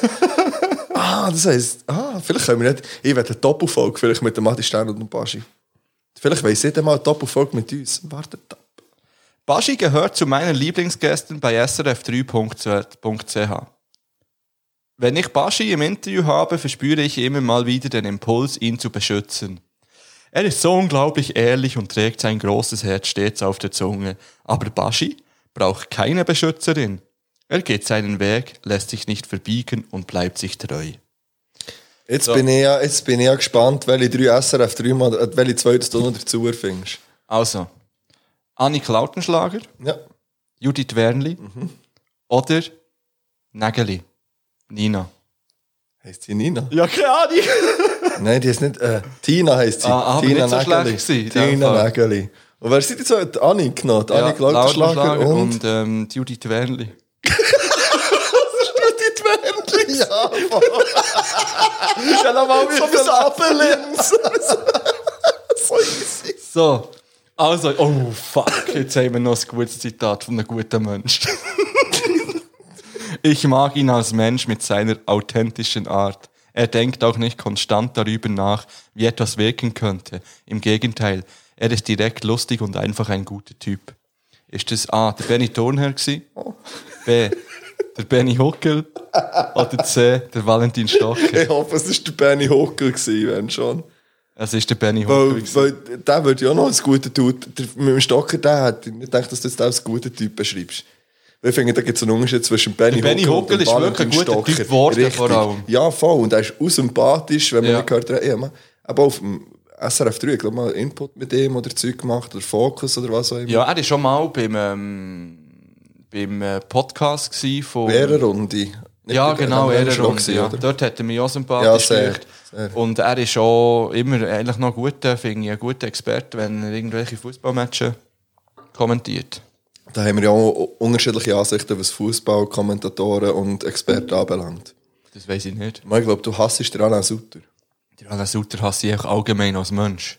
Speaker 3: ah, das heisst, ah, vielleicht können wir nicht. Ich werde eine Doppelfolge vielleicht mit dem Matti Stern und dem Baschi. Vielleicht weiss ich dann mal eine Doppelfolge mit uns. Wartet ab.
Speaker 2: Baschi gehört zu meinen Lieblingsgästen bei srf3.ch. Wenn ich Baschi im Interview habe, verspüre ich immer mal wieder den Impuls, ihn zu beschützen. Er ist so unglaublich ehrlich und trägt sein großes Herz stets auf der Zunge. Aber Baschi braucht keine Beschützerin. Er geht seinen Weg, lässt sich nicht verbiegen und bleibt sich treu.
Speaker 3: Jetzt,
Speaker 2: So.
Speaker 3: bin ich ja, jetzt bin ich ja gespannt, welche drei SRF 3 mal, äh, welche zwei das du noch dazu erfindest.
Speaker 2: Also, Annik Lautenschlager,
Speaker 3: Ja.
Speaker 2: Judith Wernli oder Nägeli, Nina.
Speaker 3: Heißt sie Nina?
Speaker 2: Ja, keine Ahnung.
Speaker 3: Nein, die ist nicht. Äh, Tina heisst sie.
Speaker 2: Ah, aber
Speaker 3: Tina
Speaker 2: nicht so
Speaker 3: Nägeli.
Speaker 2: schlecht gewesen, in dem
Speaker 3: Tina
Speaker 2: Fall.
Speaker 3: Nägeli. Und wer sind die zwei? Die Annik noch. Die Annik Lauterschlager
Speaker 2: Lautenschlager
Speaker 3: und.
Speaker 2: und ähm, die Judith Wernli.
Speaker 3: Judith Wendli. Ja, Mann.
Speaker 2: Ja, lass mal
Speaker 3: So ein Apfelins.
Speaker 2: So, also, oh fuck, jetzt haben wir noch ein gutes Zitat von einem guten Menschen. ich mag ihn als Mensch mit seiner authentischen Art. Er denkt auch nicht konstant darüber nach, wie etwas wirken könnte. Im Gegenteil, er ist direkt lustig und einfach ein guter Typ. Ist das A, der Benny Thornherr gsi? B, der Benny Huckel? Oder C, der Valentin Stocker?
Speaker 3: Ich hoffe, es war der Benny Hockel, gewesen, wenn schon.
Speaker 2: Es ist der Benny Huckel.
Speaker 3: Weil, weil der würde ja noch als guter Dude. Der, mit dem Stocker, der hat. Ich denke, dass du jetzt auch als guter Typ beschreibst. Wir finden, da gibt es einen Unterschied zwischen Benny
Speaker 2: Der Benny
Speaker 3: Hockel
Speaker 2: Hockel
Speaker 3: und dem
Speaker 2: ist wirklich ein
Speaker 3: Valentin
Speaker 2: guter Typ
Speaker 3: Stocker.
Speaker 2: geworden,
Speaker 3: Richtig.
Speaker 2: vor allem.
Speaker 3: Ja, voll. Und er ist unsympathisch, wenn man
Speaker 2: Ja.
Speaker 3: nicht gehört hat. Ja, man, aber auf dem SRF 3, ich glaube mal, Input mit ihm oder Zeug gemacht oder Fokus oder was auch immer.
Speaker 2: Ja, er war schon mal beim, ähm, beim äh, Podcast gsi von.
Speaker 3: Ehrenrunde. Nicht
Speaker 2: Ja,
Speaker 3: bei der-
Speaker 2: genau,
Speaker 3: da haben wir
Speaker 2: er
Speaker 3: schon
Speaker 2: und
Speaker 3: gewesen,
Speaker 2: ja.
Speaker 3: oder?
Speaker 2: Dort hat er mich auch
Speaker 3: Ja,
Speaker 2: sympathisch
Speaker 3: sehr,
Speaker 2: gemacht.
Speaker 3: sehr.
Speaker 2: Und er ist auch immer eigentlich noch gut, äh, finde ich, ein guter Experte, wenn er irgendwelche Fußballmatches kommentiert.
Speaker 3: Da haben wir ja auch unterschiedliche Ansichten, was Fußball, Kommentatoren und Experten anbelangt.
Speaker 2: Das weiß ich nicht.
Speaker 3: Ich glaube, du hassest den Alain Sutter.
Speaker 2: Der Alain Sutter hasse ich auch allgemein als Mensch.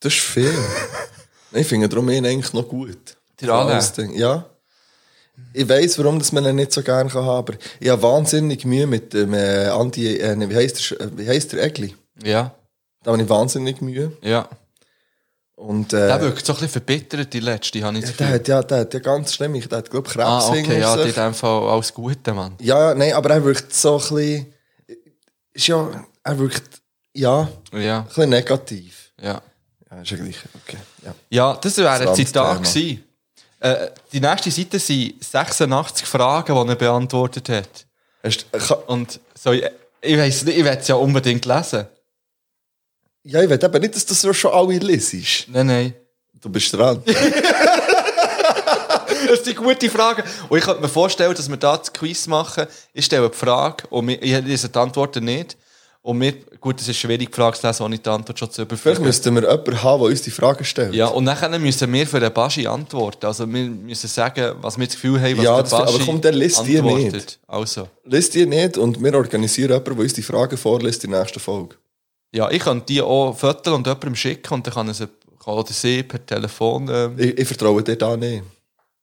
Speaker 3: Das ist viel. Nein, ich finde darum ihn eigentlich noch gut.
Speaker 2: Der Alain?
Speaker 3: Alles Ding. Ja. Ich weiss, warum dass man ihn nicht so gerne haben kann, aber ich habe wahnsinnig Mühe mit dem äh, Andi, äh, nee, wie heisst der, Sch- äh, wie heisst der Egli?
Speaker 2: Ja,
Speaker 3: Da habe ich wahnsinnig Mühe.
Speaker 2: ja.
Speaker 3: Und,
Speaker 2: Der
Speaker 3: äh,
Speaker 2: wirkt so ein bisschen verbittert, die letzte, habe ich das
Speaker 3: der
Speaker 2: Gefühl.
Speaker 3: hat ja, der hat ja ganz schlimm, ich- der hat, glaube ich, Krebs
Speaker 2: Ah, okay,
Speaker 3: hinter
Speaker 2: ja,
Speaker 3: sich.
Speaker 2: in dem Fall alles Gute, Mann.
Speaker 3: Ja, ja, nein, aber er wirkt so ein bisschen. Ist ja, er wirkt ja, ein
Speaker 2: Ja,
Speaker 3: bisschen negativ.
Speaker 2: ja.
Speaker 3: Ja, ist ja gleich. Okay. Ja.
Speaker 2: Ja, das wäre ein
Speaker 3: Schlampt
Speaker 2: Zitat
Speaker 3: Thema.
Speaker 2: gewesen. Äh, die nächste Seite sind 86 Fragen, die er beantwortet hat.
Speaker 3: Hast, äh, ka-
Speaker 2: Und so, ich, ich weiß nicht, ich werde es ja unbedingt lesen.
Speaker 3: ja, ich will eben nicht, dass du so schon alle lesest.
Speaker 2: Nein, nein.
Speaker 3: Du bist dran.
Speaker 2: Das sind gute Fragen. Und ich könnte mir vorstellen, dass wir da das Quiz machen. Ich stelle die Frage und wir- ich lese die Antworten nicht. Und mir, gut, es ist schwierig, die Frage zu lesen, ohne die Antwort schon zu
Speaker 3: Vielleicht
Speaker 2: überführen.
Speaker 3: müssten wir jemanden haben, der uns die Fragen stellt.
Speaker 2: Ja, und nachher müssen wir für den Baschi antworten. Also wir müssen sagen, was wir das Gefühl haben, was
Speaker 3: Ja,
Speaker 2: der
Speaker 3: das-
Speaker 2: Baschi
Speaker 3: aber komm, der liest die nicht.
Speaker 2: Also.
Speaker 3: Lies die nicht und wir organisieren jemanden, der uns die Fragen vorliest in der nächsten Folge.
Speaker 2: Ja, ich kann die auch Viertel und jemandem schicken und dann kann, er sie, kann oder sie per Telefon. Ähm,
Speaker 3: Ich, ich vertraue dir da nicht,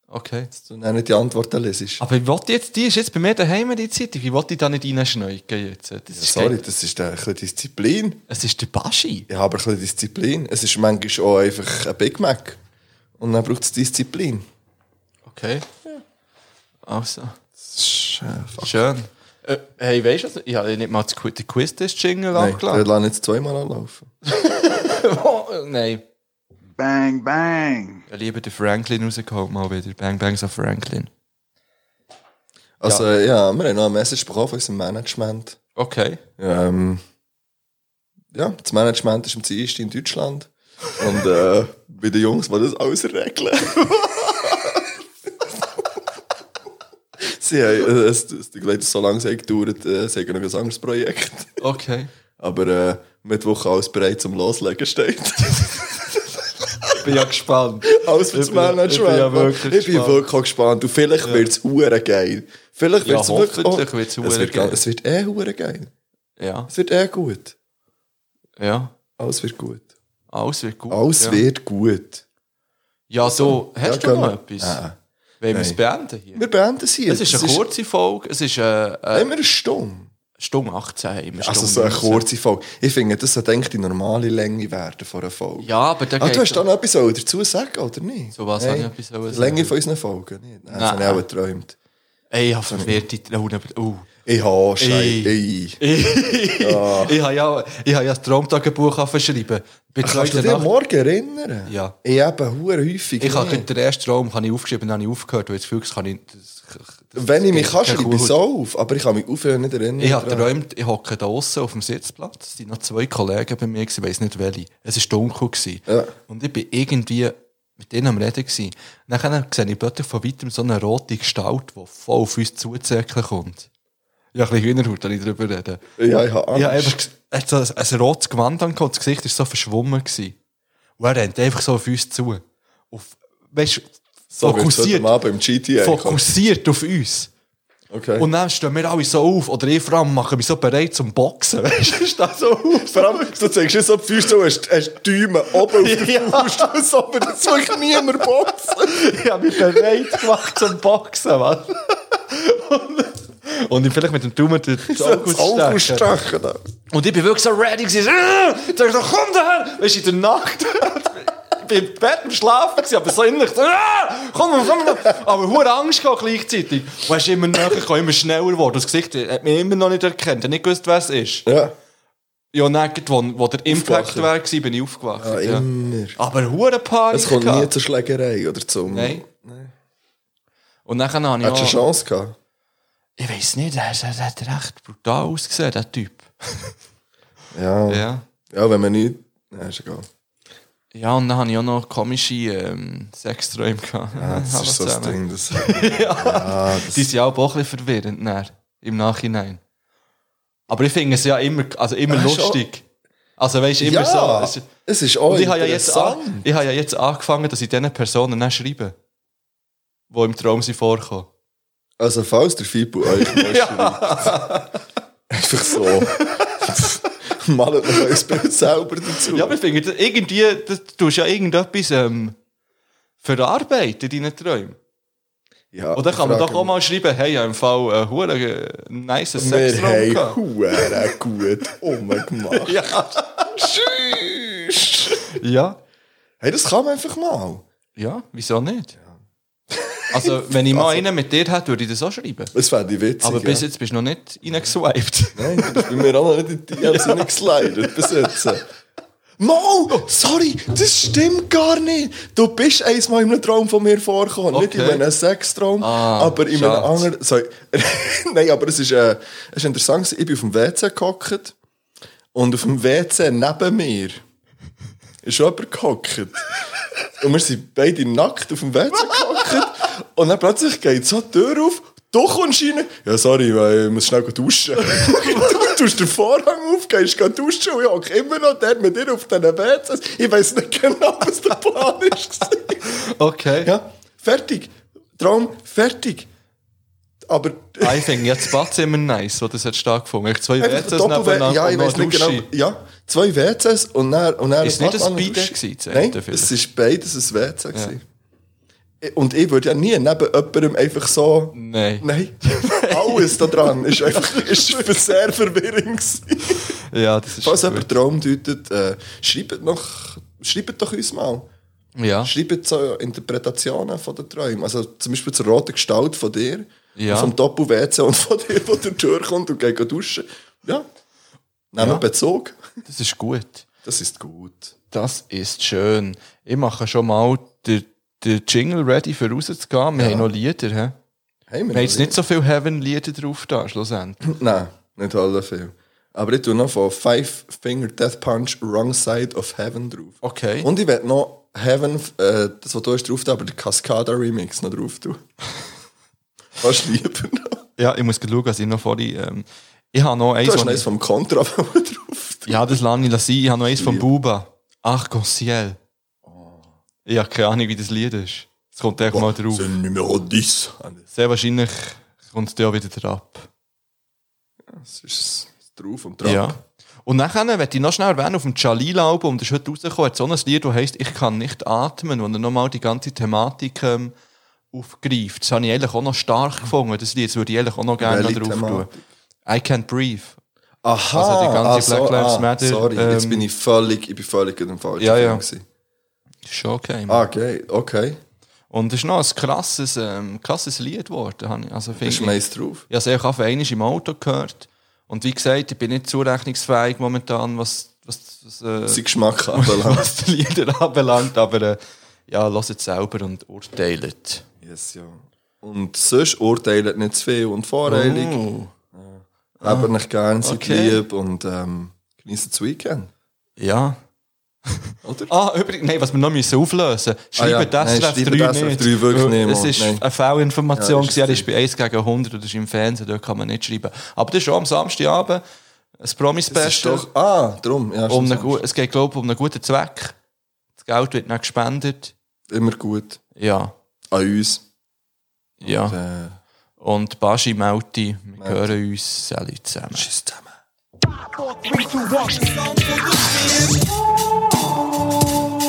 Speaker 2: okay.
Speaker 3: dass du dann nicht die Antworten lesest.
Speaker 2: Aber ich wollte jetzt, die ist jetzt bei mir daheim, die Zeitung. Ich wollte die da nicht reinschneiden jetzt. Das ist
Speaker 3: Sorry,
Speaker 2: kein-
Speaker 3: das ist ein bisschen Disziplin.
Speaker 2: Es ist der Baschi.
Speaker 3: Ja, aber ein bisschen Disziplin. Es ist manchmal auch einfach ein Big Mac. Und dann braucht es Disziplin.
Speaker 2: Okay. Also,
Speaker 3: Das ist, äh, fuck.
Speaker 2: schön. Äh, hey, weißt du, was? ich habe nicht mal das Qu- den Quiz-Test-Jingle
Speaker 3: Nein, der
Speaker 2: angelassen.
Speaker 3: lassen jetzt zweimal anlaufen.
Speaker 2: Oh, Nein.
Speaker 5: Bang, bang.
Speaker 2: Ich liebe den Franklin rausgeholt mal wieder. Bang Bangs of Franklin.
Speaker 3: Also äh, ja, wir haben noch eine Message bekommen von unserem Management.
Speaker 2: Okay.
Speaker 3: Ähm, ja, das Management ist am Dienstag in Deutschland. Und äh, bei den Jungs, die das alles regeln. Sie haben, äh, es, es, die Leute, so lange es hat gedauert, äh, sie haben noch ein anderes Projekt.
Speaker 2: Okay.
Speaker 3: Aber äh, Mittwoch alles bereit zum Loslegen steht.
Speaker 2: Ich bin ja gespannt.
Speaker 3: Alles für das
Speaker 2: Ich bin-
Speaker 3: Management.
Speaker 2: ich bin ja
Speaker 3: Mann.
Speaker 2: wirklich
Speaker 3: ich bin
Speaker 2: gespannt.
Speaker 3: wirklich auch gespannt. Und vielleicht wird's wird es geil. Vielleicht
Speaker 2: Ja,
Speaker 3: wird's wirklich Oh,
Speaker 2: hoffentlich wird's
Speaker 3: es wird
Speaker 2: huere geil.
Speaker 3: ga- Es wird eh hure geil.
Speaker 2: Ja,
Speaker 3: Es wird eh gut.
Speaker 2: ja.
Speaker 3: Alles wird gut.
Speaker 2: Alles wird gut.
Speaker 3: Alles
Speaker 2: ja.
Speaker 3: wird gut.
Speaker 2: Ja, so, hast
Speaker 3: Ja,
Speaker 2: du noch
Speaker 3: gehen wir-
Speaker 2: etwas?
Speaker 3: Ah.
Speaker 2: Wollen wir es
Speaker 3: Nein.
Speaker 2: beenden hier?
Speaker 3: Wir beenden es hier.
Speaker 2: Es ist eine kurze Folge, es ist äh, eine, eine
Speaker 3: Immer eine Stunde.
Speaker 2: Stunde 18 haben wir.
Speaker 3: Also
Speaker 2: Stunde
Speaker 3: so eine
Speaker 2: 19.
Speaker 3: kurze Folge. Ich finde, das sollte eigentlich die normale Länge werden von einer Folge.
Speaker 2: Ja, aber da
Speaker 3: Ah,
Speaker 2: geht's
Speaker 3: du hast da
Speaker 2: um-
Speaker 3: noch etwas sollen dazu sagen, oder nicht?
Speaker 2: So was habe ich etwas sollen
Speaker 3: Die Länge
Speaker 2: sagen?
Speaker 3: von unseren Folgen, nicht? Nein, Das
Speaker 2: Nein.
Speaker 3: habe ich auch geträumt.
Speaker 2: Ey, ich habe verwirrte Traum, aber... Uh.
Speaker 3: Ich habe Scheiße.
Speaker 2: Ey.
Speaker 3: Ich.
Speaker 2: Ich, ich habe ja, ich habe ja das Traumtagebuch angeschrieben. Bei
Speaker 3: Kannst du
Speaker 2: zweiter
Speaker 3: dich am
Speaker 2: Nacht-
Speaker 3: Morgen erinnern?
Speaker 2: Ja.
Speaker 3: Ich eben hure häufig.
Speaker 2: Ich habe
Speaker 3: nicht.
Speaker 2: den ersten Traum kann ich aufgeschrieben, dann habe ich aufgehört, weil ich das Gefühl hatte, ich kann das, das,
Speaker 3: Wenn ich mich
Speaker 2: das-
Speaker 3: kann, schreibe
Speaker 2: das-
Speaker 3: ich es auf, aber ich kann mich aufhören nicht erinnern.
Speaker 2: Ich habe
Speaker 3: daran.
Speaker 2: geträumt, ich hocke da draussen auf dem Sitzplatz. Es waren noch zwei Kollegen bei mir, ich weiß nicht welche. Es war dunkel. Gewesen.
Speaker 3: Ja.
Speaker 2: Und ich bin irgendwie mit denen am Reden. Gewesen. Dann sehe ich plötzlich von weitem so eine rote Gestalt, die voll auf uns zuzirkeln kommt. Ja, ein bisschen Hühnerhaut, wenn ich darüber rede.
Speaker 3: Ja, ich habe Angst.
Speaker 2: Ja, einfach, er hat so ein, ein rotes Gewand angehabt, das Gesicht war so verschwommen. Gewesen. Und er rennt einfach so auf uns zu. Auf, weißt,
Speaker 3: so
Speaker 2: fokussiert,
Speaker 3: Mal beim GTA.
Speaker 2: fokussiert auf uns.
Speaker 3: Okay.
Speaker 2: Und dann stehen wir alle so auf, oder ich vor allem mache mich so bereit zum Boxen. Weißt du, ich stehe so auf.
Speaker 3: vor allem, du zeigst jetzt so die Füße, du hast, hast Däume oben auf der
Speaker 2: Ja.
Speaker 3: Faust, und so, aber das wirklich niemand boxen.
Speaker 2: Ich habe mich bereit gemacht zum Boxen, Mann. Und, und ich vielleicht mit dem Daumen den
Speaker 3: Das Auge
Speaker 2: August stechen.
Speaker 3: stechen. da.
Speaker 2: Und ich bin wirklich so ready. gewesen. Äh, Ich dachte, so, komm daher! Weißt du, in der Nacht. Ich bin im Bett am Schlafen, gewesen, aber so innerlich. äh, Komm, komm, komm. Aber hohe Angst gehabt gleichzeitig. Weißt du, immer näher, ich immer schneller geworden. Das Gesicht hat mich immer noch nicht erkannt. Ich habe nicht gewusst, wer es ist.
Speaker 3: Ja.
Speaker 2: Ja, nein, gerade wo, wo der Impact
Speaker 3: Aufgewacht.
Speaker 2: war, war, bin ich aufgewacht. Ja,
Speaker 3: immer.
Speaker 2: Aber hure Panik.
Speaker 3: Es kommt nie
Speaker 2: gehabt.
Speaker 3: zur Schlägerei oder zum...
Speaker 2: Nein. Und dann habe ich
Speaker 3: Hättest du eine
Speaker 2: auch...
Speaker 3: Chance gehabt?
Speaker 2: Ich weiß nicht, er, er hat recht brutal ausgesehen, der Typ.
Speaker 3: Ja. ja.
Speaker 2: Ja.
Speaker 3: wenn man nicht... Nein, ist egal.
Speaker 2: Ja, und dann habe ich auch noch komische ähm, Sexträume gehabt.
Speaker 3: Ja, das
Speaker 2: Alle
Speaker 3: ist so das
Speaker 2: zusammen.
Speaker 3: Ding. Das,
Speaker 2: Die sind ja auch ein bisschen verwirrend dann, im Nachhinein. Aber ich finde es ja immer, also immer
Speaker 3: Ja, schon.
Speaker 2: lustig. Also weißt du, immer
Speaker 3: ja,
Speaker 2: so. Es,
Speaker 3: es ist auch
Speaker 2: und ich habe ja, jetzt an,
Speaker 3: interessant.
Speaker 2: ich habe ja jetzt angefangen, dass ich diesen Personen dann schreibe, die im Traum sind vorkommen.
Speaker 3: Also, falls der Fibu euch mal schreibt, einfach so. Malet noch ein Bild selber dazu.
Speaker 2: Ja, aber ich finde, das- irgendwie, das, du hast ja irgendetwas ähm, verarbeitet in deinen Träumen.
Speaker 3: Ja,
Speaker 2: Oder kann man
Speaker 3: frage
Speaker 2: doch auch mal schreiben, hey, ich habe im Fall einen huren nice
Speaker 3: mich. Wir
Speaker 2: Sextraum
Speaker 3: haben
Speaker 2: gehabt.
Speaker 3: Huren gut umgemacht.
Speaker 2: Ja. ja,
Speaker 3: Hey, das kann man einfach mal.
Speaker 2: ja, wieso nicht? Also, wenn ich mal einen mit dir hätte, würde ich das auch schreiben.
Speaker 3: Das fände ich witzig.
Speaker 2: Aber bis
Speaker 3: ja.
Speaker 2: jetzt bist du noch nicht reingeswiped.
Speaker 3: Nein, du bist bei mir auch noch nicht in die DMs reingeslidet bis jetzt. Mo, sorry, das stimmt gar nicht. Du bist einmal in einem Traum von mir vorgekommen. Nicht in
Speaker 2: Okay.
Speaker 3: einem Sextraum,
Speaker 2: Ah,
Speaker 3: aber in
Speaker 2: schade.
Speaker 3: einem anderen. Sorry. Nein, aber es ist, äh, es ist interessant. gewesen. Ich bin auf dem WC gehockt und auf dem WC neben mir ist jemand gehockt. Und wir sind beide nackt auf dem WC gehockt. Und dann plötzlich geht so die Tür auf. Du kommst rein. Ja, sorry, weil ich muss schnell duschen. du tust den Vorhang auf, gehst geh duschen und ich hocke immer noch dort mit dir auf diesen WCs. Ich weiss nicht genau, was der Plan war.
Speaker 2: Okay.
Speaker 3: ja, fertig. Traum, fertig. Aber...
Speaker 2: Ah, Ich finde jetzt das Badzimmer nice, wo das hat stattgefunden. Ich zwei
Speaker 3: Einfach
Speaker 2: WCs
Speaker 3: Doppel-
Speaker 2: nebeneinander
Speaker 3: ja, ich
Speaker 2: und noch
Speaker 3: weiß
Speaker 2: eine
Speaker 3: nicht genau.
Speaker 2: Dusche.
Speaker 3: Ja, zwei WCs und dann, und dann
Speaker 2: Ist
Speaker 3: eine
Speaker 2: nicht ein
Speaker 3: Badwanne-
Speaker 2: Bidet
Speaker 3: Dusche.
Speaker 2: gewesen, das eine
Speaker 3: Nein,
Speaker 2: vielleicht?
Speaker 3: es ist beides ein WC. gewesen. Und ich würde ja nie neben jemandem einfach so...
Speaker 2: Nein.
Speaker 3: Nein. Alles daran ist einfach ist sehr verwirrend gewesen.
Speaker 2: Ja, das ist
Speaker 3: Falls
Speaker 2: gut.
Speaker 3: jemand Traum deutet, äh, schreibt, noch, schreibt doch uns mal.
Speaker 2: Ja.
Speaker 3: Schreibt so Interpretationen von den Träumen. Also zum Beispiel zur roten Gestalt von dir,
Speaker 2: Ja.
Speaker 3: vom Doppel-WC und von dir, der da durchkommt und geht duschen. Ja. Nehmen wir Bezug.
Speaker 2: Das ist gut.
Speaker 3: Das ist gut.
Speaker 2: Das ist schön. Ich mache schon mal den, den Jingle ready für rauszugehen. Wir haben noch Lieder. He?
Speaker 3: Hey, wir
Speaker 2: Wir haben jetzt nicht so viele Heaven-Lieder drauf da, schlussendlich.
Speaker 3: Nein, nicht alle viel. Aber ich tue noch von Five Finger Death Punch Wrong Side of Heaven drauf.
Speaker 2: Okay.
Speaker 3: Und ich werde noch Heaven, äh, das, was du hast drauf, tun, aber den Cascada Remix noch drauf tun. Fast lieber noch.
Speaker 2: Ja, ich muss gleich schauen, was ich noch vorhin... Ähm, ich habe noch eins...
Speaker 3: Du hast noch
Speaker 2: wo
Speaker 3: eins
Speaker 2: ich,
Speaker 3: vom Contra drauf. tun.
Speaker 2: ja, das lasse ich sein. Ich habe noch eins von Buba. Ach, Gossiel.
Speaker 3: Oh.
Speaker 2: Ich habe keine Ahnung, wie das Lied ist. Es kommt echt mal drauf.
Speaker 3: C'est Numero 10.
Speaker 2: Sehr wahrscheinlich kommt es da auch wieder drauf.
Speaker 3: Das ist drauf und drauf.
Speaker 2: Ja. Und nachher möchte ich noch schnell erwähnen, auf dem Jalil-Album, das ist heute rausgekommen, hat so ein Lied, das heisst «Ich kann nicht atmen», wo er nochmal die ganze Thematik ähm, aufgreift. Das habe ich eigentlich auch noch stark gefunden, das Lied. Das würde ich eigentlich auch noch gerne noch
Speaker 3: Welche
Speaker 2: drauf tun.
Speaker 3: Thematik?
Speaker 2: «I Can't Breathe».
Speaker 3: Aha, ah,
Speaker 2: Also die ganze Black Lives Matter,
Speaker 3: Sorry, jetzt
Speaker 2: ähm,
Speaker 3: bin ich völlig, ich bin völlig in dem falschen
Speaker 2: Ja, ja.
Speaker 3: Film gewesen.
Speaker 2: Ist schon okay.
Speaker 3: Ah, okay, okay.
Speaker 2: Und es ist noch ein krasses, ähm, krasses Lied geworden. habe ich- Also finde
Speaker 3: Das
Speaker 2: ich-
Speaker 3: schmeißt drauf.
Speaker 2: ich habe es einfach einmal im Auto gehört. Und wie gesagt, ich bin nicht zurechnungsfähig momentan, was, was, was,
Speaker 3: Sein
Speaker 2: äh,
Speaker 3: Geschmack anbelangt.
Speaker 2: was die Lieder anbelangt. Aber äh, ja, hört selber und urteilt.
Speaker 3: yes, ja. Und sonst urteilt nicht zu viel und voreilig.
Speaker 2: Oh. Ah.
Speaker 3: Aber nicht gern, seid
Speaker 2: Okay.
Speaker 3: lieb und ähm, genießt das Weekend.
Speaker 2: Ja.
Speaker 3: Oder?
Speaker 2: Ah, übrigens, nein, was wir noch müssen auflösen müssen. Schreiben
Speaker 3: Ah ja,
Speaker 2: das
Speaker 3: nein,
Speaker 2: SRF 3
Speaker 3: schreiben das SRF
Speaker 2: nicht.
Speaker 3: 3 wirklich
Speaker 2: Weil
Speaker 3: nicht,
Speaker 2: Es
Speaker 3: Mann,
Speaker 2: ist
Speaker 3: nein.
Speaker 2: eine Fehlinformation,
Speaker 3: Ja,
Speaker 2: ja,
Speaker 3: ist
Speaker 2: gewesen. er ist bei 1 gegen 100 oder ist im Fernsehen, dort kann man nicht schreiben. Aber das ist schon am Samstagabend ein
Speaker 3: Das ist
Speaker 2: Promis-Special.
Speaker 3: doch. Ah, drum. Ja,
Speaker 2: Um
Speaker 3: stimmt.
Speaker 2: einen gu- es geht, glaube ich, um einen guten Zweck. Das Geld wird dann gespendet.
Speaker 3: Immer gut.
Speaker 2: Ja,
Speaker 3: An uns.
Speaker 2: ja.
Speaker 3: Äh,
Speaker 2: Und Baschi, Melti, wir hören uns alle zusammen.
Speaker 3: tschüss zusammen.
Speaker 6: Three, two, one.